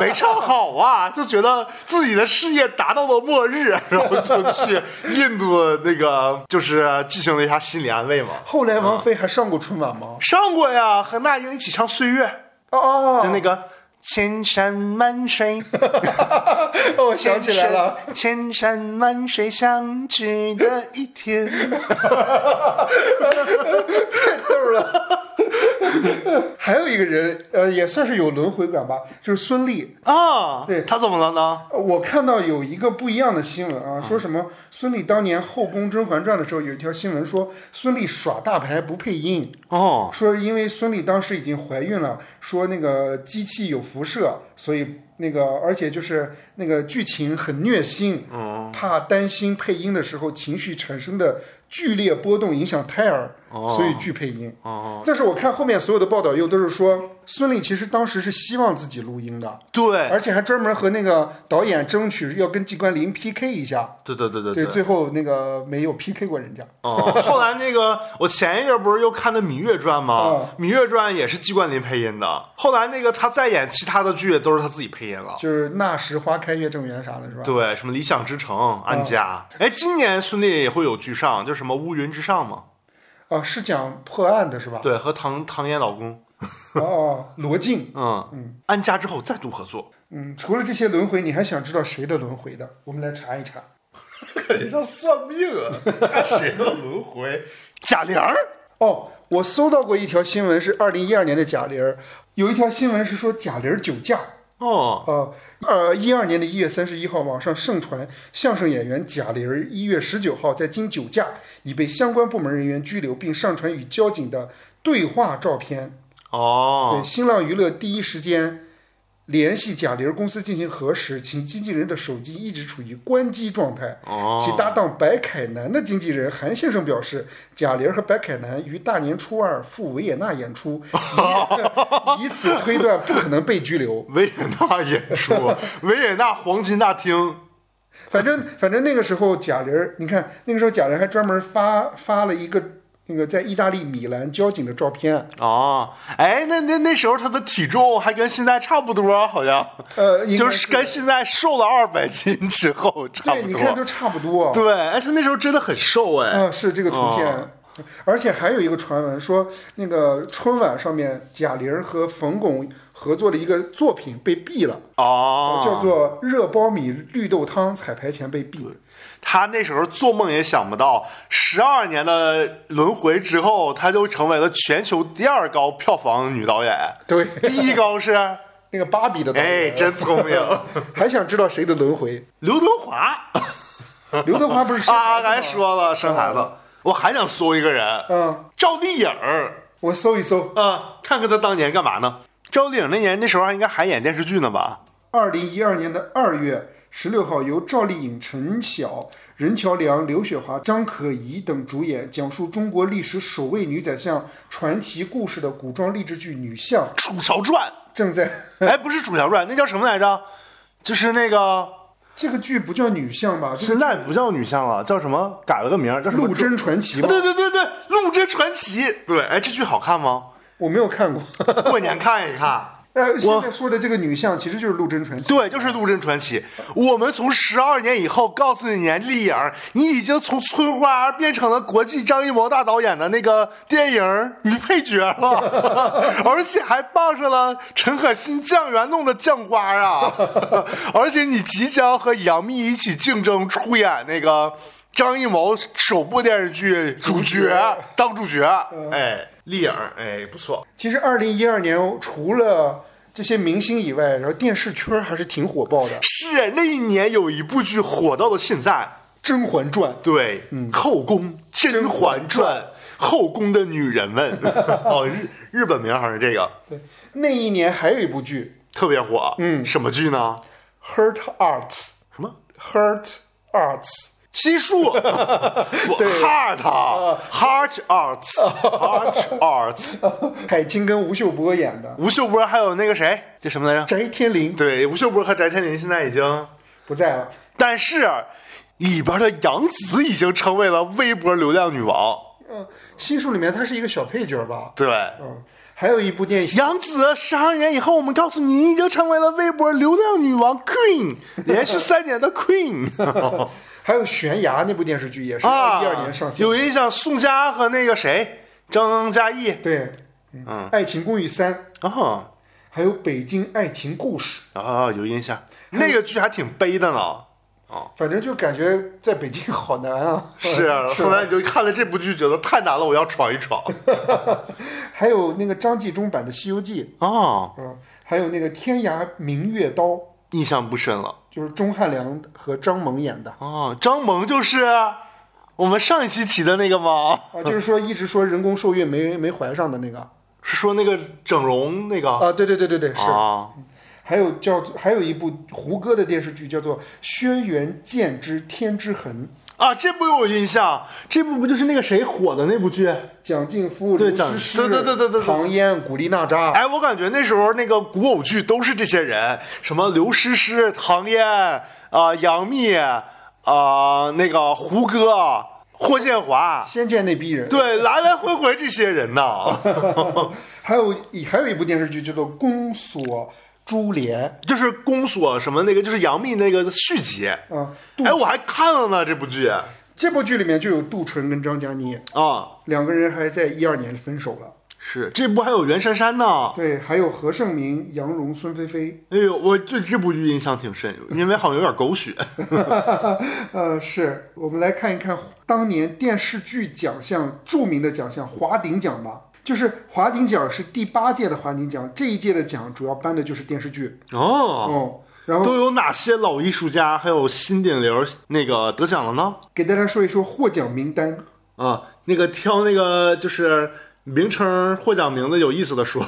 Speaker 3: 没唱好啊，就觉得自己的事业达到了末日，然后就去印度那个就是进行了一下心理安慰嘛。
Speaker 2: 后来王菲还上过春晚吗？
Speaker 3: 上过呀，和那英一起唱《岁月》，
Speaker 2: 哦
Speaker 3: 啊就
Speaker 2: 哦
Speaker 3: 那个千山万水，
Speaker 2: 哦，我 想起来了，
Speaker 3: 千山，千山万水相聚的一天。
Speaker 2: 还有一个人，呃，也算是有轮回感吧，就是孙俪。
Speaker 3: 啊，
Speaker 2: 对
Speaker 3: 他怎么了呢？
Speaker 2: 呃我看到有一个不一样的新闻啊，说什么孙俪当年后宫《甄嬛传》的时候，有一条新闻说孙俪耍大牌不配音，
Speaker 3: 哦，
Speaker 2: 说因为孙俪当时已经怀孕了，说那个机器有辐射，所以那个而且就是那个剧情很虐心，怕担心配音的时候情绪产生的剧烈波动影响胎儿，
Speaker 3: 哦
Speaker 2: 所以拒配音。但是我看后面所有的报道又都是说孙俪其实当时是希望自己录音的，
Speaker 3: 对，
Speaker 2: 而且还专门和那个导演争取要跟季冠霖 PK 一下，
Speaker 3: 对对对对
Speaker 2: 对，最后那个没有 PK 过人家。
Speaker 3: 哦，后来那个，我前一阵不是又看的《芈月传》吗？芈月传》也是季冠霖配音的。后来那个他再演其他的剧，都是他自己配音了。
Speaker 2: 就是那时花开月正圆啥的，是吧？
Speaker 3: 对，什么《理想之城》《安家》哎，今年孙俪也会有剧上，就什么《乌云之上》嘛。
Speaker 2: 啊，是讲破案的是吧？
Speaker 3: 对，和唐唐嫣老公，
Speaker 2: 哦，罗晋，
Speaker 3: 嗯嗯，安家之后再度合作，
Speaker 2: 嗯，除了这些轮回，你还想知道谁的轮回的？我们来查一查。
Speaker 3: 感觉像算命啊，看谁的轮回？ 贾玲儿
Speaker 2: 哦，我搜到过一条新闻，是二零一二年的贾玲儿，有一条新闻是说贾玲儿酒驾。
Speaker 3: 哦，
Speaker 2: 呃，呃，一二年的一月三十一号，网上盛传相声演员贾玲儿一月十九号在经酒驾已被相关部门人员拘留，并上传与交警的对话照片。对，
Speaker 3: 哦，
Speaker 2: 新浪娱乐第一时间联系贾玲公司进行核实，其经纪人的手机一直处于关机状态。
Speaker 3: 哦
Speaker 2: 其搭档白凯南的经纪人韩先生表示，贾玲和白凯南于大年初二赴维也纳演 出，以以此推断不可能被拘留。
Speaker 3: 维也纳演出， 维也纳黄金大厅，
Speaker 2: 反正反正那个时候贾玲，你看那个时候贾玲还专门发发了一个那个在意大利米兰交警的照片，啊
Speaker 3: 哦，哎，那那那时候他的体重还跟现在差不多，好像，
Speaker 2: 呃，应该
Speaker 3: 就是跟现在瘦了二百斤之后差
Speaker 2: 对，
Speaker 3: 不
Speaker 2: 你看都
Speaker 3: 多。
Speaker 2: 差不多。
Speaker 3: 对，哎，他那时候真的很瘦，哎，
Speaker 2: 嗯，是这个图
Speaker 3: 哦
Speaker 2: 片。而且还有一个传闻说，那个春晚上面贾玲和冯巩合作了一个作品被毙了，
Speaker 3: 哦，
Speaker 2: 叫做《热苞米绿豆汤》，彩排前被毙。
Speaker 3: 他那时候做梦也想不到，十二年的轮回之后，她就成为了全球第二高票房女导演，
Speaker 2: 对，
Speaker 3: 第一高是，
Speaker 2: 那个芭比的导
Speaker 3: 哎，
Speaker 2: 演，
Speaker 3: 真 聪明，
Speaker 2: 还想知道谁的轮 回？
Speaker 3: 刘德华
Speaker 2: 刘德华不是生 孩子吗
Speaker 3: 啊，刚才说了生孩子，我还想搜一个人，
Speaker 2: 嗯，
Speaker 3: 赵丽颖儿。
Speaker 2: 我搜一搜，
Speaker 3: 啊，看看他当年干嘛呢？赵丽颖那年那时候还应该还演电视剧呢吧？
Speaker 2: 二零一二年的二月十六号，由赵丽颖、陈晓、任乔梁、刘雪华、张可颐等主演，讲述中国历史首位女宰相传奇故事的古装励志剧《女相
Speaker 3: 《楚乔传》
Speaker 2: 正在
Speaker 3: 哎，不是《楚乔传》，那叫什么来着？就是那个
Speaker 2: 这个剧不叫女相吧？这
Speaker 3: 现
Speaker 2: 个
Speaker 3: 在不叫女相了，叫什么？改了个名儿，叫什么？
Speaker 2: 陆贞传奇
Speaker 3: 啊
Speaker 2: 吗？
Speaker 3: 对对对对，《陆贞传奇》对，哎，这剧好看吗？
Speaker 2: 我没有看 过。
Speaker 3: 过年看一看。
Speaker 2: 呃，现在说的这个女相其实就是陆贞传奇。
Speaker 3: 对，就是《陆贞传奇》。我们从十二年以后告诉你，年丽颖，你已经从村花儿变成了国际张艺谋大导演的那个电影女配角了， 而且还傍上了陈可辛酱园弄的酱瓜啊！ 而且你即将和杨幂一起竞争出演那个张艺谋首部电视剧主角，当主角。哎，丽颖，哎，不错。
Speaker 2: 其实二零一二年除了这些明星以外，然后电视圈还是挺火爆的，《
Speaker 3: 是那一年有一部剧火到了现在。
Speaker 2: 甄嬛传》。
Speaker 3: 对，后宫《嗯甄嬛传》，后宫的女人们， 哦，日日本名好像是这个，
Speaker 2: 对，那一年还有一部剧
Speaker 3: 特别火。嗯，什么剧呢？
Speaker 2: 《Hurt Arts》。
Speaker 3: 什么
Speaker 2: Hurt Arts，
Speaker 3: 心术 ？Heart 啊 Heart Arts Heart Arts，
Speaker 2: 海清跟吴秀波演的，
Speaker 3: 吴秀波还有那个谁，叫什么来着？
Speaker 2: 翟天临
Speaker 3: 对，吴秀波和翟天临现在已经，
Speaker 2: 不在了。
Speaker 3: 但是啊里边的杨紫已经成为了微博流量女王。
Speaker 2: 嗯，新书里面他是一个小配角吧？
Speaker 3: 对，
Speaker 2: 嗯，还有一部电影，
Speaker 3: 杨紫十二年以后，我们告诉你，你已经成为了微博流量女王 Queen，连续三年的 Queen
Speaker 2: 还有《悬崖》那部电视剧也是
Speaker 3: 啊！
Speaker 2: 二一二年上线。
Speaker 3: 有印象，宋佳和那个谁，张嘉译
Speaker 2: 对，嗯，爱情公寓三》，
Speaker 3: 啊
Speaker 2: 还有《北京爱情故事
Speaker 3: 啊，有印象，
Speaker 2: 嗯
Speaker 3: 那个剧还挺悲的 呢。》，
Speaker 2: 反正就感觉在北京 好难啊。
Speaker 3: 是 啊，
Speaker 2: 是
Speaker 3: 后来
Speaker 2: 吧，
Speaker 3: 你就看了这部剧，觉得太难了，我要闯 一闯
Speaker 2: 还有那个张纪中版的《西游记
Speaker 3: 啊！》，
Speaker 2: 嗯，还有那个《天涯明月刀》，
Speaker 3: 印象不深了
Speaker 2: 就是钟汉良和张萌演的。
Speaker 3: 啊。张萌就是我们上一期提的那个吗？
Speaker 2: 啊，就是说一直说人工受孕没没怀上的那个
Speaker 3: 是说那个整容那个
Speaker 2: 啊，对对对对对，是。
Speaker 3: 啊？
Speaker 2: 还有叫还有一部胡歌的电视剧叫做《轩辕剑之天之痕》，
Speaker 3: 啊，这部有印象，这部不就是那个谁火的那部剧？
Speaker 2: 蒋劲夫、
Speaker 3: 对
Speaker 2: 刘
Speaker 3: 蒋
Speaker 2: 诗诗、
Speaker 3: 对对对对对对
Speaker 2: 唐嫣、古力娜扎，
Speaker 3: 哎，我感觉那时候那个古偶剧都是这些人，什么刘诗诗、唐嫣啊、杨幂啊、那个胡歌、霍建华，
Speaker 2: 仙剑那逼人。，
Speaker 3: 对，来来回回这些人呐，
Speaker 2: 还有还有一部电视剧叫做《宫锁珠帘
Speaker 3: 就是宫锁什么那个，就是杨幂那个续集。》
Speaker 2: 啊，杜
Speaker 3: 哎，我还看了呢这部剧啊、
Speaker 2: 这部剧里面就有杜淳跟张嘉倪两个人还在一二年分手了。
Speaker 3: 是这部还有袁姗姗呢。
Speaker 2: 对，还有何晟铭、杨蓉、孙菲菲，
Speaker 3: 哎呦，我对这部剧印象挺深，因为好像有点狗血。
Speaker 2: 呃，是我们来看一看当年电视剧奖项著名的奖项华鼎奖吧。就是华鼎奖是第八届的华鼎奖，这一届的奖主要颁的就是电视剧
Speaker 3: 哦
Speaker 2: 哦。然后
Speaker 3: 都有哪些老艺术家还有新顶流那个得奖了呢？
Speaker 2: 给大家说一说获奖名单，
Speaker 3: 啊，那个挑那个就是名称获奖名字有意思 的说，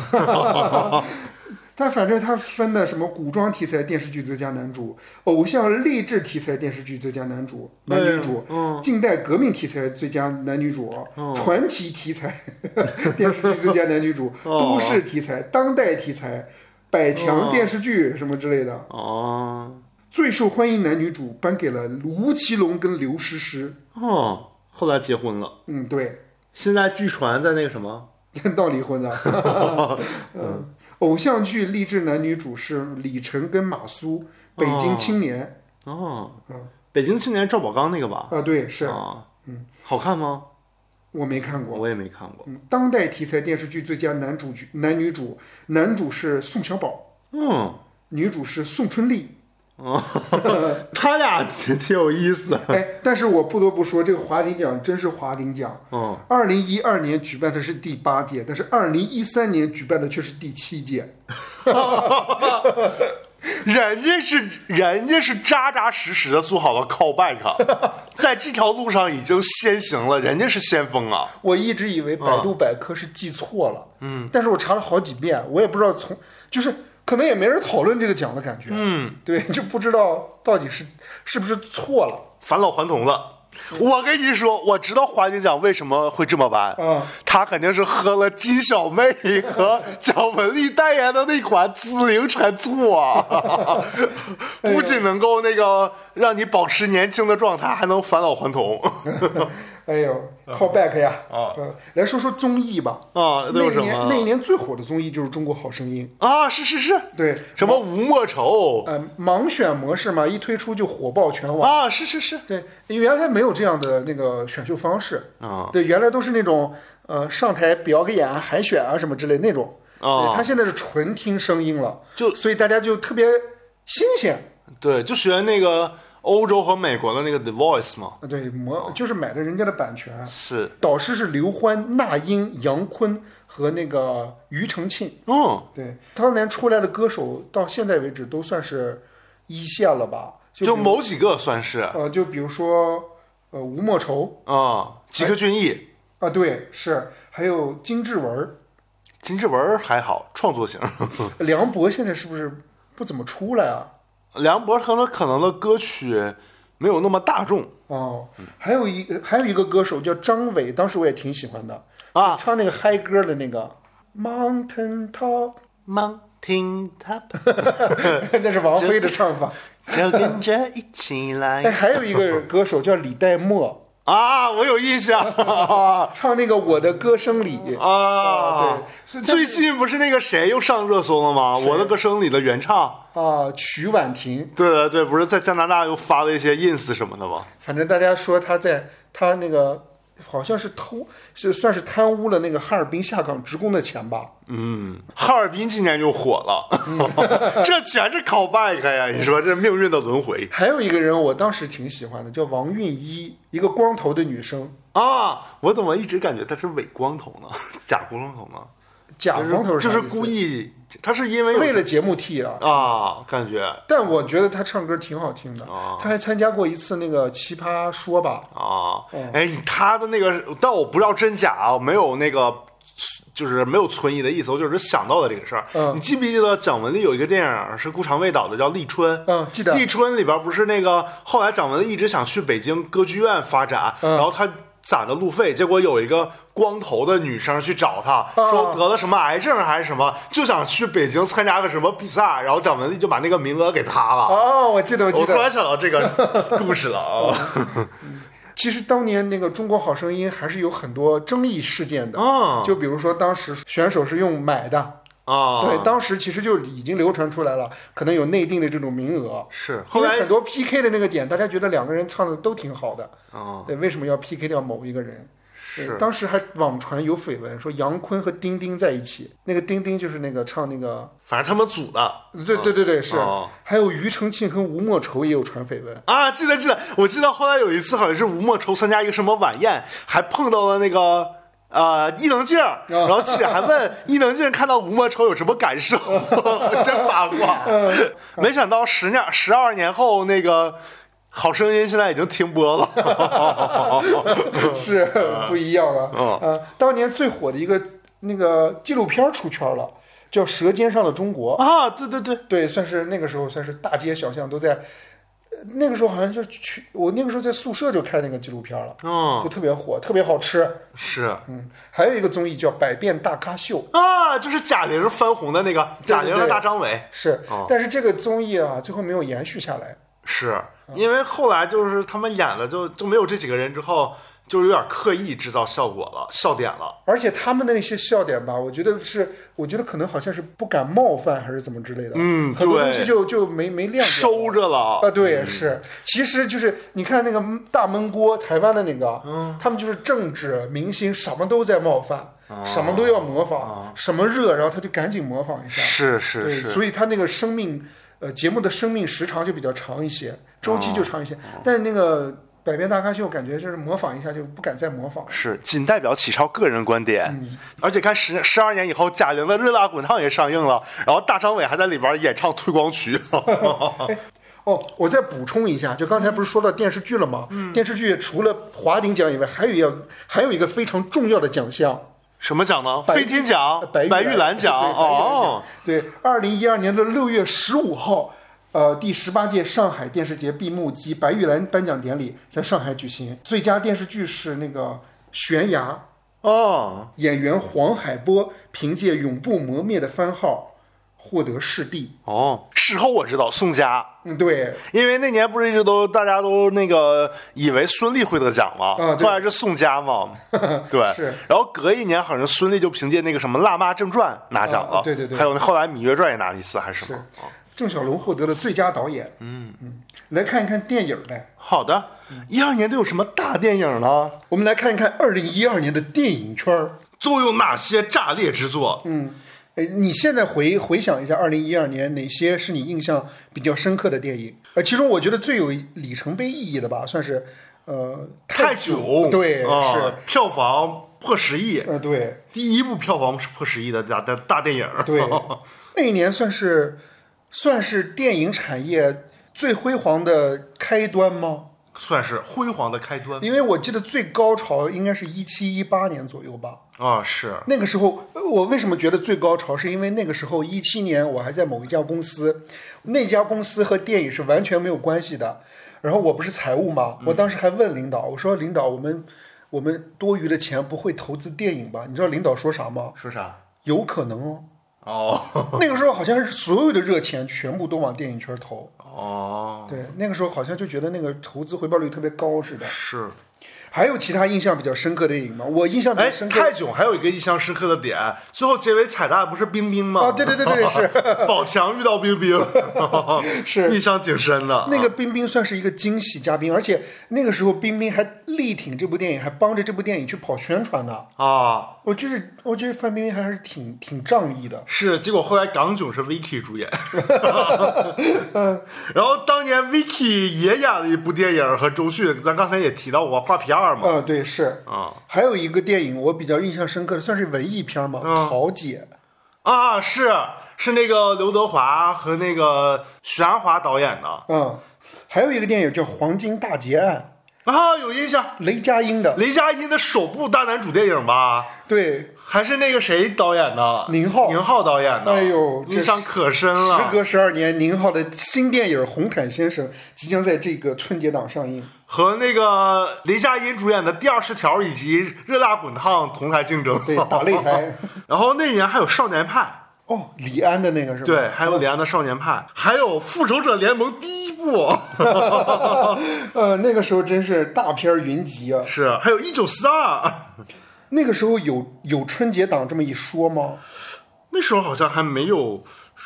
Speaker 2: 但反正他分的什么古装题材电视剧最佳男主、偶像励志题材电视剧最佳男主、男女主、近代革命题材最佳男女主、传奇题材 电视剧最佳男女主、都市题材、当代题材、百强电视剧什么之类的。
Speaker 3: 哦
Speaker 2: 最受欢迎男女主颁给了吴奇隆跟刘诗诗。
Speaker 3: 哦，后来结婚了，
Speaker 2: 嗯，对，
Speaker 3: 现在据传在那个什么，
Speaker 2: 闹离婚的。 嗯，偶像剧励志男女主是李晨跟马苏，北京青年
Speaker 3: 哦，
Speaker 2: 嗯
Speaker 3: 北京青年赵宝刚那个吧？
Speaker 2: 啊，对，是
Speaker 3: 啊，嗯，好看吗？
Speaker 2: 我没看过。
Speaker 3: 我也没看过。
Speaker 2: 嗯，当代题材电视剧最佳男主角、男女主，男主是宋小宝，
Speaker 3: 嗯，哦
Speaker 2: 女主是宋春丽。
Speaker 3: 他俩挺挺有意思。
Speaker 2: 哎，但是我不得不说，这个华鼎奖真是华鼎奖。
Speaker 3: 嗯，
Speaker 2: 二零一二年举办的是第八届，但是二零一三年举办的却是第七届。
Speaker 3: 人家是人家是扎扎实实的做好了 callback，在啊这条路上已经先行了，人家是先锋啊。
Speaker 2: 我一直以为百度百科是记错了，啊嗯，但是我查了好几遍，我也不知道从就是可能也没人讨论这个奖的感觉，嗯，对，就不知道到底是是不是错了。
Speaker 3: 返老还童了。我跟你说，我知道华鼎奖为什么会这么玩，
Speaker 2: 嗯
Speaker 3: 他肯定是喝了金小妹 和蒋雯丽代言的那款紫菱陈醋 啊，
Speaker 2: 哎
Speaker 3: 不仅能够那个让你保持年轻的状态，还能返老 还童
Speaker 2: 哎呦，call back 呀！
Speaker 3: 啊
Speaker 2: 嗯，来说说综艺吧。
Speaker 3: 啊，都
Speaker 2: 那
Speaker 3: 有
Speaker 2: 一
Speaker 3: 什
Speaker 2: 年那一
Speaker 3: 么
Speaker 2: 年最火的综艺就是《中国好声音
Speaker 3: 啊？是是是，》，
Speaker 2: 对，
Speaker 3: 什么吴莫愁
Speaker 2: 呃，盲选模式嘛，一推出就火爆全网。
Speaker 3: 啊？是是是，
Speaker 2: 对，原来没有这样的那个选秀方式
Speaker 3: 啊
Speaker 2: 对，原来都是那种呃上台表演啊、海选啊什么之类那种。
Speaker 3: 啊
Speaker 2: 对他现在是纯听声音了，
Speaker 3: 就
Speaker 2: 所以大家就特别新鲜。
Speaker 3: 对，就学那个欧洲和美国的那个 The Voice 嘛，
Speaker 2: 呃对，
Speaker 3: 啊
Speaker 2: 模就是买的人家的版权。啊
Speaker 3: 是，
Speaker 2: 导师是刘欢、那英、杨坤和那个庾澄庆。
Speaker 3: 嗯，
Speaker 2: 对，当年出来的歌手到现在为止都算是一线了吧？就
Speaker 3: 就
Speaker 2: 比
Speaker 3: 某几个算是啊、
Speaker 2: 呃，就比如说呃吴莫愁
Speaker 3: 嗯吉克隽逸。
Speaker 2: 啊、对，是，还有金志文儿，
Speaker 3: 金志文还好，创作型。
Speaker 2: 梁博现在是不是不怎么出来啊？
Speaker 3: 梁博可能可能的歌曲没有那么大众
Speaker 2: 哦，
Speaker 3: 嗯
Speaker 2: 还有一还有一个歌手叫张伟，当时我也挺喜欢的，
Speaker 3: 啊。
Speaker 2: 唱那个嗨歌的那个 Mountain Top，
Speaker 3: Mountain top，
Speaker 2: 那是王菲的唱法。
Speaker 3: 就跟着一起
Speaker 2: 哎，
Speaker 3: 来
Speaker 2: 还有一个歌手叫李代沫，
Speaker 3: 啊！我有印象 啊
Speaker 2: 唱那个《我的歌声里》 啊对是
Speaker 3: 最近哦不是那个谁又上热搜了吗？《我的歌声》里的原唱，
Speaker 2: 啊，曲婉婷。
Speaker 3: 对对对，不是在加拿大又发了一些 ins 什么的吗？
Speaker 2: 反正大家说他在他那个好像是偷，是算是贪污了那个哈尔滨下岗职工的钱吧？
Speaker 3: 嗯，哈尔滨今年就火 了，这全是 callback 呀！你说这命运的轮回
Speaker 2: 还有一个人我当时挺喜欢的，叫王韵一，一个光头的女生，
Speaker 3: 啊！我怎么一直感觉他是伪光头呢？假光头呢？
Speaker 2: 假光头
Speaker 3: 就是
Speaker 2: 啥
Speaker 3: 是
Speaker 2: 意思
Speaker 3: 故意，他是因为有
Speaker 2: 为了节目替啊。
Speaker 3: 啊，感觉
Speaker 2: 但我觉得她唱歌挺好听的，
Speaker 3: 哦
Speaker 2: 她还参加过一次那个《奇葩说》吧？
Speaker 3: 啊
Speaker 2: 嗯，
Speaker 3: 哎，他的那个，但我不知道真假啊，没有那个，就是没有存疑的意思，我就是想到了这个事儿。
Speaker 2: 嗯
Speaker 3: 你记不记得蒋雯丽有一个电影是顾长卫导的，叫《立春》？
Speaker 2: 嗯记得
Speaker 3: 立春》里边不是那个后来蒋雯丽一直想去北京歌剧院发展，
Speaker 2: 嗯
Speaker 3: 然后她。攒的路费，结果有一个光头的女生去找她，
Speaker 2: 嗯
Speaker 3: 说得了什么癌症还是什么，就想去北京参加个什么比赛，然后蒋雯丽就把那个名额给她了。
Speaker 2: 哦，我记得，我记
Speaker 3: 啊我突
Speaker 2: 得。
Speaker 3: 然想到这 个故事了啊！
Speaker 2: 其实当年那个《中国好声音》还是有很多争议事件的，
Speaker 3: 啊
Speaker 2: 就比如说当时选手是用买的，
Speaker 3: 啊，
Speaker 2: 对，当时其实就已经流传出来了，可能有内定的这种名额。
Speaker 3: 是后
Speaker 2: 因为
Speaker 3: 来
Speaker 2: 很多 PK 的那个点，大家觉得两个人唱的都挺好的，
Speaker 3: 啊
Speaker 2: 对，为什么要 PK 掉某一个人？对
Speaker 3: 是
Speaker 2: 当时还网传有绯闻，说杨坤和丁丁在一起，那个丁丁就是那个唱那个，
Speaker 3: 反正他们组的
Speaker 2: 对对对对是，
Speaker 3: 哦
Speaker 2: 还有庾澄庆和吴莫愁也有传绯 闻，
Speaker 3: 啊，记得记得，我记得后来有一次好像是吴莫愁参加一个什么晚宴，还碰到了那个。呃，伊能静，
Speaker 2: 哦
Speaker 3: 然后记者还 问伊能静看到吴莫愁有什么感受，真八卦。
Speaker 2: 嗯
Speaker 3: 没想到十年、十二年后，那个《好声音》现在已经停 播了。
Speaker 2: 是 不一样了。
Speaker 3: 哦
Speaker 2: 呃，当年最火的一个那个纪录片出圈了，叫《舌尖上的中国》。
Speaker 3: 啊，对对对，
Speaker 2: 对，算是那个时候算是大街小巷都在，呃那个时候好像就是去我那个时候在宿舍就看那个纪录片了，
Speaker 3: 嗯
Speaker 2: 就，特别火，特别好吃。
Speaker 3: 是
Speaker 2: 嗯，还有一个综艺叫《百变大咖秀》，
Speaker 3: 啊，就是贾玲翻红的那个，贾玲和大张伟。
Speaker 2: 是
Speaker 3: 哦，
Speaker 2: 但是这个综艺啊，最后没有延续下来。
Speaker 3: 是因为后来就是他们演了就就没有这几个人之后，就是有点刻意制造效果了，笑点了。
Speaker 2: 而且他们的那些笑点吧，我觉得是，我觉得可能好像是不敢冒犯还是怎么之类的，
Speaker 3: 嗯
Speaker 2: 很多东西
Speaker 3: 对
Speaker 2: 就就没没亮点
Speaker 3: 收着了，
Speaker 2: 啊，对，是，其实就是你看那个大闷锅，台湾的那个，
Speaker 3: 嗯
Speaker 2: 他们就是政治明星什么都在冒犯，
Speaker 3: 哦
Speaker 2: 什么都要模仿，什么热，然后他就赶紧模仿一下，
Speaker 3: 是是
Speaker 2: 对，
Speaker 3: 是，
Speaker 2: 所以他那个生命，呃，节目的生命时长就比较长一些，周期
Speaker 3: 哦
Speaker 2: 就长一些，但是那个。百变大咖秀感觉就是模仿一下就不敢再模仿了，
Speaker 3: 是仅代表启超个人观点。
Speaker 2: 嗯
Speaker 3: 而且看十十二年以后，贾玲的《热辣滚烫》也上映了，然后大张伟还在里边演唱推广曲。
Speaker 2: 哦，我再补充一下，就刚才不是说到电视剧了吗？
Speaker 3: 嗯
Speaker 2: 电视剧除了华鼎奖以外，还有一个还有一个非常重要的奖项，
Speaker 3: 什么奖呢？
Speaker 2: 白
Speaker 3: 飞天奖、
Speaker 2: 白
Speaker 3: 白
Speaker 2: 玉
Speaker 3: 玉兰奖
Speaker 2: 对白玉兰奖。
Speaker 3: 哦
Speaker 2: 对，二零一二年的六月十五号，呃，第十八届上海电视节闭幕及白玉兰颁奖典礼在上海举行。最佳电视剧是那个《悬崖》，
Speaker 3: 哦，
Speaker 2: 演员黄海波凭借《永不磨灭的番号》获得视帝。
Speaker 3: 哦，事后我知道宋佳，
Speaker 2: 嗯，对，
Speaker 3: 因为那年不是一直都大家都那个以为孙俪会得奖嘛，
Speaker 2: 啊对
Speaker 3: 后来是宋 佳嘛，对，
Speaker 2: 是
Speaker 3: 然后隔一年好像孙俪就凭借那个什么《辣妈正传》拿奖了，
Speaker 2: 啊对对对
Speaker 3: 还有那后来《芈月传》也拿了一次还是什么？啊
Speaker 2: 郑晓龙获得了最佳导演。嗯嗯，来看一看电影呗。
Speaker 3: 好的，一二年都有什么大电影呢？
Speaker 2: 我们来看一看二零一二年的电影圈儿。
Speaker 3: 都有哪些炸裂之作？嗯，
Speaker 2: 哎，你现在回回想一下，二零一二年哪些是你印象比较深刻的电影？呃，其中我觉得最有里程碑意义的吧，算是呃
Speaker 3: 泰
Speaker 2: 囧
Speaker 3: 囧，
Speaker 2: 对、
Speaker 3: 啊
Speaker 2: 是，
Speaker 3: 票房破十亿，
Speaker 2: 呃对
Speaker 3: 第一部票房是破十亿的大大大电影，
Speaker 2: 对，那一年算是算是电影产业最辉煌的开端吗？
Speaker 3: 算是辉煌的开端
Speaker 2: 因为我记得最高潮应该是一七一八年左右吧。
Speaker 3: 啊，是。
Speaker 2: 那个时候，呃我为什么觉得最高潮？是因为那个时候一七年，我还在某一家公司，那家公司和电影是完全没有关系的。然后我不是财务嘛，
Speaker 3: 嗯
Speaker 2: 我当时还问领导，我说领导，我们我们多余的钱不会投资电影吧？你知道领导说啥吗？
Speaker 3: 说啥？
Speaker 2: 有可能哦。
Speaker 3: 哦
Speaker 2: 那个时候好像是所有的热钱全部都往电影圈投，
Speaker 3: 哦，
Speaker 2: 对，那个时候好像就觉得那个投资回报率特别高似的。
Speaker 3: 是。
Speaker 2: 还有其他印象比较深刻的电影吗？我印象比
Speaker 3: 哎
Speaker 2: 较，深刻的
Speaker 3: 泰囧还有一个印象深刻的点，最后结尾彩蛋不是冰冰吗？
Speaker 2: 啊，对对对对对，是。
Speaker 3: 宝强遇到冰冰，
Speaker 2: 是
Speaker 3: 印象挺深的。
Speaker 2: 那个冰冰算是一个惊喜嘉宾，而且那个时候冰冰还力挺这部电影，还帮着这部电影去跑宣传呢。
Speaker 3: 啊，
Speaker 2: 我就是，我觉得范冰冰还是挺挺仗义的。
Speaker 3: 是结果后来港囧是 Vicky 主演， 然后当年 Vicky 也演了一部电影和周迅，咱刚才也提到过《画皮二》嘛。
Speaker 2: 啊，对，是。
Speaker 3: 啊
Speaker 2: 还有一个电影我比较印象深刻的，算是文艺片嘛，桃姐》。
Speaker 3: 啊，是是那个刘德华和那个许鞍华导演的
Speaker 2: 嗯，还有一个电影叫《黄金大劫案
Speaker 3: 啊，有印象。》，
Speaker 2: 雷佳音的。
Speaker 3: 雷佳音的首部大男主电影吧，
Speaker 2: 对，
Speaker 3: 还是那个谁导演的？
Speaker 2: 宁浩
Speaker 3: 宁浩导演的。
Speaker 2: 哎呦这
Speaker 3: 印象可深了。
Speaker 2: 时隔十二年，宁浩的新电影《红毯先生》即将在这个春节档上映。
Speaker 3: 和那个雷佳音主演的《第二十条》以及《热辣滚烫》同台竞争，
Speaker 2: 对，打擂台。
Speaker 3: 然后那年还有《少年派》。
Speaker 2: 哦，李安的那个是吧？
Speaker 3: 对，还有李安的《少年派》，还有《复仇者联盟》第 一部，
Speaker 2: 呃，那个时候真是大片儿云集啊！
Speaker 3: 是，还有《一九四二》，
Speaker 2: 那个时候有有春节档这么一说吗？
Speaker 3: 那时候好像还没有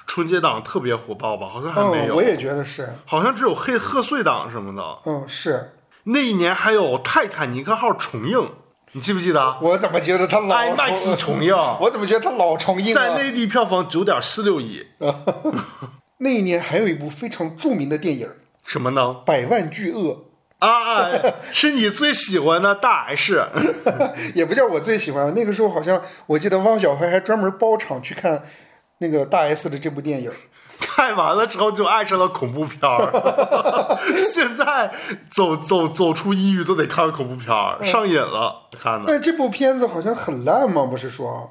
Speaker 3: 春节档特别火爆吧？好像还没
Speaker 2: 嗯，
Speaker 3: 有，
Speaker 2: 我也觉得是。
Speaker 3: 好像只有黑贺岁档什么的。
Speaker 2: 嗯，是
Speaker 3: 那一年还有《泰坦尼克号》重映，你记不记得
Speaker 2: 我怎么觉得他老
Speaker 3: 啊？IMAX 重映，
Speaker 2: 我怎么觉得他老重映
Speaker 3: 在
Speaker 2: 啊？
Speaker 3: 内地票房九点四六亿，
Speaker 2: 那一年还有一部非常著名的电影《
Speaker 3: 什么呢？
Speaker 2: 百万巨鳄
Speaker 3: 啊，是你最喜欢的大 S，》，
Speaker 2: 也不叫我最喜欢。啊那个时候好像我记得汪小菲还专门包场去看那个大 S 的这部电影。
Speaker 3: 看完了之后就爱上了恐怖片儿， 现在走走走出抑郁都得看恐怖片儿，上瘾了，看的。
Speaker 2: 但这部片子好像很烂嘛，不是说？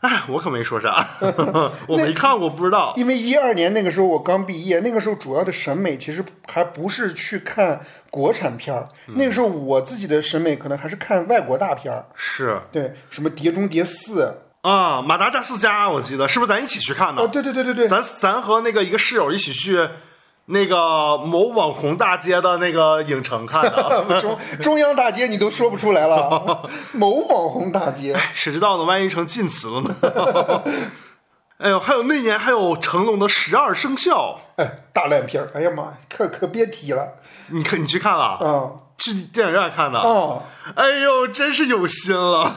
Speaker 3: 哎，我可没说啥， 我没看过，不知道。
Speaker 2: 因为一二年那个时候我刚毕业，那个时候主要的审美其实还不是去看国产片儿，
Speaker 3: 嗯
Speaker 2: 那个时候我自己的审美可能还是看外国大片儿，
Speaker 3: 是
Speaker 2: 对，什么《碟中谍四》
Speaker 3: 啊，马
Speaker 2: 哦
Speaker 3: 达加斯加，我记得是不是咱一起去看的？
Speaker 2: 啊，对对对对对，
Speaker 3: 咱咱和那个一个室友一起去那个某网红大街的那个影城看的，
Speaker 2: 中中央大街你都说不出来了，某网红大街，
Speaker 3: 谁知道呢？万一成晋祠了呢？ 哎呦，还有那年还有成龙的《十二生肖
Speaker 2: 哎，大烂片儿，哎呀妈，呀，可可别提了，》，
Speaker 3: 你看你去看了？
Speaker 2: 啊
Speaker 3: 去电影院看的？
Speaker 2: 啊，
Speaker 3: 哎呦，真是有心了。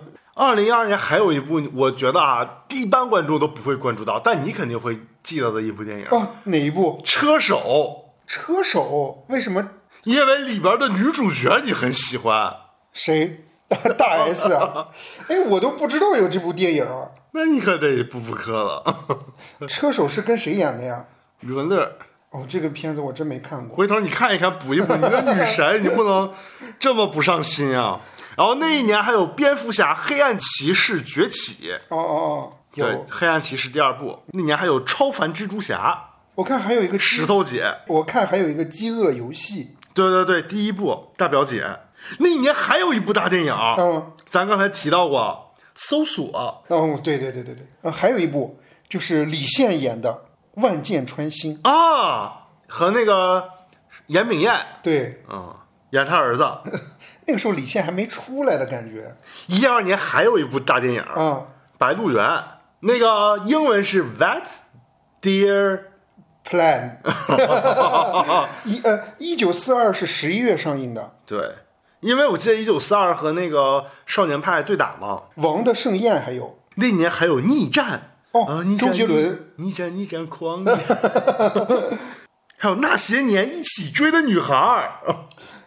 Speaker 3: 二零一二年还有一部，我觉得啊，一般观众都不会关注到，但你肯定会记得的一部电影《
Speaker 2: 哦，哪一部？
Speaker 3: 车手
Speaker 2: 车手？为什么？》，
Speaker 3: 因为里边的女主角你很喜欢。
Speaker 2: 谁？ 大 S 啊？哎，我都不知道有这部电影啊。
Speaker 3: 那你可得补补课了，
Speaker 2: 车手是跟谁演的呀？
Speaker 3: 余文乐，
Speaker 2: 哦，这个片子我真没看过。
Speaker 3: 回头你看一看，补一补，你的女神，你不能这么不上 心啊。然后那一年还有《蝙蝠侠：黑暗骑士崛起》，
Speaker 2: 哦哦哦，
Speaker 3: 对，
Speaker 2: 有
Speaker 3: 《黑暗骑士》第二部。那年还有《超凡蜘蛛侠
Speaker 2: 我看还有一个》，
Speaker 3: 石头姐，
Speaker 2: 我看还有一个《饥饿游戏
Speaker 3: 对对对，第一部大表姐。那一年还有一部大电影，》。
Speaker 2: 嗯，
Speaker 3: 咱刚才提到过《搜索
Speaker 2: 哦，对对对对对，呃还有一部就是李现演的《万箭穿心》。》
Speaker 3: 啊，和那个严炳彦，
Speaker 2: 对，
Speaker 3: 嗯，演 他儿子。
Speaker 2: 那个时候李现还没出来的感觉
Speaker 3: 一二年还有一部大电影，
Speaker 2: 啊。
Speaker 3: 白鹿原》，那个英文是 That Dear
Speaker 2: Plan，一呃，一九四二是十一月上映的，
Speaker 3: 对，因为我记得一九四二和那个少年派对打嘛，
Speaker 2: 《王的盛宴》还有
Speaker 3: 那年还有逆战
Speaker 2: 哦
Speaker 3: 啊逆战
Speaker 2: 周杰伦
Speaker 3: 逆战逆 战狂野，还有那些年一起追的女孩儿，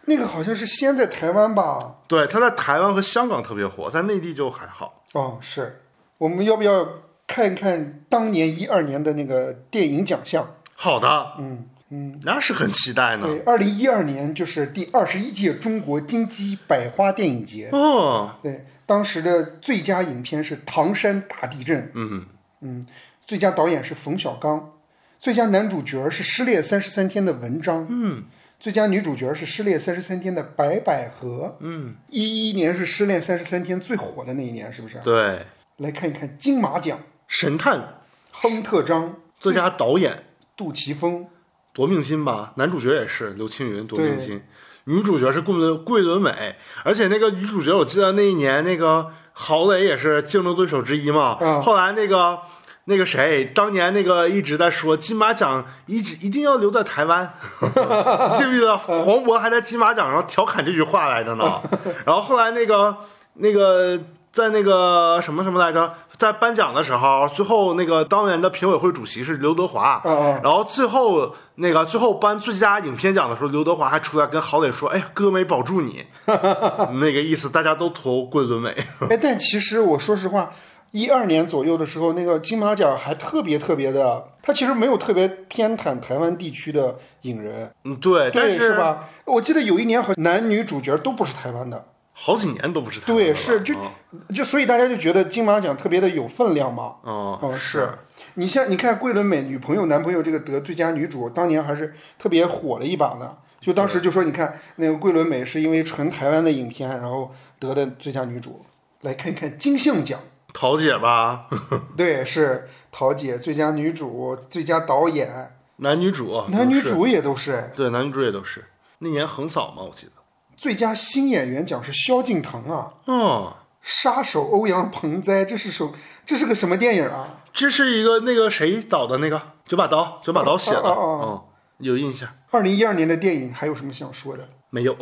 Speaker 2: 那个好像是先在台湾吧？
Speaker 3: 对，他在台湾和香港特别火，在内地就还好。
Speaker 2: 哦，是，我们要不要看一看当年一二年的那个电影奖项？
Speaker 3: 好的，嗯嗯，那是很期待呢。
Speaker 2: 对，二零一二年就是第二十一届中国金鸡百花电影节。
Speaker 3: 哦，
Speaker 2: 对，当时的最佳影片是《唐山大地震》，
Speaker 3: 嗯，
Speaker 2: 最佳导演是冯小刚，最佳男主角是《失恋三十三天》的文章，嗯，最佳女主角是《失恋三十三天》的白百合，嗯，一一年是《失恋三十三天》最火的那一年，是不是？
Speaker 3: 对，
Speaker 2: 来看一看金马奖，
Speaker 3: 神探
Speaker 2: 亨特章、
Speaker 3: 最佳导演
Speaker 2: 杜琪峰，
Speaker 3: 夺命金吧，男主角也是刘青云夺命
Speaker 2: 对
Speaker 3: 金，女主角是桂纶桂纶镁，而且那个女主角我记得那一年那个郝蕾也是竞争对手之一嘛，
Speaker 2: 嗯
Speaker 3: 后来那个。那个谁，当年那个一直在说金马奖一直一定要留在台湾， 记不记得黄渤还在金马奖上调侃这句话来着 呢？然后后来那个那个在那个什么什么来着，在颁奖的时候，最后那个当年的评委会主席是刘德华，
Speaker 2: 嗯嗯
Speaker 3: 然后最后那个最后颁最佳影片奖的时候，刘德华还出来跟郝蕾说：“哎呀，哥没保住你。” 那个意思，大家都投桂纶镁。
Speaker 2: 哎，但其实我说实话，一二年左右的时候，那个金马奖还特别特别的，它其实没有特别偏袒台湾地区的影人，
Speaker 3: 嗯， 对，但
Speaker 2: 对，是？吧？我记得有一年好像男女主角都不是台湾的，
Speaker 3: 好几年都不是台湾的
Speaker 2: 对，
Speaker 3: 了
Speaker 2: 是就就所以大家就觉得金马奖特别的有分量嘛。
Speaker 3: 嗯
Speaker 2: 哦，是。你像你看桂纶镁女朋友男朋友这个得最佳女主，当年还是特别火了一把呢。就当时就说，你看那个桂纶镁是因为纯台湾的影片，然后得的最佳女主。来看一看金像奖，
Speaker 3: 桃姐吧，
Speaker 2: 对，是桃姐最佳女主、最佳导演，
Speaker 3: 男女主，
Speaker 2: 男女
Speaker 3: 都是
Speaker 2: 主也都是。
Speaker 3: 对，男女主也都是。那年横扫嘛，我记得。
Speaker 2: 最佳新演员奖是萧敬腾啊，
Speaker 3: 嗯，
Speaker 2: 杀手欧阳鹏哉，这是首这是个什么电影啊？
Speaker 3: 这是一个那个谁导的那个《九把刀》，九把刀写的，
Speaker 2: 哦哦
Speaker 3: 嗯，有印象
Speaker 2: 二零一二年的电影还有什么想说的？
Speaker 3: 没有？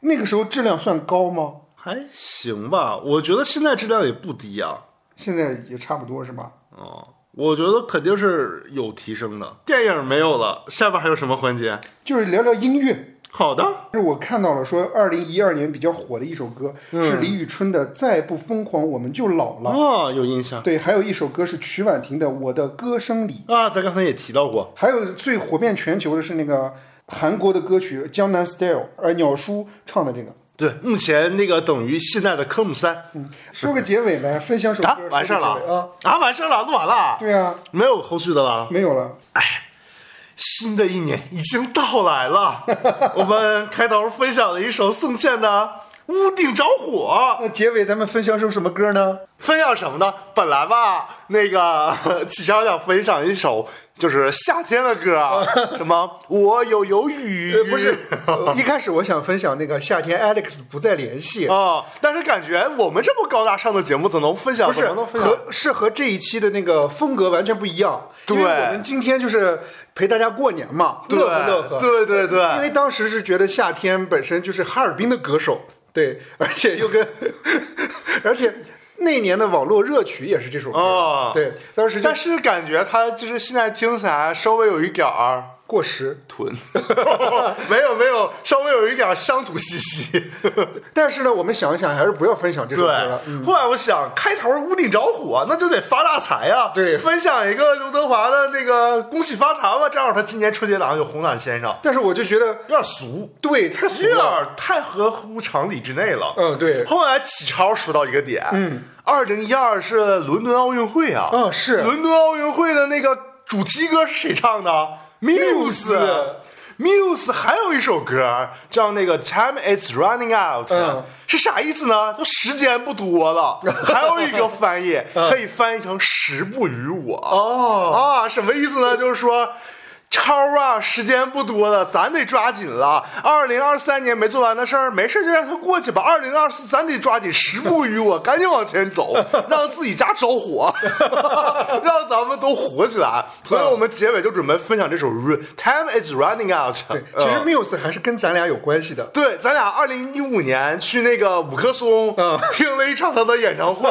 Speaker 2: 那个时候质量算高吗？
Speaker 3: 还行吧，我觉得现在质量也不低啊。
Speaker 2: 现在也差不多是吧？
Speaker 3: 哦，我觉得肯定是有提升的。电影没有了，下边还有什么环节？
Speaker 2: 就是聊聊音乐。
Speaker 3: 好的，
Speaker 2: 就是我看到了说，二零一二年比较火的一首歌、是李宇春的《再不疯狂我们就老了》，
Speaker 3: 嗯哦，有印象
Speaker 2: 对，还有一首歌是曲婉婷的《我的歌声里》，
Speaker 3: 啊，咱刚才也提到过，
Speaker 2: 还有最火遍全球的是那个韩国的歌曲《江南 Style》，而鸟叔唱的这个。
Speaker 3: 对，目前那个等于现在的科目三
Speaker 2: 嗯，说个结尾 呗，分享首歌。
Speaker 3: 啊
Speaker 2: 说，个
Speaker 3: 完事儿
Speaker 2: 结尾啊
Speaker 3: 了？啊，完事儿了，录完了，
Speaker 2: 对啊，
Speaker 3: 没有后续的了。
Speaker 2: 没有了。
Speaker 3: 新 的一年已经到来了，我们开头分享了一首宋茜的《屋顶着火，
Speaker 2: 那结尾咱们分享首什么歌呢？
Speaker 3: 分享什么呢？本来吧，那个 启超想分享一首就是夏天的 歌啊，什么我有有雨
Speaker 2: 呃，，不 是，一开始我想分享那个夏天 Alex 不再联系，
Speaker 3: 啊、但是感觉我们这么高大上的节目，怎么能分享？
Speaker 2: 不是
Speaker 3: 怎么能分享？
Speaker 2: 和是和这一期的那个风格完全不一样，
Speaker 3: 对
Speaker 2: 因为我们今天就是陪大家过年嘛，
Speaker 3: 对
Speaker 2: 乐呵乐呵，
Speaker 3: 对对对
Speaker 2: 因为当时是觉得夏天本身就是哈尔滨的歌手，对， 而且又跟，而且那年的网络热曲也是这首歌，
Speaker 3: 哦
Speaker 2: 对，当时就
Speaker 3: 但是感觉他就是现在听起来稍微有一点儿
Speaker 2: 过时，
Speaker 3: 屯， 没有没有，稍微有一点儿乡土气息。
Speaker 2: 但是呢，我们想一想，还是不要分享这首歌了，嗯
Speaker 3: 对，后来我想，开头屋顶着火，那就得发大财呀、
Speaker 2: 对
Speaker 3: 分享一个刘德华的那个“恭喜发财”吧，正好他今年春节档有《红毯先生》，
Speaker 2: 但是我就觉得，
Speaker 3: 有点俗，
Speaker 2: 对，太俗
Speaker 3: 有点
Speaker 2: 了。
Speaker 3: 儿太合乎常理之内了。
Speaker 2: 嗯对
Speaker 3: 后来启超说到一个点，嗯，二零一二是伦敦奥运会啊，
Speaker 2: 嗯是
Speaker 3: 伦敦奥运会的那个主题歌是谁唱的？Muse。Muse 还有一首歌叫那个 Time is running out，、
Speaker 2: 嗯
Speaker 3: 是啥意思呢？就时间不 多了。还有一个翻译、
Speaker 2: 嗯
Speaker 3: 可以翻译成“时不与我”。哦啊，什么意思呢？就是说。超啊，时间不多了，咱得抓紧了。二零二三年没做完的事儿，没事就让它过去吧。二零二四，咱得抓紧，时不 与我，赶紧往前走，让自己家着火， 让咱们都火起来。所以我们结尾就准备分享这首《Run Time Is Running Out》。
Speaker 2: 对，
Speaker 3: 嗯
Speaker 2: 其实 Muse 还是跟咱俩有关系的。
Speaker 3: 对，咱俩二零一五年去那个五棵松、
Speaker 2: 嗯
Speaker 3: 听了一场他的演 唱会，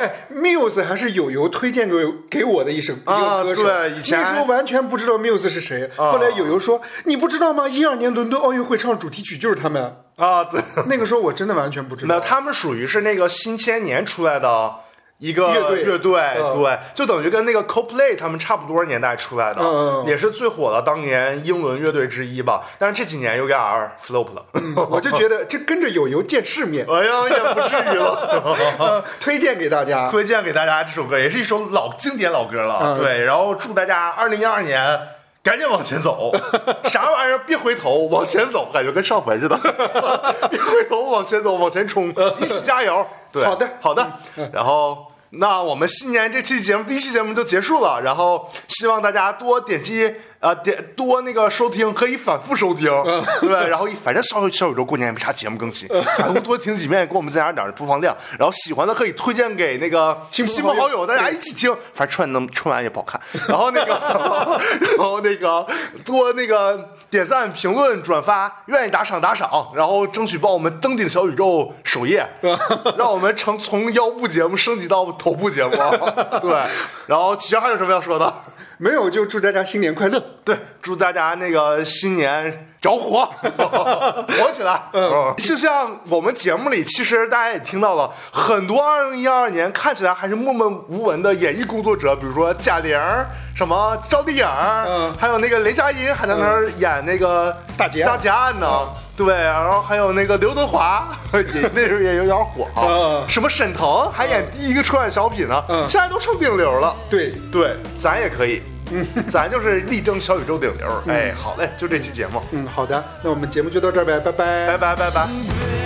Speaker 2: 哎，Muse 还是友友推荐给我给我的一首
Speaker 3: 啊
Speaker 2: 一个歌手，
Speaker 3: 对以前啊
Speaker 2: 那时候完全不知道 Muse 是谁。后来友友说：“你不知道吗？一二年伦敦奥运会唱主题曲就是他 们。
Speaker 3: 啊，对。”
Speaker 2: 那个时候我真的完全不知
Speaker 3: 那
Speaker 2: 道。
Speaker 3: 他们属于是那个新千年出来的一个
Speaker 2: 乐队
Speaker 3: 乐队，
Speaker 2: 嗯
Speaker 3: 对，就等于跟那个 Coldplay 他们差不多年代出来的，
Speaker 2: 嗯嗯嗯
Speaker 3: 也是最火的当年英伦乐队之一吧。但是这几年有点儿 flop 了，
Speaker 2: 我就觉得这跟着友友见世面，
Speaker 3: 哎呀，也不至于了。
Speaker 2: 呃推荐给大家。
Speaker 3: 推荐给大家这首歌，也是一首老经典老歌了，
Speaker 2: 嗯
Speaker 3: 对。然后祝大家二零一二年。赶紧往 前走，啥玩意儿别回头，往前走，感觉跟上坟似的。 别回头，往前走，往前冲，一起加油。对，
Speaker 2: 好的嗯
Speaker 3: 好的。然后，那我们新年这期节目第一期节目就结束了。然后，希望大家多点击呃点多那个收听，可以反复收听，
Speaker 2: 嗯
Speaker 3: 对 吧？然后一反正小小宇宙过年也没啥节目更 新，反复多听几遍，给我们增加点播放量。然后喜欢的可以推荐给那个
Speaker 2: 亲朋
Speaker 3: 亲朋
Speaker 2: 好友
Speaker 3: 好友，大家一起听。反正春晚能春晚也不好看。然后那个， 然后那个多那个点赞、评论、转发，愿意打赏打赏，然后争取帮我们登顶小宇宙 首页，让我们成从腰部节目升级到头部节目。 对，然后其实还有什么要说的？
Speaker 2: 没有就祝大家新年快乐。
Speaker 3: 对，祝大家那个新年着火， 火起来！嗯，就像我们节目里，其实大家也听到了很多二零一二年看起来还是默默无闻的演艺工作者，比如说贾玲儿、什么赵丽颖儿，
Speaker 2: 嗯
Speaker 3: 还有那个雷佳音还在那儿演那个
Speaker 2: 大嗯劫案
Speaker 3: 大劫案呢。对，然后还有那个刘德华， 也那时候也有点火啊、
Speaker 2: 嗯
Speaker 3: 什么沈腾还演第一个春晚小品呢，
Speaker 2: 嗯
Speaker 3: 现在都成顶流了。
Speaker 2: 对，
Speaker 3: 对，咱也可以，嗯，咱就是力争小宇宙顶流。哎，好嘞，就这期节目，
Speaker 2: 嗯，好的，那我们节目就到这儿呗，拜拜
Speaker 3: 拜拜拜拜。
Speaker 4: Break